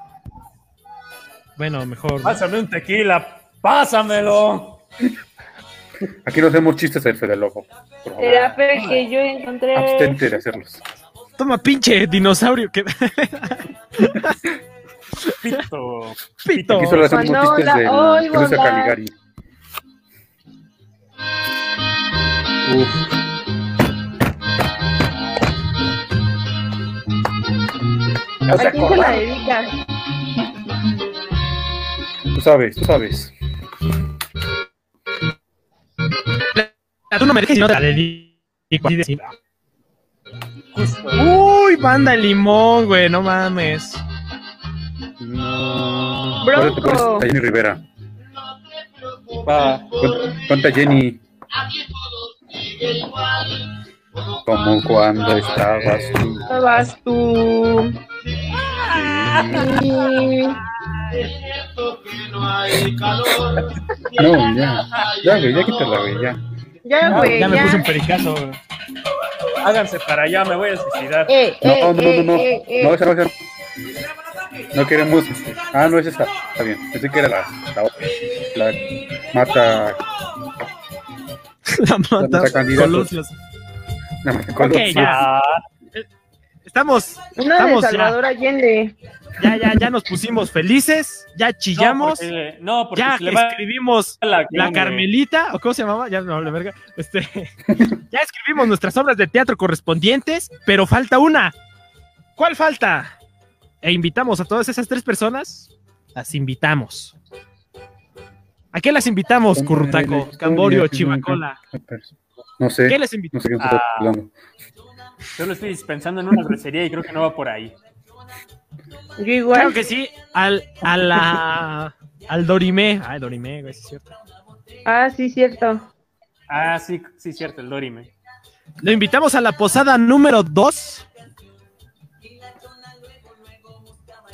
Bueno, mejor.
Pásame un tequila, pásamelo.
Aquí no hacemos chistes del Fede Lobo. Por favor.
Será fe que yo encontré.
Abstente de hacerlos.
Toma, pinche dinosaurio. Que...
Pito.
Pito.
Aquí solo hacemos
Cuando
chistes
la
del
oigo
Cruce a
hablar.
Caligari. Uf,
¿A quién se la dedicas?
tú sabes, tú sabes.
Tú no me dejes y no te la dedico. Así de-
Justo.
Uy, banda limón, güey. No mames.
No.
Bronco.
Ponte, pues, a Jenny Rivera. Ponte- Ponte a Jenny. Como cuando estabas tú.
Estabas tú. Y-
No, ya. Ya, güey, ya quítala, güey, ya.
Ya, güey,
ya me puse
ya.
un pericazo, güey.
Háganse para allá, me voy a suicidar.
Eh,
No,
eh,
no, no, no,
eh,
no.
eh, eh.
No, esa no, esa. No queremos. Ah, no es esta. Está bien. Pensé que era la, la otra. La mata.
La mata
candidatos.
Colosio.
La mata Colosio.
Ok, ya. Estamos,
Una
estamos
de
ya,
Salvador Allende.
ya, ya, ya nos pusimos felices, ya chillamos,
No, porque, no,
ya
porque se le va
escribimos
la,
la Carmelita, o cómo se llamaba, ya no, la verga, este, ya escribimos nuestras obras de teatro correspondientes, pero falta una. ¿Cuál falta? E invitamos a todas esas tres personas, las invitamos. ¿A qué las invitamos, Currutaco, Camborio, Chivacola?
No sé.
¿Qué Ah. les invitamos?
No sé qué estás hablando.
Yo lo estoy pensando en una grosería y creo que no va por ahí.
Yo igual.
Claro que sí, al, a la, al Dorimé. Ay, Dorimé, güey, sí es cierto.
Ah, sí, cierto.
Ah, sí, sí, cierto, el Dorime.
Lo invitamos a la posada número 2.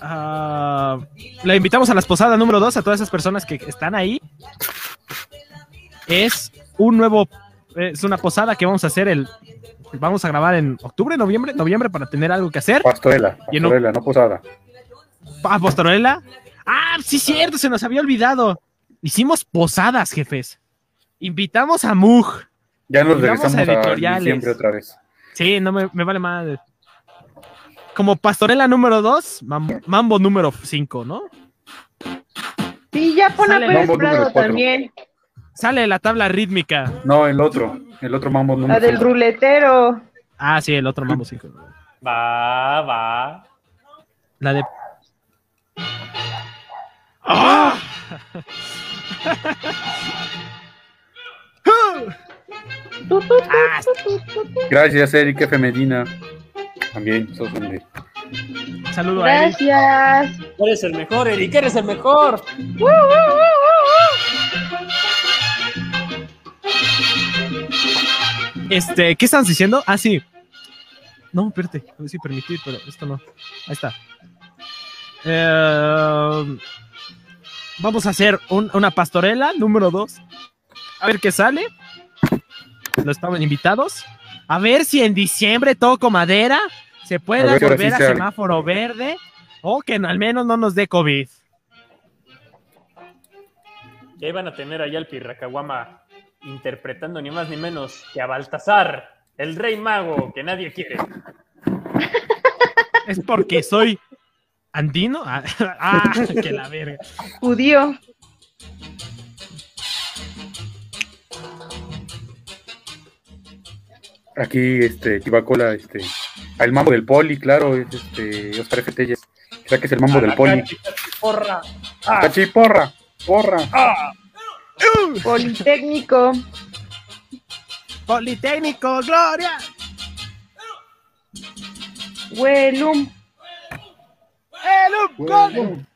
Ah, la invitamos a la posada número 2, a todas esas personas que están ahí. Es un nuevo, es una posada que vamos a hacer el, vamos a grabar en octubre, noviembre, noviembre para tener algo que hacer.
Pastorela,
Y en-
pastorela, no posada.
Ah, Postorela. Ah, sí, cierto, se nos había olvidado. Hicimos posadas, jefes. Invitamos a Mug.
Ya
Vamos
nos regresamos
a
a,
editoriales.
diciembre otra vez.
Sí, no me, me vale madre. Como pastorela número 2, mambo número 5, ¿no?
Sí, ya pon a
Sale.
Pérez
Mambo
Prado
número cuatro.
también.
Sale la tabla rítmica.
No, el otro, el otro mambo
La
número
del
cinco.
ruletero.
Ah, sí, el otro mambo 5.
Va, va.
La de. ¡Ah!
Tu, tu, tu,
Ah,
tu, tu, tu.
Gracias, Eric F. Medina. También, sos hombre.
Saludo a él.
Gracias.
Eres el mejor, Eric, eres el mejor.
Woo, woo, woo, woo,
Este, ¿qué estás diciendo? Ah, sí. No, espérate. A ver si permitir, pero esto no. Ahí está. Eh, vamos a hacer un- una pastorela número 2. A ver qué sale. Los estaban invitados. A ver si en diciembre toco madera. Se
A
puede
ver si ahora sí
volver a
se abre.
semáforo verde. O que al menos no nos dé COVID.
Ya iban a tener allá al Pirracaguama interpretando ni más ni menos que a Baltasar, el rey mago que nadie quiere.
Es porque soy andino. Ah, ah, que la verga.
woo. Judío.
Aquí, este, Chivacola, este. El mambo del poli, claro, es este. Oscar F. Telles. Será que es el mambo
Ah,
del poli.
Porra.
Cachi, porra, porra.
Ah,
Politécnico.
Politécnico, Gloria.
Huelum.
El
Pues,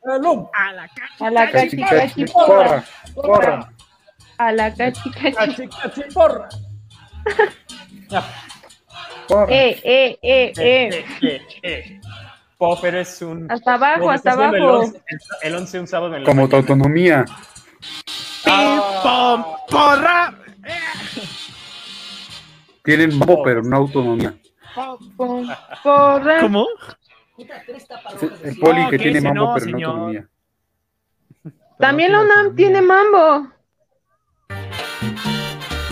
Bueno,
a la calle.
A la
cachi,
cachi,
cachi,
cachi,
porra,
porra.
porra.
A la cachi, cachi.
porra.
porra.
Eh, eh, eh, eh.
Eh, eh, eh. Popper es un.
Hasta abajo,
Lo que
hasta
estás viendo
abajo.
este El 11, el 11 un sábado en la
Como tu
mañana.
autonomía.
Pim, pom, porra.
Tienen mambo, pero no autonomía.
Pum, Porra.
¿Cómo?
El poli
No,
que
¿qué
tiene
dice?
mambo,
No,
pero no
señor.
autonomía.
También la UNAM tiene mambo.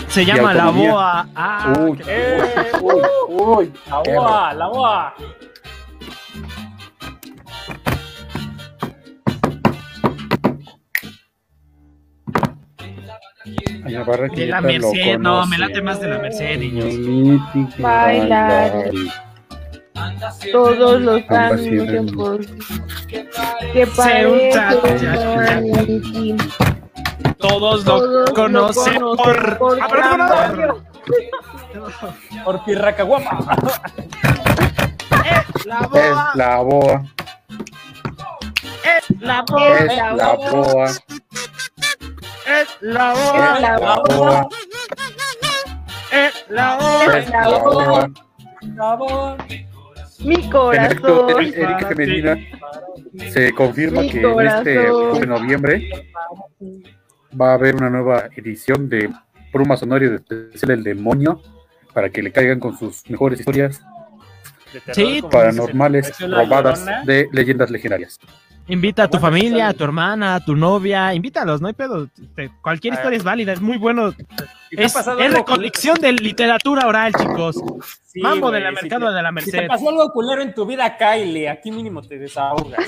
Se llama la
autonomía.
boa. Ah,
Uy,
que-
Eh,
uy, uy.
la boa, la boa.
Ay, la barra que
de la
ya te lo
Merced. No, me late
conoce.
más de la Merced, niños.
Mítico,
Bailar. Todos los
Ambas
años
tienen-
tiempos. Que
unta, ya, ya.
parece
Todos lo conocen por. Ah, perdón, perdón.
Por Pirracaguama.
La
Es
boa.
la boa,
La boa.
es la boa, es
Es la boa.
la boa,
Es la boa.
es la boa.
La boa.
Mi
En efecto,
corazón.
Eric Eric F. Medina se confirma
Mi
que en este
corazón.
octubre, noviembre va a haber una nueva edición de Pruma Sonorio de Tercer el Demonio para que le caigan con sus mejores historias
De terror,
Sí, pues,
como dice,
paranormales
pareció la
robadas
Llorona.
de leyendas legendarias.
Invita a tu
pues,
familia, a tu hermana, a tu novia, invítalos, no hay pedo. Te- cualquier
Ah.
historia es válida, es muy bueno.
te ha
Es,
pasado
es
algo
recolección de literatura oral, chicos.
Sí,
Mambo
güey,
de la
si
mercado
te-
de la
si
Merced.
te pasó algo culero en tu vida, Kylie, aquí mínimo te desahogas.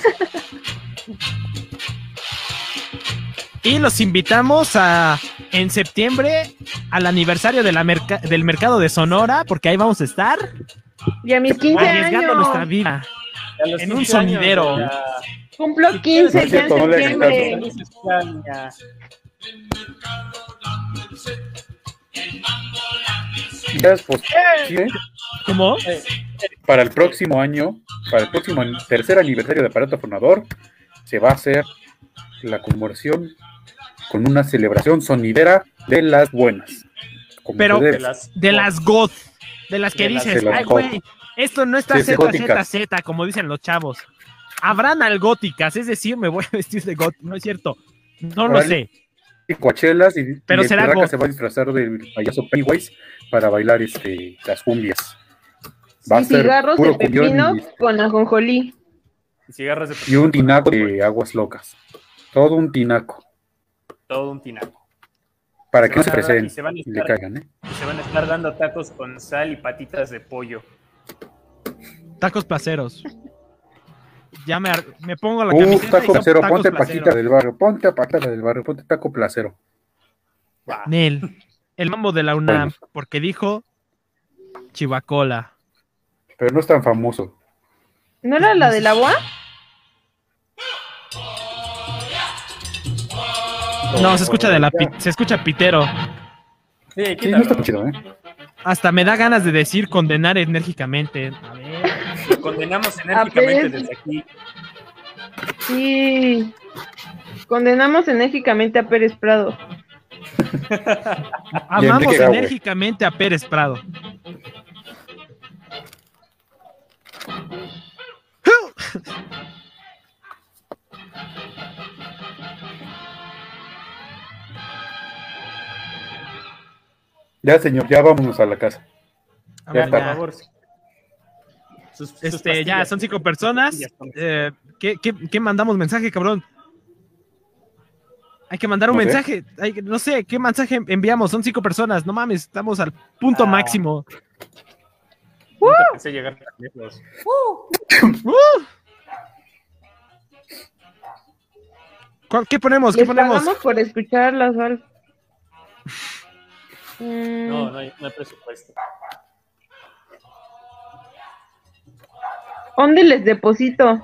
Y los invitamos a en septiembre al aniversario de la merca- del mercado de Sonora, porque ahí vamos a estar
Y a mis 15
arriesgando
años.
nuestra vida
A los
en un
15 años,
sonidero.
güey,
Cumplo 15 ya en
no le
septiembre.
gritas, ya.
Ya es pos- sí, ¿eh?
¿Cómo?
Para el próximo año, para el próximo an- tercer aniversario de Aparato Fonador, se va a hacer la conmemoración con una celebración sonidera de las buenas. Como
Pero
se debe.
de las, de las goth, de las que
De las-
dices,
de las
ay,
goth".
güey, esto no está
Sí, sí,
Z, Z,
góticas.
Z, como dicen los chavos. Habrán algóticas, es decir, me voy a vestir de goth, no es cierto. No lo
Órale.
sé.
Y coachelas y,
Pero
y el
será
Terraca
goth.
se va a disfrazar del payaso Pennywise para bailar este, las cumbias. Va a
Y
ser
cigarros de
puro
pepino
cumbión y-
con ajonjolí.
Y cigarros de
y un tinaco de aguas locas. Todo un tinaco.
todo un tinaco.
Para que no se
van a dar-
presenten
y se van a
y le
estar-
caigan, ¿eh?
y se van a estar dando tacos con sal y patitas de pollo.
Tacos placeros. Ya me, ar- me pongo la camiseta.
Uf,
y
taco
son
placero,
tacos
Uh, ponte
placeros.
paquita del barrio, ponte a paquita del barrio, ponte taco placero.
Nel, el mambo de la UNAM, porque dijo Chivacola.
Pero no es tan famoso.
¿No era la del agua?
No, se escucha de la pi- se escucha pitero.
Sí,
Sí, no está tan chido, ¿eh?
Hasta me da ganas de decir condenar enérgicamente.
Lo condenamos enérgicamente
ver.
desde aquí.
Sí. Condenamos enérgicamente a Pérez Prado.
Amamos
Enrique Graue.
enérgicamente a Pérez Prado.
Ya, señor, ya vámonos a la casa.
Vámonos,
Ya está.
Por favor. Sus- sus
Este,
pastillas.
ya, son cinco personas. Eh, ¿qué, qué, qué mandamos mensaje, cabrón? Hay que mandar un
No sé.
mensaje. Hay que- no sé, ¿qué mensaje enviamos? Son cinco personas. No mames, estamos al punto
Ah.
máximo.
Nunca pensé llegar tan lejos.
¡Uh! ¿Cuál- ¿Qué ponemos? Pues, ¿Qué
Les
ponemos?
pagamos por escucharlas, Val. Mm,
No, no hay, no hay presupuesto.
¿Dónde les deposito?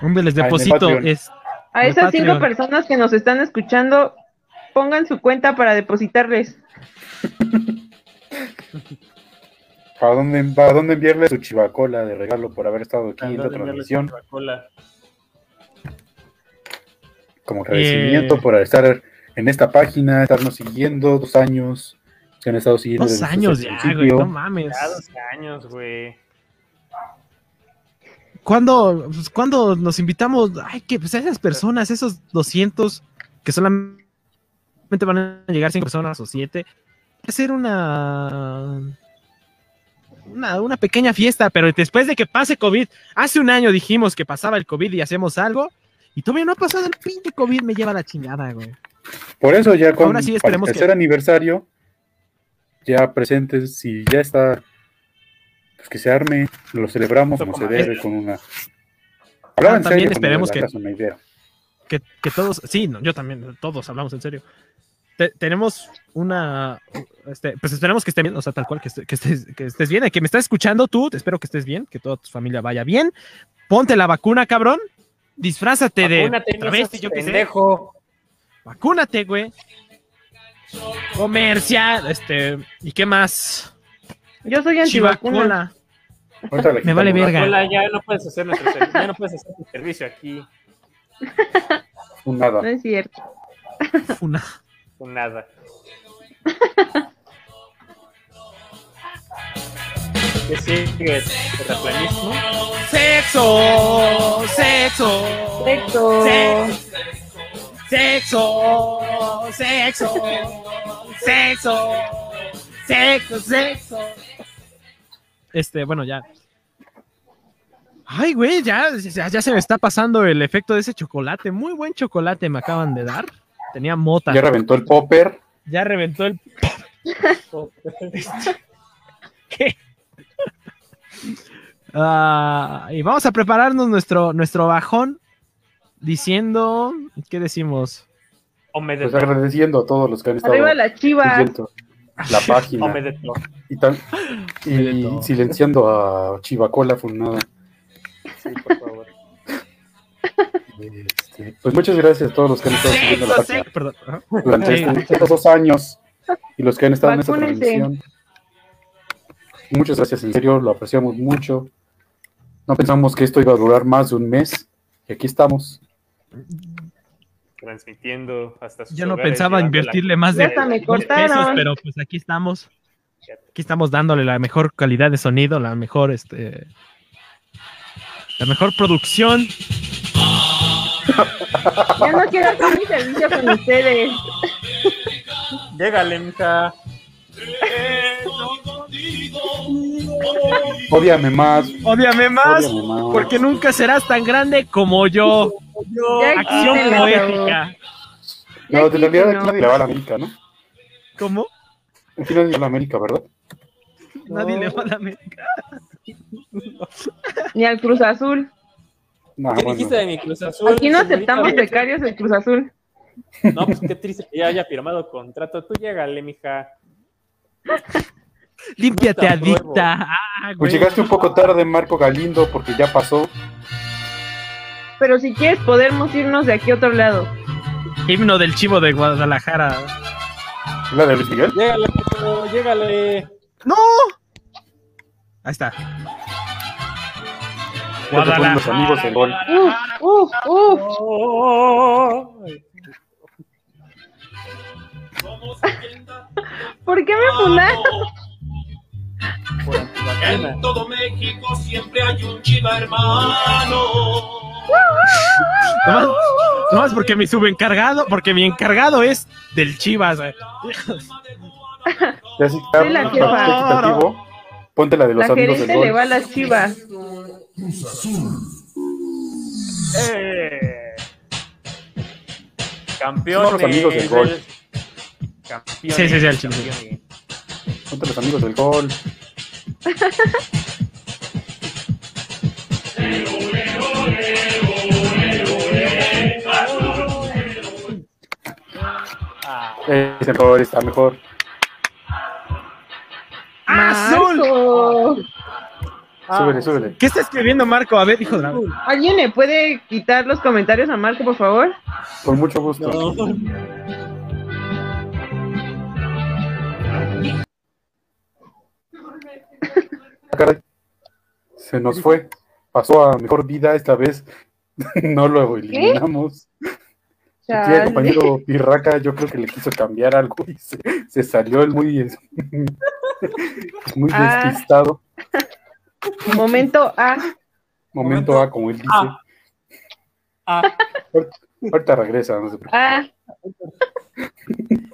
¿Dónde les
Ah, en el
deposito?
Patreon.
Es-
A
De
esas cinco
Patreon.
personas que nos están escuchando, pongan su cuenta para depositarles.
¿Para dónde, ¿Para dónde enviarle su chivacola de regalo por haber estado aquí en
Andando
la
en verles
transmisión?
Coca-Cola.
Como agradecimiento por estar en esta página, estarnos siguiendo dos años. Se han estado siguiendo
dos
desde el
años ya, güey.
principio.
No mames.
Ya dos años, güey.
¿Cuándo, pues, cuándo nos invitamos? Ay, que pues a esas personas, esos 200 que solamente van a llegar 5 personas o 7, hacer una, una una pequeña fiesta, pero después de que pase COVID, hace un año dijimos que pasaba el COVID y hacemos algo, y todavía no ha pasado el pinche COVID, me lleva la chingada, güey.
Por eso ya con
Ahora sí,
para el
esperemos que-
tercer aniversario, ya presentes, si ya está, pues que se arme, lo celebramos como se
Toma,
debe
eh.
con una... Hablaba en
Ah, también
serio cuando
esperemos que-
das una idea.
que, que todos, sí, no, yo también, todos hablamos en serio. Te- tenemos una, este, pues esperemos que esté bien, o sea, tal cual, que, esté- que estés, que estés bien, que me estás escuchando tú, te espero que estés bien, que toda tu familia vaya bien. Ponte la vacuna, cabrón. Disfrázate
Vacúnate,
Este de
no
travesti,
seas
yo qué sé.
pendejo.
Vacúnate, güey. Comercial, este, ¿y qué más?
Yo soy antivacuna.
Chivacola.
Ahorita la
Me vale
quitamos,
verga.
Hola, ya no puedes hacer nuestro ser- ya no puedes hacer tu servicio aquí
un
No
Nada.
es cierto.
Una-
con nada. ¿Qué sigue? ¿Terraplanismo?
Sexo, sexo.
Perfecto.
Sexo, sexo, sexo, sexo, sexo. Este, bueno, ya. Ay, güey, ya, ya, ya se me está pasando el efecto de ese chocolate. Muy buen chocolate me acaban de dar. Tenía mota.
Ya reventó el popper.
Ya reventó el. ¿Qué? Ah, y vamos a prepararnos nuestro, nuestro bajón diciendo. ¿Qué decimos?
Pues agradeciendo a todos los que han estado
Arriba la chiva.
siguiendo la página y, tan- y silenciando a Chivacola Funada. Este, pues muchas gracias a todos los que han estado siguiendo la página
Perdón. Ajá.
durante
Sí.
este- estos dos años y los que han estado en
Vacúnense.
esta transmisión. Muchas gracias, en serio, lo apreciamos mucho. No pensamos que esto iba a durar más de un mes y aquí estamos.
transmitiendo hasta sus
Yo no
hogares,
pensaba
llevando la-
invertirle más de
Ya hasta me
dos
cortaron.
pesos, pero pues aquí estamos. Aquí estamos dándole la mejor calidad de sonido, la mejor este la mejor producción.
Ya no quiero hacer mi servicio con ustedes.
Llégale,
Ah,
mija.
Ódiame más.
Ódiame más,
Ódiame más.
porque nunca serás tan grande como yo.
Ya
Acción
quítenla,
poética.
No, de la
quítenlo.
realidad nadie le va a la América, ¿no?
¿Cómo?
Aquí nadie le va a la América, ¿verdad?
Nadie le va a la me-
Ni al Cruz Azul.
No,
¿Qué
bueno.
dijiste de mi Cruz Azul?
Aquí no
señorita?
aceptamos becarios del Cruz Azul.
No, pues qué triste que ya haya firmado contrato. Tú llégale, mija.
Límpiate
Puta
adicta.
huevo.
Ah,
Pues
güey.
llegaste un poco tarde, Marco Galindo, porque ya pasó.
Pero si quieres, podemos irnos de aquí a otro lado.
Himno del chivo de Guadalajara.
¿La de Luis Miguel?
Llégale, puto, llégale.
¡No! Ahí está.
Creo que fueron los amigos en gol.
¡Uf! ¡Uf! ¡Uf! ¿Por qué me funaron?
En todo México siempre hay un chiva hermano.
Nomás, nomás porque mi subencargado, porque mi encargado es del Chivas. eh.
Ya sí, ya,
Sí,
para
la jefa.
ser equitativo, Ponte la de los
La
amigos
gerente
en
le
gol.
va a las chivas.
Eh.
Somos
Campeones.
los amigos del gol.
Campeones.
Sí, sí, sí, al chile.
campeones.
Ponte los amigos del gol.
Ah,
Es mejor, Este está mejor.
¡Azul!
Marco,
Súbele, súbele.
¿Qué está escribiendo Marco? A ver, hijo de la-
¿Alguien le puede quitar los comentarios a Marco, por favor?
Con mucho gusto. Ah, caray. Se nos fue. Pasó a mejor vida esta vez. no lo eliminamos. Aquí el
Chale.
compañero Pirraca, yo creo que le quiso cambiar algo y se, se salió el muy, es- muy
Ah.
despistado.
Momento A.
Momento A, como él dice.
Ah. ah,
Ahor- Ahorita regresa, no se preocupe.
A.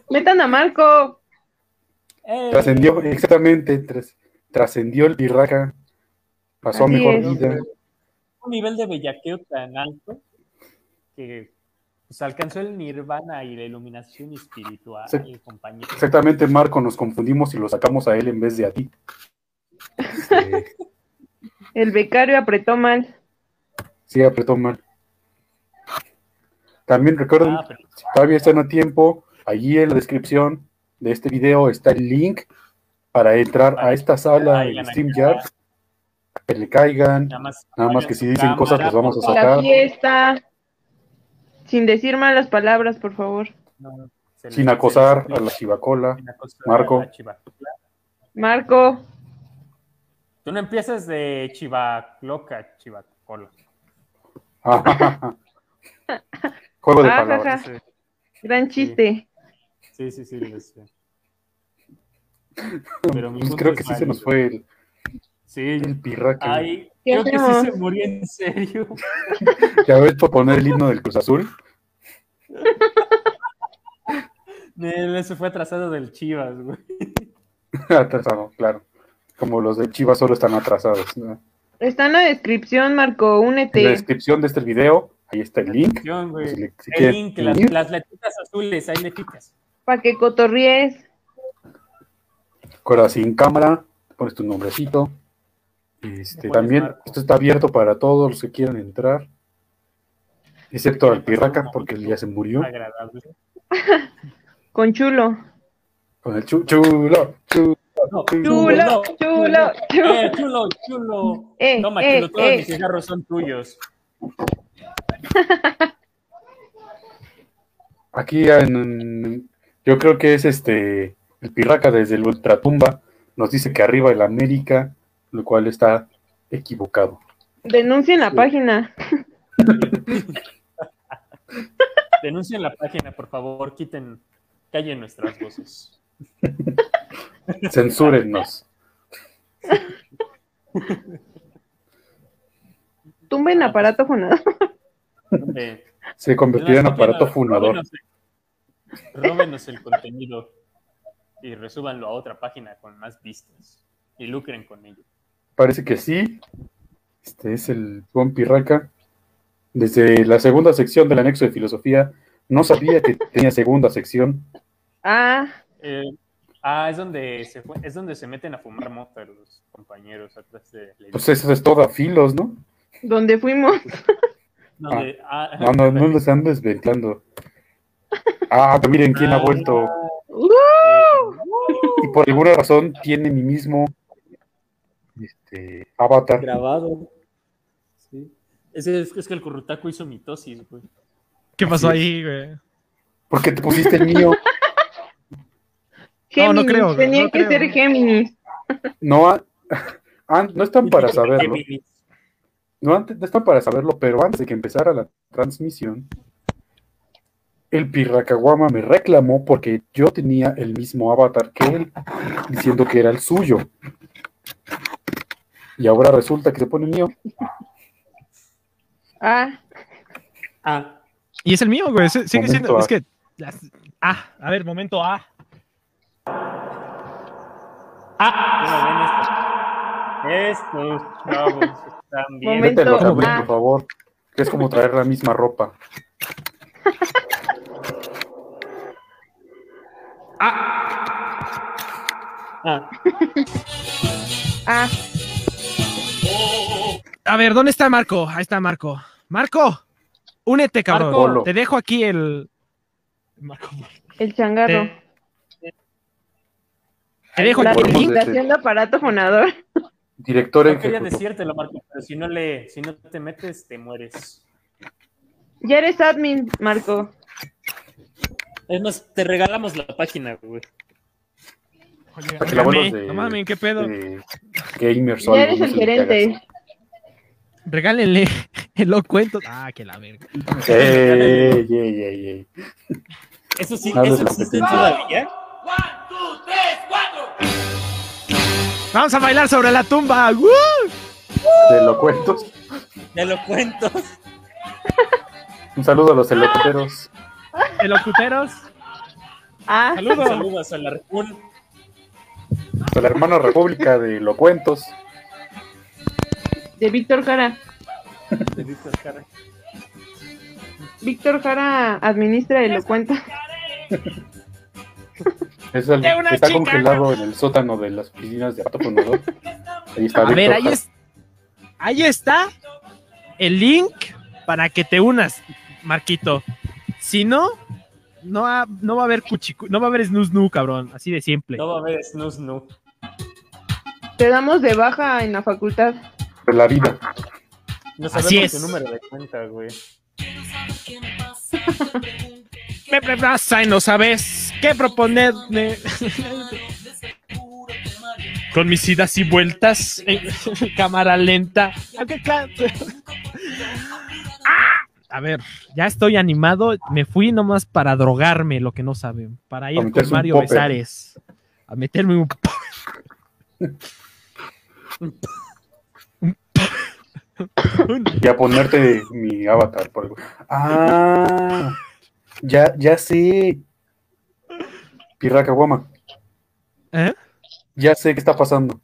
Metan a Marco.
eh.
Trascendió, exactamente, tras- trascendió el Pirraca. Pasó
Así
a mejor
es.
vida.
un nivel de bellaqueo tan alto que pues, alcanzó el nirvana y la iluminación espiritual,
Sí.
compañero.
Exactamente, Marco, nos confundimos y lo sacamos a él en vez de a ti. Este,
El becario apretó mal.
sí, apretó mal. También recuerden,
Ah, pero
si todavía están a tiempo, allí en la descripción de este video está el link para entrar a esta sala
Ahí
en
la
StreamYard. Que le caigan.
nada más,
Nada más que si dicen cosas,
Cámara,
los vamos a
papá.
sacar.
La fiesta. Sin decir malas palabras, por favor.
No, se le-
Sin
se
acosar
le-
a la chivacola.
sin acosar
Marco.
a la chiva.
Marco.
Tú no empiezas de chivacloca, chivacola.
Juego de
Ajaja.
palabras.
Ah, Gran chiste.
Sí, sí, sí. lo sé. Pero mi
Pues
punto
creo
es
que sí se
válido.
nos fue el,
Sí,
el pirraca.
ay,
¿Qué
creo que sí
hacemos?
se murió en serio.
Ya ves por poner el himno del Cruz Azul.
Él se fue atrasado del Chivas, güey.
Atrasado, claro. Como los de Chivas solo están atrasados. ¿no?
Está en la descripción, Marco,
En la
únete.
descripción de este video, ahí está el link.
Guión, güey.
Si le- si
El
quieren
link, las,
unir.
las letritas azules, ahí le picas.
Para que cotorríes.
Recuerda, sin cámara, pones tu nombrecito. Este, también, esto está abierto para todos los que quieran entrar, excepto al Pirraca, porque él ya se murió.
Agradable.
Con chulo.
Con el chu- chulo, chulo,
Chulo, chulo, chulo.
Eh, chulo, chulo.
Eh,
Toma,
eh,
chulo, todos
eh.
mis cigarros son tuyos.
Aquí, en- en- yo creo que es este, el Pirraca desde el Ultratumba, nos dice que arriba el América, lo cual está equivocado.
Denuncien la página.
Denuncien la página, por favor, quiten, callen nuestras voces.
Censúrennos.
Tumben
Ah.
aparato fonado.
Hombre,
Se convertirá en
Las copias,
aparato funador.
róbenos el- Róbenos el contenido y resúbanlo a otra página con más vistas y lucren con ello.
Parece que sí. Este es el buen Pirraca. Desde la segunda sección del anexo de filosofía, no sabía que tenía segunda sección.
Ah,
Eh, ah, es donde se fue- es donde se meten a fumar mota los compañeros atrás de la
Pues eso es todo a filos, ¿no?
donde fuimos.
donde- ah,
No, no, no los andes desventando. Ah, pero miren quién ha vuelto.
¡Uh!
Y por alguna razón tiene mi mismo este, avatar.
grabado. Es, es- es que el Currutaco hizo mitosis, güey.
¿Qué pasó
Así es.
ahí, güey?
¿Por qué te pusiste el mío?
No, no
Géminis,
creo, güey,
Tenía
no
que
creo.
ser Géminis.
No, ha- ah, no están para saberlo. No, antes, no está para saberlo, pero antes de que empezara la transmisión, el Pirracaguama me reclamó porque yo tenía el mismo avatar que él, diciendo que era el suyo. Y ahora resulta que se pone mío.
Ah,
Ah,
Y es el mío, güey. se- Sigue siendo.
Momento A.
Es que. las- Ah, a ver, momento A.
¿cómo ven esto? Estos chavos están bien.
Momento.
Vete lo cambié,
Ah.
por favor. que Es como traer la misma ropa.
Ah,
ah.
A ver, ¿dónde está Marco? Ahí está Marco. Marco, únete, cabrón.
Marco.
Te dejo aquí el. Marco.
El changarro.
Te, te dejo
La
aquí el link.
presentación de aparato fonador.
Director
no quería
ejecutivo.
decírtelo, Marco, pero si no, le, si no te metes, te mueres.
Ya eres admin, Marco.
Es más, te regalamos la página, güey.
Oye,
Para que la vuelvas
mame,
de-
No mames, ¿qué pedo?
de Eh, gamer solo,
Ya eres
no
el
sé lo que hagas.
gerente.
Regálenle los cuentos. Ah, que la verga.
Ey, ey, ey, ey.
Eso sí,
Nada
eso
de la
existe
competencia.
todavía.
Vamos a bailar sobre la tumba. ¡Uh! ¡Woo!
De elocuentos.
Te lo cuento.
Un saludo a los elocuteros.
Elocuteros.
Ah,
Saludos.
Saludos a la Arcún.
A la hermana república de elocuentos.
Ah, de Víctor Jara.
de Víctor Jara.
Víctor Jara administra elocuente.
Es el-
De una
está
chica.
congelado en el sótano de las piscinas de Pato Conador. Ahí está.
A ver,
Víctor
ahí,
Jara.
es, ahí está el link para que te unas, Marquito. Si no, no, ha- no va a haber cuchicu, no va a haber snusnu, cabrón. Así de simple.
No va a haber snus, no.
Te damos de baja en la facultad.
De la vida.
No
Así
sabemos
es.
tu número de cuenta, güey.
Me pasa y no sabes qué proponerme. Con mis idas y vueltas en cámara lenta. Aunque claro- Ah, A ver, ya estoy animado. Me fui nomás para drogarme, lo que no saben. Para ir
meterse
con
un
Mario
popper.
Besares. A meterme un. po-
Y a ponerte mi avatar. Por algo. Ah, ya, ya sé. Pirraca Guama.
¿Eh?
Ya sé qué está pasando.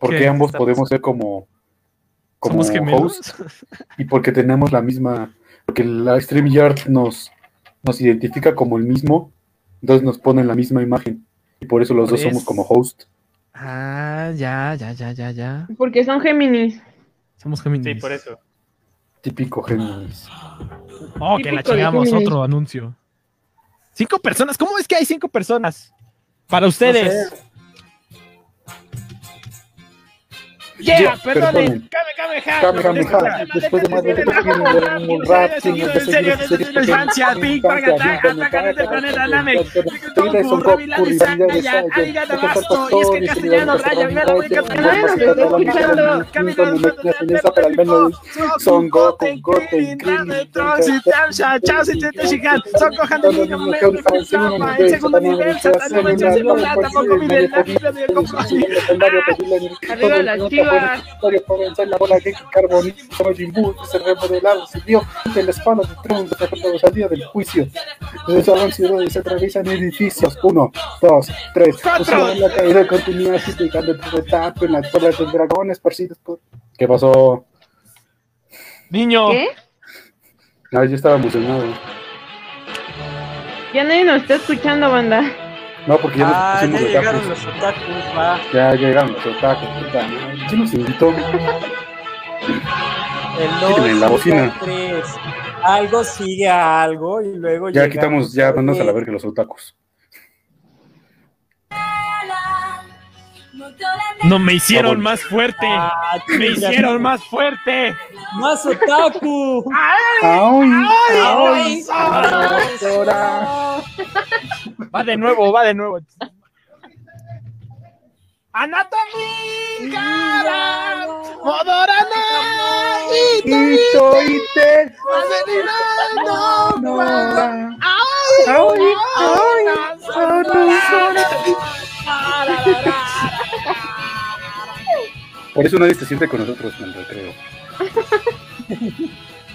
Porque
¿Qué
ambos
está
podemos ser como como
¿Somos gemelos?
host y porque tenemos la misma, porque la StreamYard nos, nos identifica como el mismo, entonces nos ponen la misma imagen y por eso los
Por
dos somos
eso.
como host.
Ah, ya, ya, ya, ya, ya.
Porque son Géminis.
Somos Géminis.
Sí, por eso.
Típico Géminis.
Oh, que la
Típico de
chingamos,
Géminis.
otro anuncio. Cinco personas, ¿cómo es que hay cinco personas? Para ustedes. Yeah,
Yeah,
perdonen.
perdonen.
Kame
Kamehameha, después de más de un rap,
En serio, desde la infancia, Pink, Paga, Taga, Taga, del planeta Namek, Toku, Robilán, Isaac, Arigato, Basto, y es que el castellano raya, viva la música castellana, pero no escuchando, caminando,
Son Goten, Goten,
Troxy, Tamsha, Chao, Sitete, Shihan, Son Gohan, el niño, momento, Kama, el segundo universo, Tanu, Mencho, Simo, Plata, Poco, Mide, la fila de Kokoshi.
Ah, Arriba las chivas.
la bola de carbonito, Jimbu, se remodelado, se dio de la espalda de Trump, se al día del juicio. El salón ciudad y se atraviesan edificios. Uno, dos, tres. Usaron la caída continua, justificando tu etapas en las torres del dragón, esparcidos por. ¿Qué pasó?
Niño.
¿Qué?
Ah, yo estaba emocionado.
Ya nadie nos está escuchando, banda.
No, porque ya
Ah, ya
nos pusimos
llegaron
otakus.
los otakus, va.
Ya llegaron los otakus. puta madre. ¿Quién nos invitó?
El
Quítale la bocina.
3. Algo sigue a algo y luego
Ya
llega-
quitamos, ya mandamos a la verga los otakus.
No me hicieron
Vamos.
más fuerte.
Ah,
Ah,
Me
Ah, chinga.
hicieron más fuerte.
¡Más otaku!
¡Ay!
¡Ay! Va de nuevo, va de nuevo. Anatomy cara, Modorana y
Ito, ite.
Vaselina, no,
Ay,
ay,
ay, Por eso nadie se siente con nosotros en el recreo.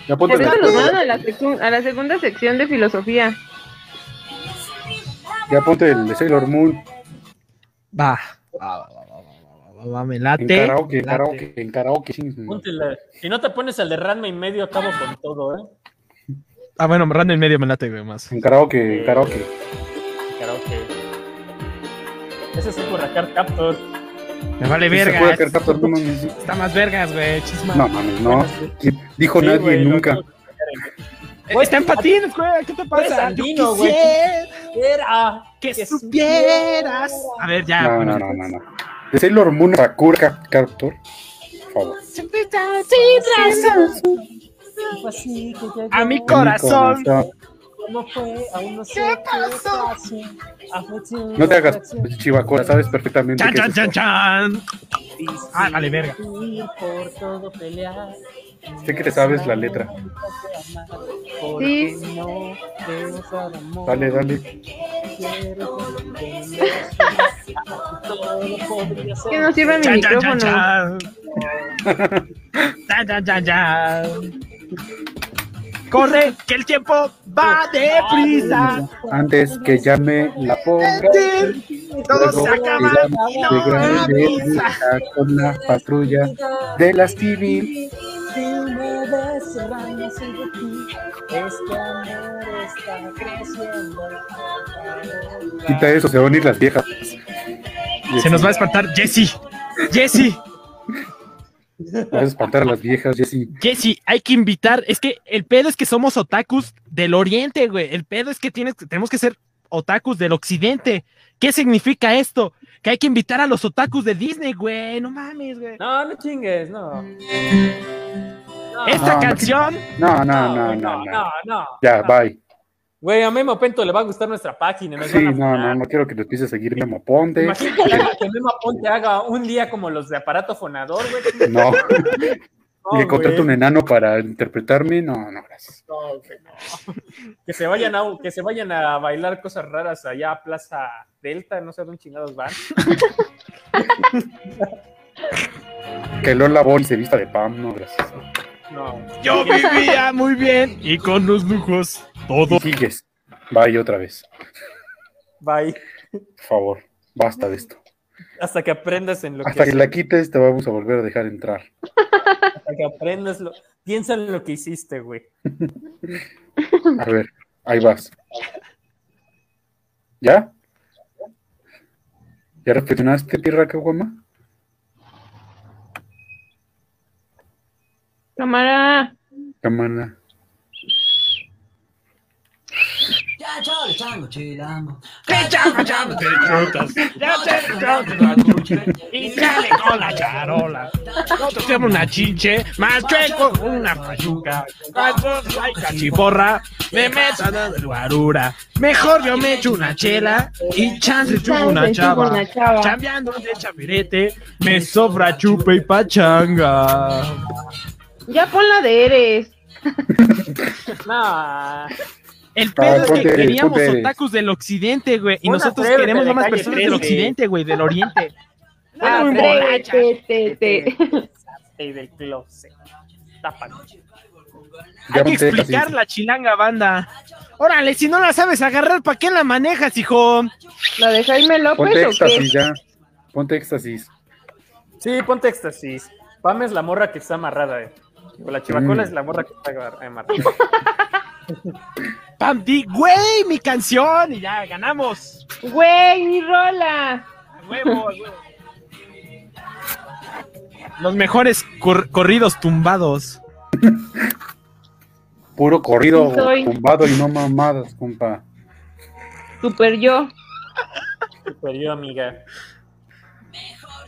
Ya ponte
Por
las
eso nos
pilas.
mandan a la, secu- a la segunda sección de filosofía.
Ya ponte el de Sailor Moon.
Va. Va, va, va, va, va, va, va, me late.
En karaoke, en
me late.
karaoke, en karaoke. ching.
Póntela. Si no te pones al de Ranma y medio, acabo con todo, ¿eh?
Ah, bueno, rando en medio me late, güey, más.
En karaoke, en karaoke.
Karaoke. Ese es por Racar Captor.
Me vale
Sí se
verga.
puede
es-
alcanzar, pero no mames.
Está más vergas, güey. chisma.
No mames, no. ¿Quién- Dijo
Sí,
nadie
güey, lo-
nunca.
Eh, Está en patines, güey. ¿Qué te pasa? Yo
andino, güey.
quisiera que supieras. A ver, ya.
no, no, no, no, no. De Sailor Moon a Sakura Cap- Captor. Por favor.
Fue así que llegó.
A mi corazón.
No fue, aún no sé qué pasó.
No te hagas chivacora, sabes perfectamente.
Chan,
que
chan,
es
chan,
esto.
chan. Ah, vale, verga.
Por todo pelear.
Sé que te sabes la letra.
Porque no veo para amor.
Dale, dale.
Quiero comprender todo podría ser.
Que no sirve mi
Chan, chan,
micrófono.
chan, chan. Chan, chan, chan, chan. Corre, que el tiempo va deprisa.
Antes que llame la ponga.
Todo
luego
se acaba
llegamos-
y Ah, no
llegamos de
avisa.
risa con la patrulla de las TV.
Este amor está creciendo.
Quita eso, se van a ir las viejas.
Se nos va a espantar Jesse. Jesse,
Vas a espantar a las viejas, Jessy.
Jesse, hay que invitar. Es que el pedo es que somos otakus del oriente, güey. El pedo es que tienes, tenemos que ser otakus del occidente. ¿Qué significa esto? Que hay que invitar a los otakus de Disney, güey. No mames, güey.
No, no chingues, no.
Esta
no,
canción.
No, no, no, no, no.
No, no.
Ya, bye.
Güey, a Memo Pento le va a gustar nuestra página. nos
Sí,
van a-
no, no, no quiero que te empieces a seguir Memo Ponte.
Imagínate que Memo Ponte haga un día como los de aparato fonador, güey.
No. Y que
güey.
contrate un enano para interpretarme. No, no, gracias.
No, güey, no. Que se vayan a que se vayan a bailar cosas raras allá a Plaza Delta, no sé dónde chingados van.
Que Lola Bol se vista de Pam. No, gracias.
No.
Yo vivía muy bien y con los lujos todo.
Y sigues. Bye otra vez.
Bye.
Por favor, basta de esto.
Hasta que aprendas en lo
Hasta
que
que la quites, te vamos a volver a dejar entrar.
Para que aprendas lo. Piensa en lo que hiciste, güey.
A ver, ahí vas. ¿Ya? ¿Ya reflexionaste, Pirra Caguama?
Cámara.
Camana.
Ya, chao, chango, chilango.
¡Qué chango, chango, te chutas! ¡Ya te chutas la chuche!
¿eh?
¡Y sale con la charola!
Nosotros tenemos una chinche, más chueco, una pachuca. Nosotros hay cachiporra, me meto a la guarura. Mejor yo me echo una chela y chance chupo una chava. Chambeando de chavirete, me sobra chupe y pachanga.
Ya pon la de Eres.
No.
El
Ah,
pedo es que
ponte eres,
queríamos
ponte eres.
otakus del occidente, güey. Y
Una
nosotros
atrévete
queremos
de
nomás
calle
personas del
13.
occidente, güey, del oriente.
Ah,
Muy
tres.
borracha.
Este.
Y del closet. Tápalo.
Hay que
ponte
explicar
casi-
la chilanga banda. Órale, si no la sabes agarrar, ¿para qué la manejas, hijo?
¿La de Jaime
Ponte éxtasis ya. Ponte éxtasis.
Sí, ponte éxtasis. Pam es la morra que está amarrada, eh. O la chivacola
Mm.
es la morra que está agar- amarrada.
Pam, di, güey, mi canción. Y ya, ganamos.
Güey, mi rola.
Huevo, Los mejores cor- corridos tumbados.
Puro corrido,
Sí soy.
tumbado y no mamadas, compa.
Super yo.
Super yo, amiga.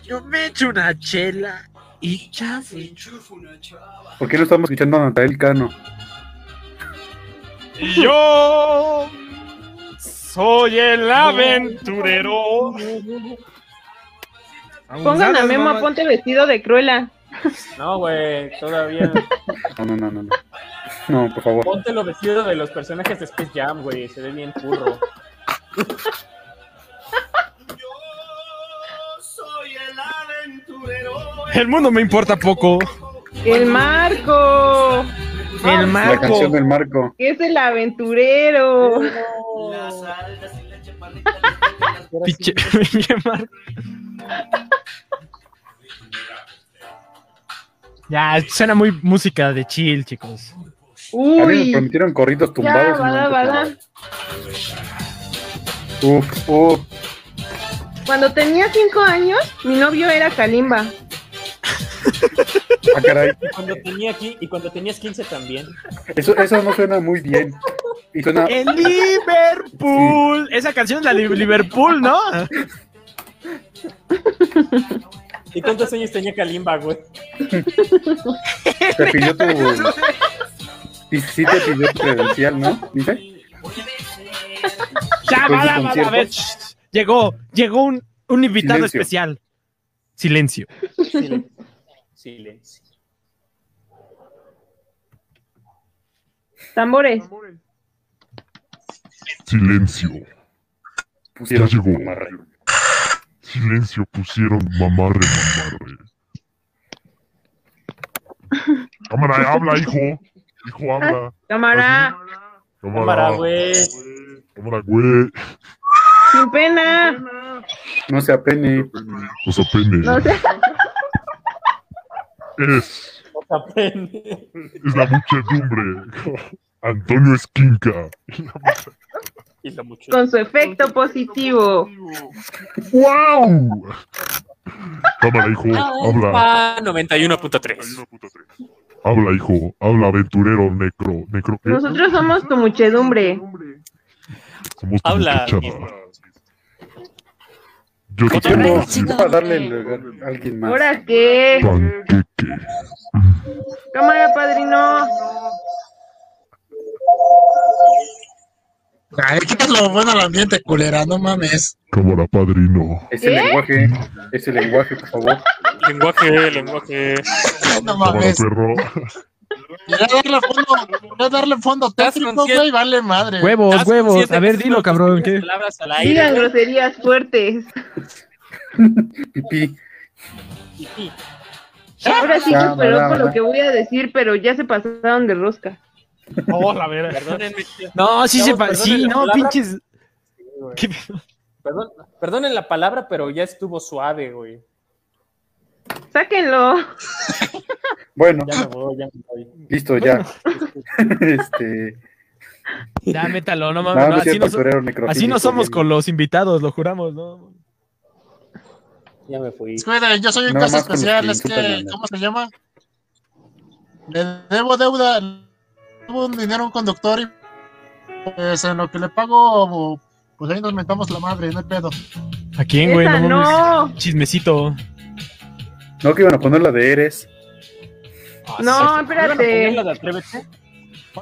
Yo me echo una chela y chance.
¿Por qué no estamos escuchando a Natal Cano?
Yo soy el aventurero.
Pongan a Memo, ponte vestido de cruela.
No, güey, todavía.
No, no, no, no. No, no por favor.
Ponte los vestidos de los personajes de Space Jam, güey. Se ve bien curro.
Soy el aventurero.
El mundo me importa poco.
El marco.
El
La canción
marco.
del Marco.
Que es el aventurero.
Pinche- pinche Marco. Ya, suena muy música de chill, chicos.
A mí me
Uy.
prometieron corridos
Ya,
tumbados. y no
bala,
me
bala.
Uf,
Oh,
uf.
Cuando tenía cinco años, mi novio era Kalimba.
Ah, caray.
Y cuando, tenía aquí, y cuando tenías 15 también.
Eso, eso no suena muy bien. Y suena.
En Liverpool. Esa canción es la de Liverpool, ¿no?
¿Y cuántos años tenía Kalimba, güey?
Te pidió tu. Y sí te pidió tu credencial, ¿no? Dice.
Ya,
Con
bala,
sus
bala, a ver,
conciertos.
shh, Llegó, llegó un, un invitado
Silencio.
especial. Silencio.
Silencio. Silencio.
Tambores.
Silencio.
Pusieron
Ya llegó.
mamarre.
Silencio pusieron mamarre, mamarre. Cámara, habla, hijo. Hijo, habla.
Cámara.
Cámara, güey.
Cámara, güey.
Pues
Sin pena.
No se apene.
Los apene.
No sé.
Es,
Apende.
es la muchedumbre. Antonio Esquinca.
Y lo mucho.
Con su efecto positivo.
Mm.
¡Wow! Cámara, hijo, habla.
Pa 91.3.
Habla, hijo. Habla, aventurero, necro. Necro, Eh, ¿qué?
Nosotros somos tu muchedumbre.
Somos tu
Habla,
muchachada. Yo te quiero
Tiempo
decir
para darle el lugar a alguien más.
¿Ahora qué?
panqueque.
Cámara, padrino.
Ay, quítalo, bueno al ambiente, culera, no mames.
Cámara, padrino.
Ese
¿eh?
lenguaje. Ese lenguaje, por favor.
Lenguaje, lenguaje.
No
Cámara,
mames.
perro.
Quería darle fondo, quería darle fondo tétrico,
consciente?
güey, vale madre.
Huevos,
Haz
huevos.
consciente
A ver,
que
dilo,
son
cabrón. ¿qué?
Palabras al
Digan
aire.
groserías fuertes.
Pipí.
Ahora sí
Cámara,
superó con lo
cámara.
que voy a decir, pero ya se pasaron de rosca.
Oh, la verga.
Perdónenme.
No, sí, se
Chavos,
pa- sí,
perdonen la
no,
palabra.
pinches.
güey.
¿Qué pedo?
Perdón, perdonen la palabra, pero ya estuvo suave, güey.
Sáquenlo.
Bueno,
Ya me voy, ya me voy.
listo, ya. este,
Ya, métalo, no
No,
mames.
no
no,
es
así,
cierto,
no, so-
torero necrofílico,
así no somos
bien.
con los invitados, lo juramos, ¿no?
Ya me fui.
Escuela, yo soy un
Nada
caso
más con los
especial,
que
es
insultan a
que,
la
¿cómo se llama? Le debo deuda, le debo un dinero a un conductor y pues en lo que le pago, pues ahí nos mentamos la madre, no hay pedo.
¿A quién, güey?
Esa
mames. Chismecito.
no que iban a poner la de Eres.
No,
espérate.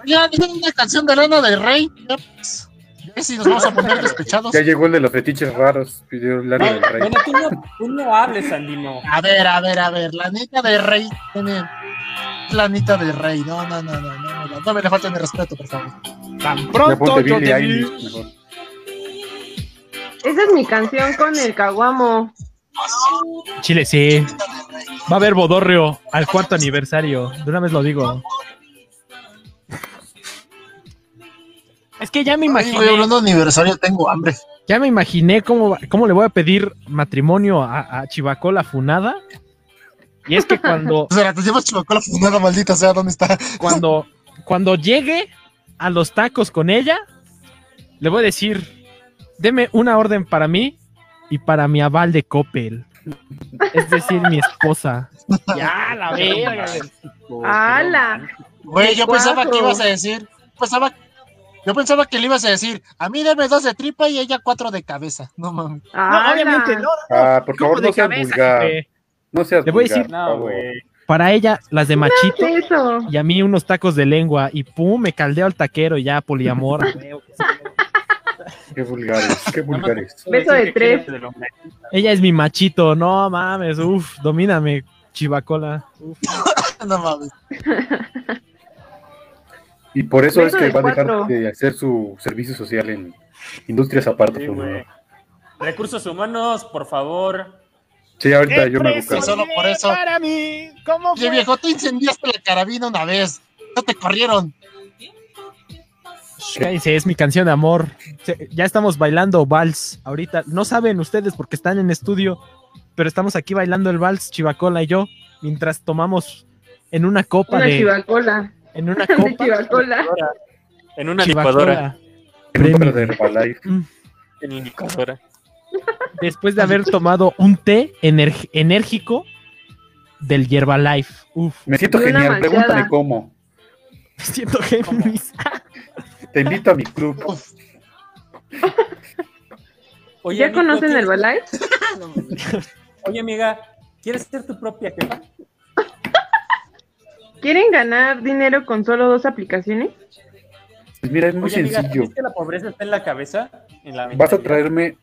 Ya dije una canción de Elena del Rey, ya, pues, ya ver si nos vamos a poner despechados.
Ya llegó el de los fetiches raros, pidió Lana del Rey.
Bueno, tú no, tú no hables, Andino.
Ah, A ver, a ver, a ver, la neta de Rey tiene... La neta de Rey, no, no, no, no, no, no, no me le falten el respeto, por favor.
Tan
Ya ponte Billie Eilish, mejor.
Esa es mi canción con el caguamo.
Chile, sí. Va a haber bodorrio al cuarto aniversario. De una vez lo digo. Es que ya me imaginé.
güey, hablando de aniversario, tengo hambre.
Ya me imaginé cómo, va- cómo le voy a pedir matrimonio a, a Chivacola Funada. Y es que cuando.
O sea, te llevas chivacola funada, maldita sea, ¿dónde está?
Cuando, cuando llegue a los tacos con ella, le voy a decir: deme una orden para mí y para mi aval de Coppel. Es decir, mi esposa.
Ya, la verga.
Ah, ¡Hala!
Güey, yo
De
pensaba que
cuatro.
ibas a decir, pensaba, yo pensaba que le ibas a decir, a mí dame dos de tripa y ella cuatro de cabeza. No mames.
¡Hala! obviamente no, no,
Ah, por favor,
de
no seas
cabeza,
vulgar.
jefe?
No seas
Le voy a
vulgar,
decir-
por favor.
Para ella, las de machito.
¿Qué es eso?
Y a mí unos tacos de lengua y pum, me caldeo al taquero y ya poliamor.
Qué vulgares, qué vulgares.
Beso de tres.
Ella es mi machito, no mames, uff, domíname, chivacola.
no mames.
Y por eso es
Beso
que
de
va a dejar
cuatro.
de hacer su servicio social en industrias aparte.
Sí,
pues,
por
güey.
favor.
Recursos humanos, por favor.
Sí, ahorita yo me hago cargo.
Solo por eso.
Para mí, ¿cómo
Oye, viejo, tú incendiaste la carabina una vez. No te corrieron.
Cállense, es mi canción de amor. Se- Ya estamos bailando vals ahorita. No saben ustedes porque están en estudio, pero estamos aquí bailando el vals, chivacola y yo, mientras tomamos en una copa
Una
de.
chivacola.
En una
De
copa.
chivacola.
En una licuadora.
Chivacola.
En otra de Herbalife.
En una licuadora.
después de haber tomado un té ener- enérgico del Yerbalife. Uf.
Me siento
Y una
genial,
malteada.
pregúntame cómo.
Me siento Géminis.
Te invito a mi club.
Oye,
¿Ya
amigo,
conocen
¿quieres-
el balay?
Oye, amiga, ¿quieres ser tu propia jefa?
¿Quieren ganar dinero con solo dos aplicaciones?
Pues mira, es muy
Oye, amiga,
sencillo.
¿crees que la pobreza está en la cabeza? En la
Vas a
mentalidad.
traerme,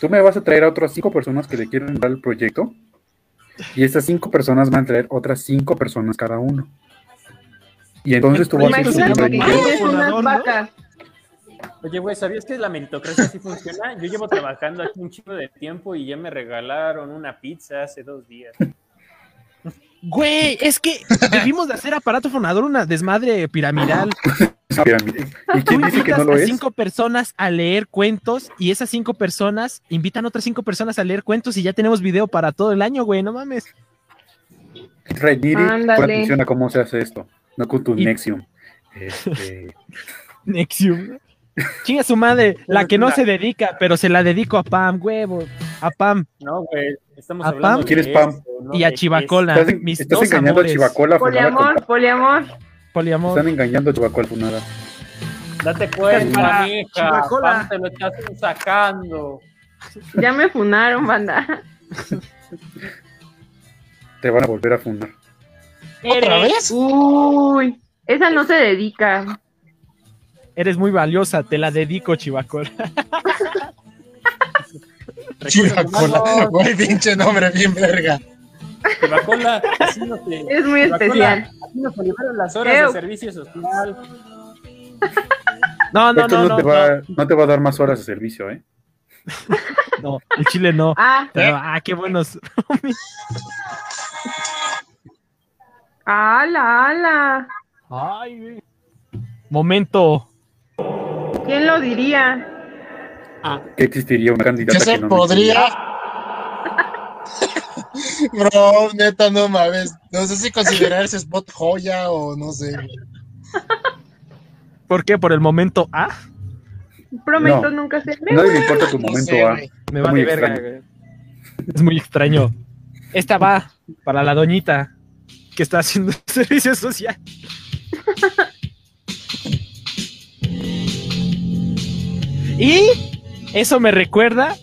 tú me vas a traer a otras cinco personas que le quieren entrar al proyecto. Y estas cinco personas van a traer otras cinco personas cada uno. Y entonces tú vas a ir subiendo
Imagínate
el
que
nivel.
tienes unas vacas.
Oye, güey, ¿sabías que la meritocracia sí funciona? Yo llevo trabajando aquí un chico de tiempo y ya me regalaron una pizza hace dos días.
Güey, es que debimos de hacer aparato fonador una desmadre piramidal.
Esa pirámide. ¿Y
Tú
quién dice que
invitas
no lo
a
es?
cinco personas a leer cuentos y esas cinco personas invitan a otras cinco personas a leer cuentos y ya tenemos video para todo el año, güey, no mames.
Reñir
Ándale.
por atención a cómo se hace esto. No con tu Nexium. Este,
Nexium. Chinga su madre, la que no se dedica, pero se la dedico a Pam, huevo, a Pam.
No, güey, estamos
¿A Pam?
hablando de
¿Quieres Pam?
eso, ¿no?
Y a
De
Chivacola.
estás en-
mis
estás
dos
engañando
amores.
a Chivacola. Funada,
Poliamor, poliamor.
con-
Poliamor.
Están engañando a Chivacola Funada.
queso. Date cuenta,
Chivacola,
mija.
Chivacola.
Pam, te lo estás sacando.
Ya me funaron, banda.
Te van a volver a fundar.
¿Otra vez?
Uy, esa no se dedica.
Eres muy valiosa, te la dedico, Chivacola.
Chivacola. Güey, pinche nombre, bien verga.
Chivacola, así no te...
Es muy
Chivacola,
especial.
Así nos salieron las Ah. horas
Eu.
de servicio social.
No, no,
Esto
no,
no,
no.
te
no.
va, no. te va a dar más horas de servicio, ¿eh?
No, el chile no.
Ah,
Pero, ah, qué buenos.
ala, ala.
Ay, güey. Momento.
¿Quién lo diría?
Que existiría una
¿Qué
candidata
se
que no me
podría?
Bro, neta, no mames. No sé si considerar ese spot joya o no sé.
¿Por qué? ¿Por el momento A?
Prometo nunca ser
No le importa tu momento
A.
ah.
A. Me va de verga, güey. Es muy extraño. Esta va para la doñita que está haciendo servicio social. y eso me recuerda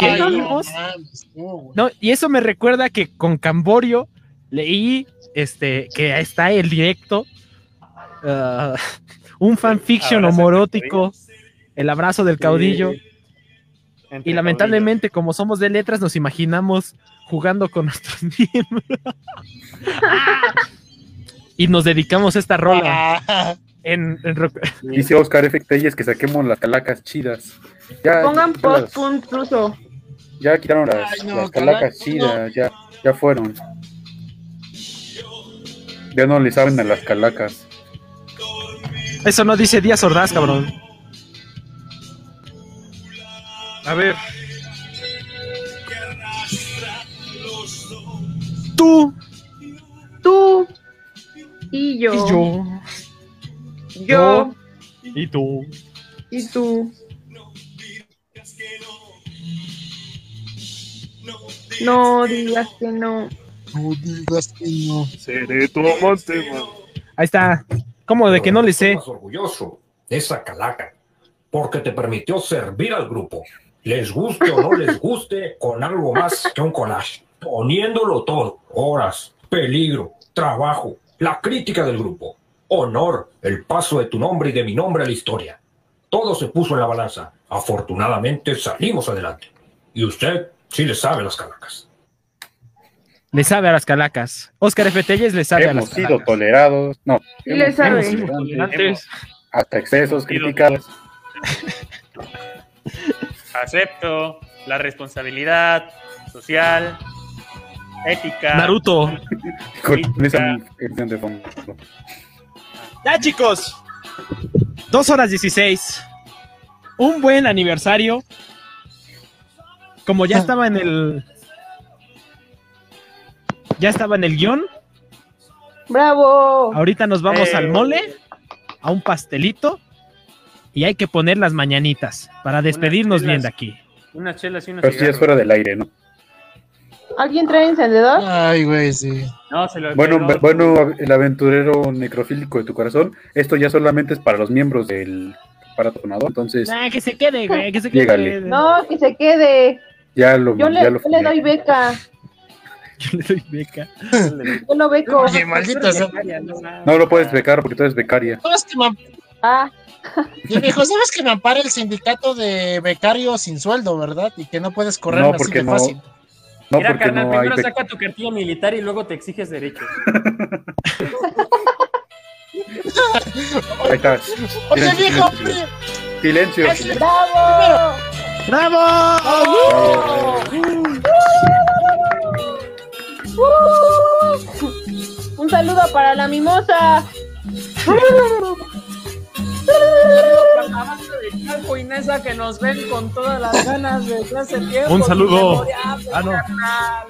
que
no
leímos-
mames, no, güey.
no, y eso me recuerda que con Camborio leí este que está el directo. ah, un fanfiction
Abrazo del
homorótico. El abrazo del caudillo.
Entre
Y lamentablemente, como somos de letras, nos imaginamos jugando con nuestros miembros. y nos dedicamos a esta rola. En, en rock-
Dice Oscar F. Telles que saquemos las calacas chidas. Ya,
Pongan
ya
post
las-
incluso.
Ya quitaron las,
Ay, no,
las calacas
calaca,
chidas, ya, ya fueron. Ya no le saben a las calacas.
Eso no dice Díaz Ordaz, cabrón. A ver. Tú.
Tú. Y yo.
Y yo.
Yo.
Y tú.
Y tú. No digas que no.
No digas que no.
Seré tu amante, man.
Ahí está. ¿Cómo de que no le sé?
Estás orgulloso de esa calaca, porque te permitió servir al grupo. Les guste o no les guste, con algo más que un collage. Poniéndolo todo, horas, peligro, trabajo, la crítica del grupo, honor, el paso de tu nombre y de mi nombre a la historia. Todo se puso en la balanza. Afortunadamente salimos adelante. Y usted sí le sabe las calacas.
Le sabe a las calacas. Oscar F. Telles le sabe a las
Hemos sido
calacas.
tolerados, no.
Y le
hemos
sabe.
sido tolerantes,
Antes.
Hasta excesos, criticados.
Acepto la responsabilidad social, ética.
Naruto.
Con esa canción de fondo.
Ya, chicos. Dos horas 16. Un buen aniversario. Como
Ah.
ya estaba en el. Ya estaba en el guión.
¡Bravo!
Ahorita nos vamos
Eh.
al mole, a un pastelito. Y hay que poner las mañanitas para despedirnos bien de aquí.
Unas chelas y unos
Pero si es
cigarros.
fuera del aire, ¿no?
¿Alguien trae encendedor?
Ay, güey, sí.
No, se lo
Bueno,
pegó.
b- bueno, el aventurero necrofílico de tu corazón, esto ya solamente es para los miembros del aparato donador, entonces
Ah, que se quede, güey, que se quede.
Llégale.
No, que se quede.
ya lo
Yo le,
ya lo
yo le
fundé.
doy beca.
Yo le doy beca.
Yo lo beco.
Oye,
Pues,
maldita sea.
No lo puedes becar porque tú eres becaria.
¿Sabes que me am-
Ah,
Yo le dijo, ¿sabes que me ampara el sindicato de becarios sin sueldo, verdad? Y que no puedes correr
No,
así
porque
de
no.
fácil.
No,
Mira,
porque
carnal,
no hay
primero
beca-
saca tu cartilla militar y luego te exiges derechos.
Ahí está.
Oye,
Silencio,
viejo,
silencio. Silencio. silencio.
¡Bravo!
¡Bravo!
¡Uh! Un saludo para la mimosa.
Abajo de Calco y Nesa que nos ven con todas las ganas desde hace tiempo.
Un saludo.
Inmemorable,
Ah, no.
carnal.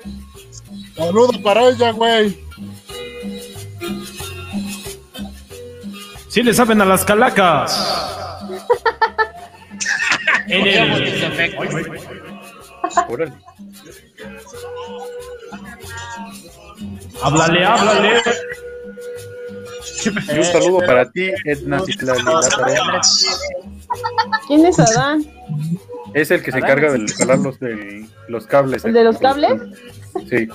Saludo para ella, güey.
Sí le saben a las calacas. En el-
Órale.
Háblale, háblale.
Y un saludo para ti, Edna Citlali Lázaro.
¿Quién es Adán?
Es el que se encarga de jalar los, de, los cables.
¿El de los cables?
Sí.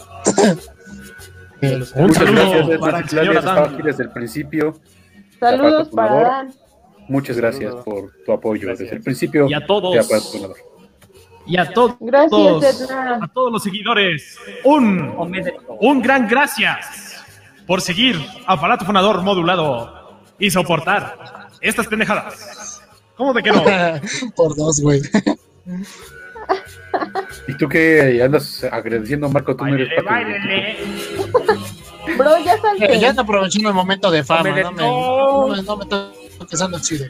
Un
Muchas
saludo
gracias, Edna
para el
Citlali,
señor
has estado
Adán.
aquí desde el principio.
Saludos
Zapato
para
fundador.
Adán.
Muchas gracias por tu apoyo desde el principio.
Y a todos.
de Aparato
pues,
Fundador.
Y a todos.
Gracias, Edna.
a todos los seguidores, un, un gran gracias por seguir Aparato Fonador modulado y soportar estas pendejadas. ¿Cómo de que no?
Por dos, güey.
Y tú que andas agradeciendo, Marco, tú no eres parte de-
Bro, ya
Eh, Ya
salte.
te aprovechando el momento de fama,
Hombre,
no me,
no.
no me, no me está empezando chido.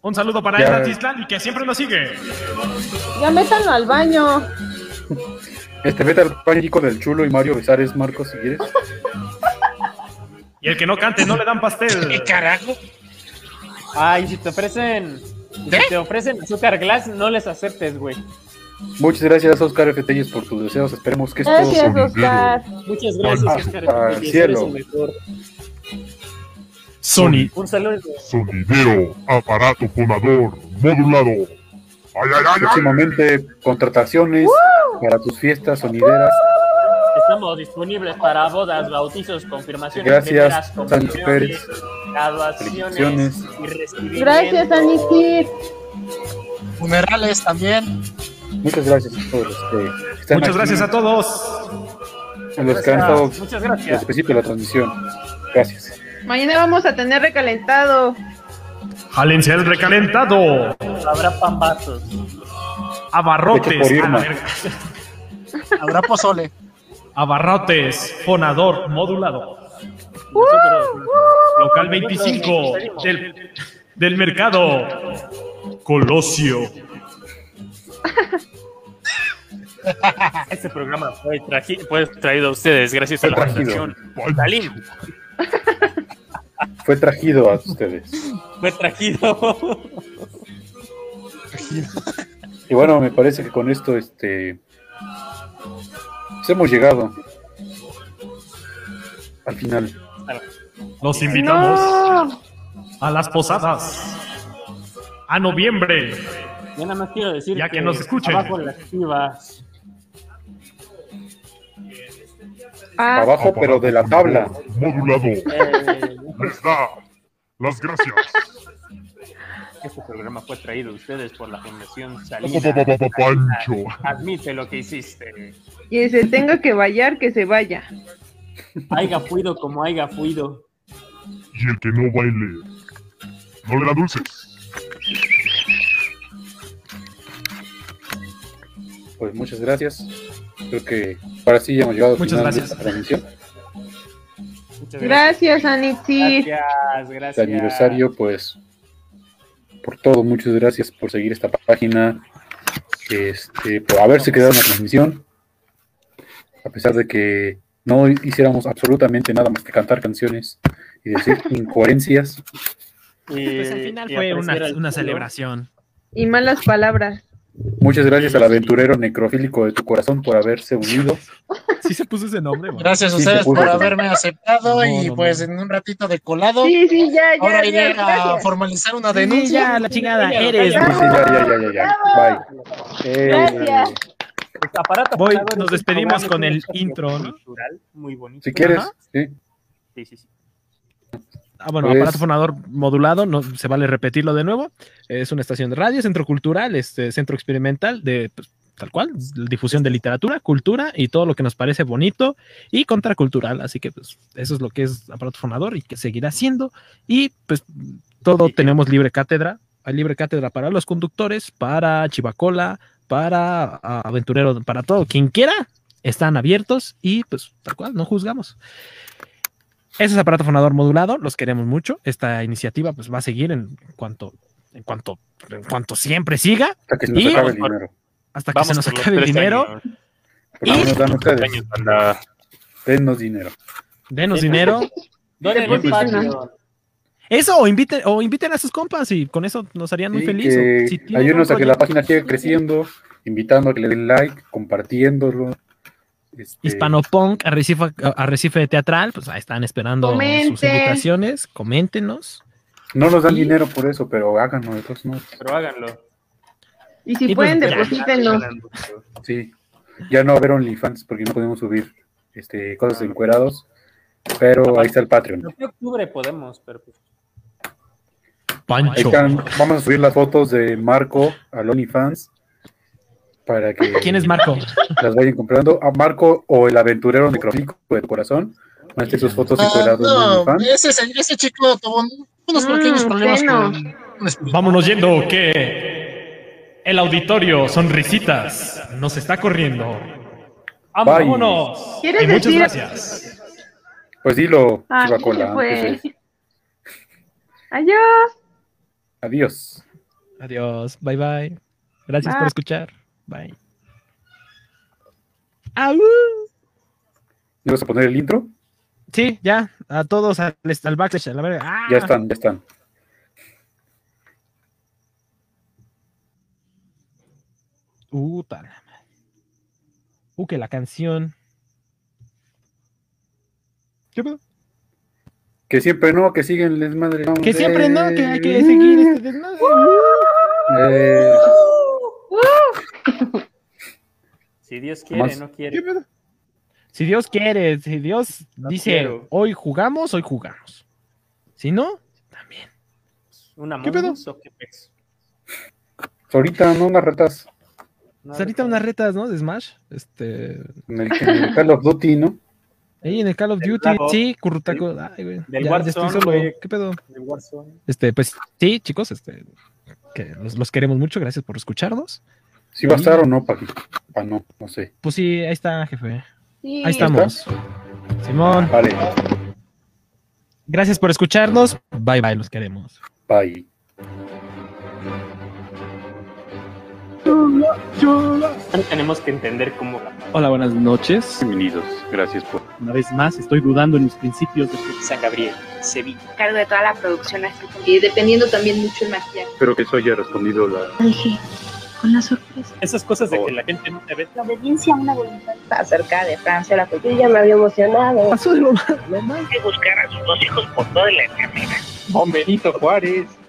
Un saludo para
Ya.
Edna Tislán y que siempre nos sigue.
Ya métanlo al baño.
Este, vete al pánico del chulo y Mario Besares, Marcos, si quieres.
Y el que no cante no le dan pastel.
¿Qué carajo? Ay, si te ofrecen. Si te ofrecen azúcar glass, no les aceptes, güey.
Muchas gracias, Oscar F. Telles, por tus deseos. Esperemos que esto
Gracias,
sobreviva.
Muchas gracias,
Ah,
Oscar.
Al
Eres
cielo.
el mejor.
Sony.
Un saludo.
Sonidero, aparato fonador, modulado.
Próximamente, contrataciones para tus fiestas sonideras.
Estamos disponibles para bodas, bautizos, confirmaciones,
Gracias,
primeras
Sánchez
comuniones,
Pérez.
graduaciones
Felicitaciones.
y recibimientos.
Gracias, Anisir.
Funerales también.
Muchas gracias a todos los que están
Muchas
aquí,
gracias a todos.
a los que han estado
Ah,
Muchas gracias.
desde el principio de la transmisión. Gracias.
Mañana vamos a tener recalentado.
Jálense el recalentado.
Habrá pambazos.
Vete por
Abarrotes.
Irma.
a la verga.
Habrá pozole.
Abarrotes, fonador, modulado.
Uh,
Local 25 del, del mercado. Colosio.
Este programa fue, traji- fue traído a ustedes gracias a la fundación Talim.
Fue trajido a ustedes.
Fue trajido.
Y bueno, me parece que con esto, este. pues hemos llegado al final.
Los invitamos a las posadas. A noviembre.
Yo nada más quiero decir
Ya que nos escuchen.
Abajo las chivas.
Ah,
Abajo, pero de la tabla.
Modulado.
Eh,
Les da las gracias.
este programa fue traído a ustedes por la fundación
Pa, pa, pa, pa, pa,
Salina.
Pancho.
Admite lo que hiciste.
Quien se tenga que vallar, que se vaya.
Haiga fuido como haiga fuido.
Y el que no baile, no le da dulces.
Pues muchas gracias. Creo que para sí hemos llegado al
Muchas
final
gracias.
de esta transmisión.
Gracias, Anitsi.
Gracias,
de aniversario, pues por todo, muchas gracias por seguir esta página, este, por haberse quedado en la transmisión, a pesar de que no hiciéramos absolutamente nada más que cantar canciones y decir incoherencias.
Y,
Pues al final
y
fue una,
apreciar al
una
pueblo.
celebración.
Y malas palabras.
Muchas gracias al aventurero necrofílico de tu corazón por haberse unido.
Sí se puso ese nombre, güey.
Gracias a
Sí,
ustedes
se pudo.
por haberme aceptado
No,
y
no,
pues en un ratito de colado.
Sí, sí, ya, ya,
Ahora
ya,
iré a
gracias.
formalizar una
Sí,
denuncia.
ya, la chingada,
Ya,
eres-
ya, ya.
Sí, ya, ya, ya, ya, ya. Bye. Eh,
Gracias.
Voy,
Aparato
nos
es un
despedimos
programa
con
de
el
educación
intro, ¿no?
cultural Muy bonito.
si quieres,
Ajá.
sí.
Sí, sí, sí.
Ah, bueno,
Pues-
aparato fonador modulado, no se vale repetirlo de nuevo. Es una estación de radio, centro cultural, este centro experimental de pues, tal cual, difusión de literatura, cultura y todo lo que nos parece bonito y contracultural. Así que pues eso es lo que es aparato fonador y que seguirá siendo. Y pues todo tenemos libre cátedra. Hay libre cátedra para los conductores, para Chivacola, para ah, aventurero, para todo. Quien quiera, están abiertos y pues tal cual, no juzgamos. Ese es aparato fonador modulado, los queremos mucho. Esta iniciativa pues va a seguir en cuanto, en cuanto, en cuanto siempre siga.
Hasta que se nos
Y-
acabe el dinero.
Hasta que se nos acabe el dinero.
Por lo menos dan ustedes. Dennos dinero.
Denos dinero.
Donen
Pues,
un Patreon.
Eso, o inviten, o inviten a sus compas y con eso nos harían muy
Sí,
felices.
que
Si tienen
ayúdenos
un
a que la
proyecto-
página siga creciendo, invitando a que le den like, compartiéndolo. este,
Hispanopunk, Arrecife, Arrecife Teatral, pues ahí están esperando sus
Comenten.
invitaciones, coméntenos.
No nos dan dinero por eso, pero háganlo de todos modos.
Pero háganlo.
Y si
Y pues,
pueden,
ya.
deposítenlos.
Sí. Ya no va a haber OnlyFans porque no podemos subir este, cosas de encuerados, pero ahí está el Patreon.
En octubre podemos, pero pues,
Ahí están- vamos a subir las fotos de Marco al OnlyFans para que
¿Quién es Marco?
las vayan comprando. A Marco o el aventurero necrofílico de corazón. Van a estar sus
Oh,
fotos
Ah,
encuerados en
no,
OnlyFans.
ese, se- ese chico tuvo un- unos pequeños
Mm,
problemas
bueno.
con-
Vámonos yendo, que el auditorio, sonrisitas, nos está corriendo. Ah, Vámonos.
¿Quieres
Y muchas
decir-
gracias.
Pues dilo,
Ah,
Chivacola.
se fue.
pues.
antes eh. de-
Adiós.
Adiós.
Adiós. Bye bye. Gracias
Bye.
por escuchar. Bye.
¿Me vas a poner el intro?
Sí, ya, a todos al, al backslash, a la verga. ¡Ah!
Ya están, ya están.
Puta la madre. Uh, que la canción. ¿Qué pedo?
Que siempre no, que siguen les madre.
Que siempre no, que hay que seguir este desmadre.
Eh,
Si Dios quiere,
Más-
no quiere.
Si Dios quiere, si Dios dice
quiero.
hoy jugamos, hoy jugamos. Si no,
¿Una
¿Qué pedo?
Mongoose o qué pex?
ahorita no las retas
pues ahorita unas retas, ¿no? De Smash. Este.
en el, en el Call of Duty, ¿no?
Ahí en el Call of Duty,
Blackout,
sí, Currutaco. Ay, güey.
Del
ya, ya estoy
Warzone,
solo.
güey.
¿Qué pedo?
Del Warzone.
Este, pues sí, chicos, este, que los, los queremos mucho, gracias por escucharnos.
Si va a estar o no, Paqui. Ah, no, no sé.
Pues sí, ahí está, jefe.
Sí.
Ahí estamos. Simón.
Vale.
Gracias por escucharnos. Bye bye, los queremos.
Bye.
Tenemos que entender cómo ganar.
Hola, buenas noches.
Bienvenidos, gracias por.
Una vez más, estoy dudando en mis principios. De...
San Gabriel, Sevilla.
cargo de toda la producción hasta el
Y dependiendo también mucho el maquillaje.
Espero que eso haya respondido la.
Dije, con la sorpresa.
Esas cosas de que la gente no te ve.
La obediencia a una voluntad.
Acerca de Francia, la política. ya me había emocionado.
Hay que buscar a sus dos hijos por toda la eternidad.
Benito Juárez.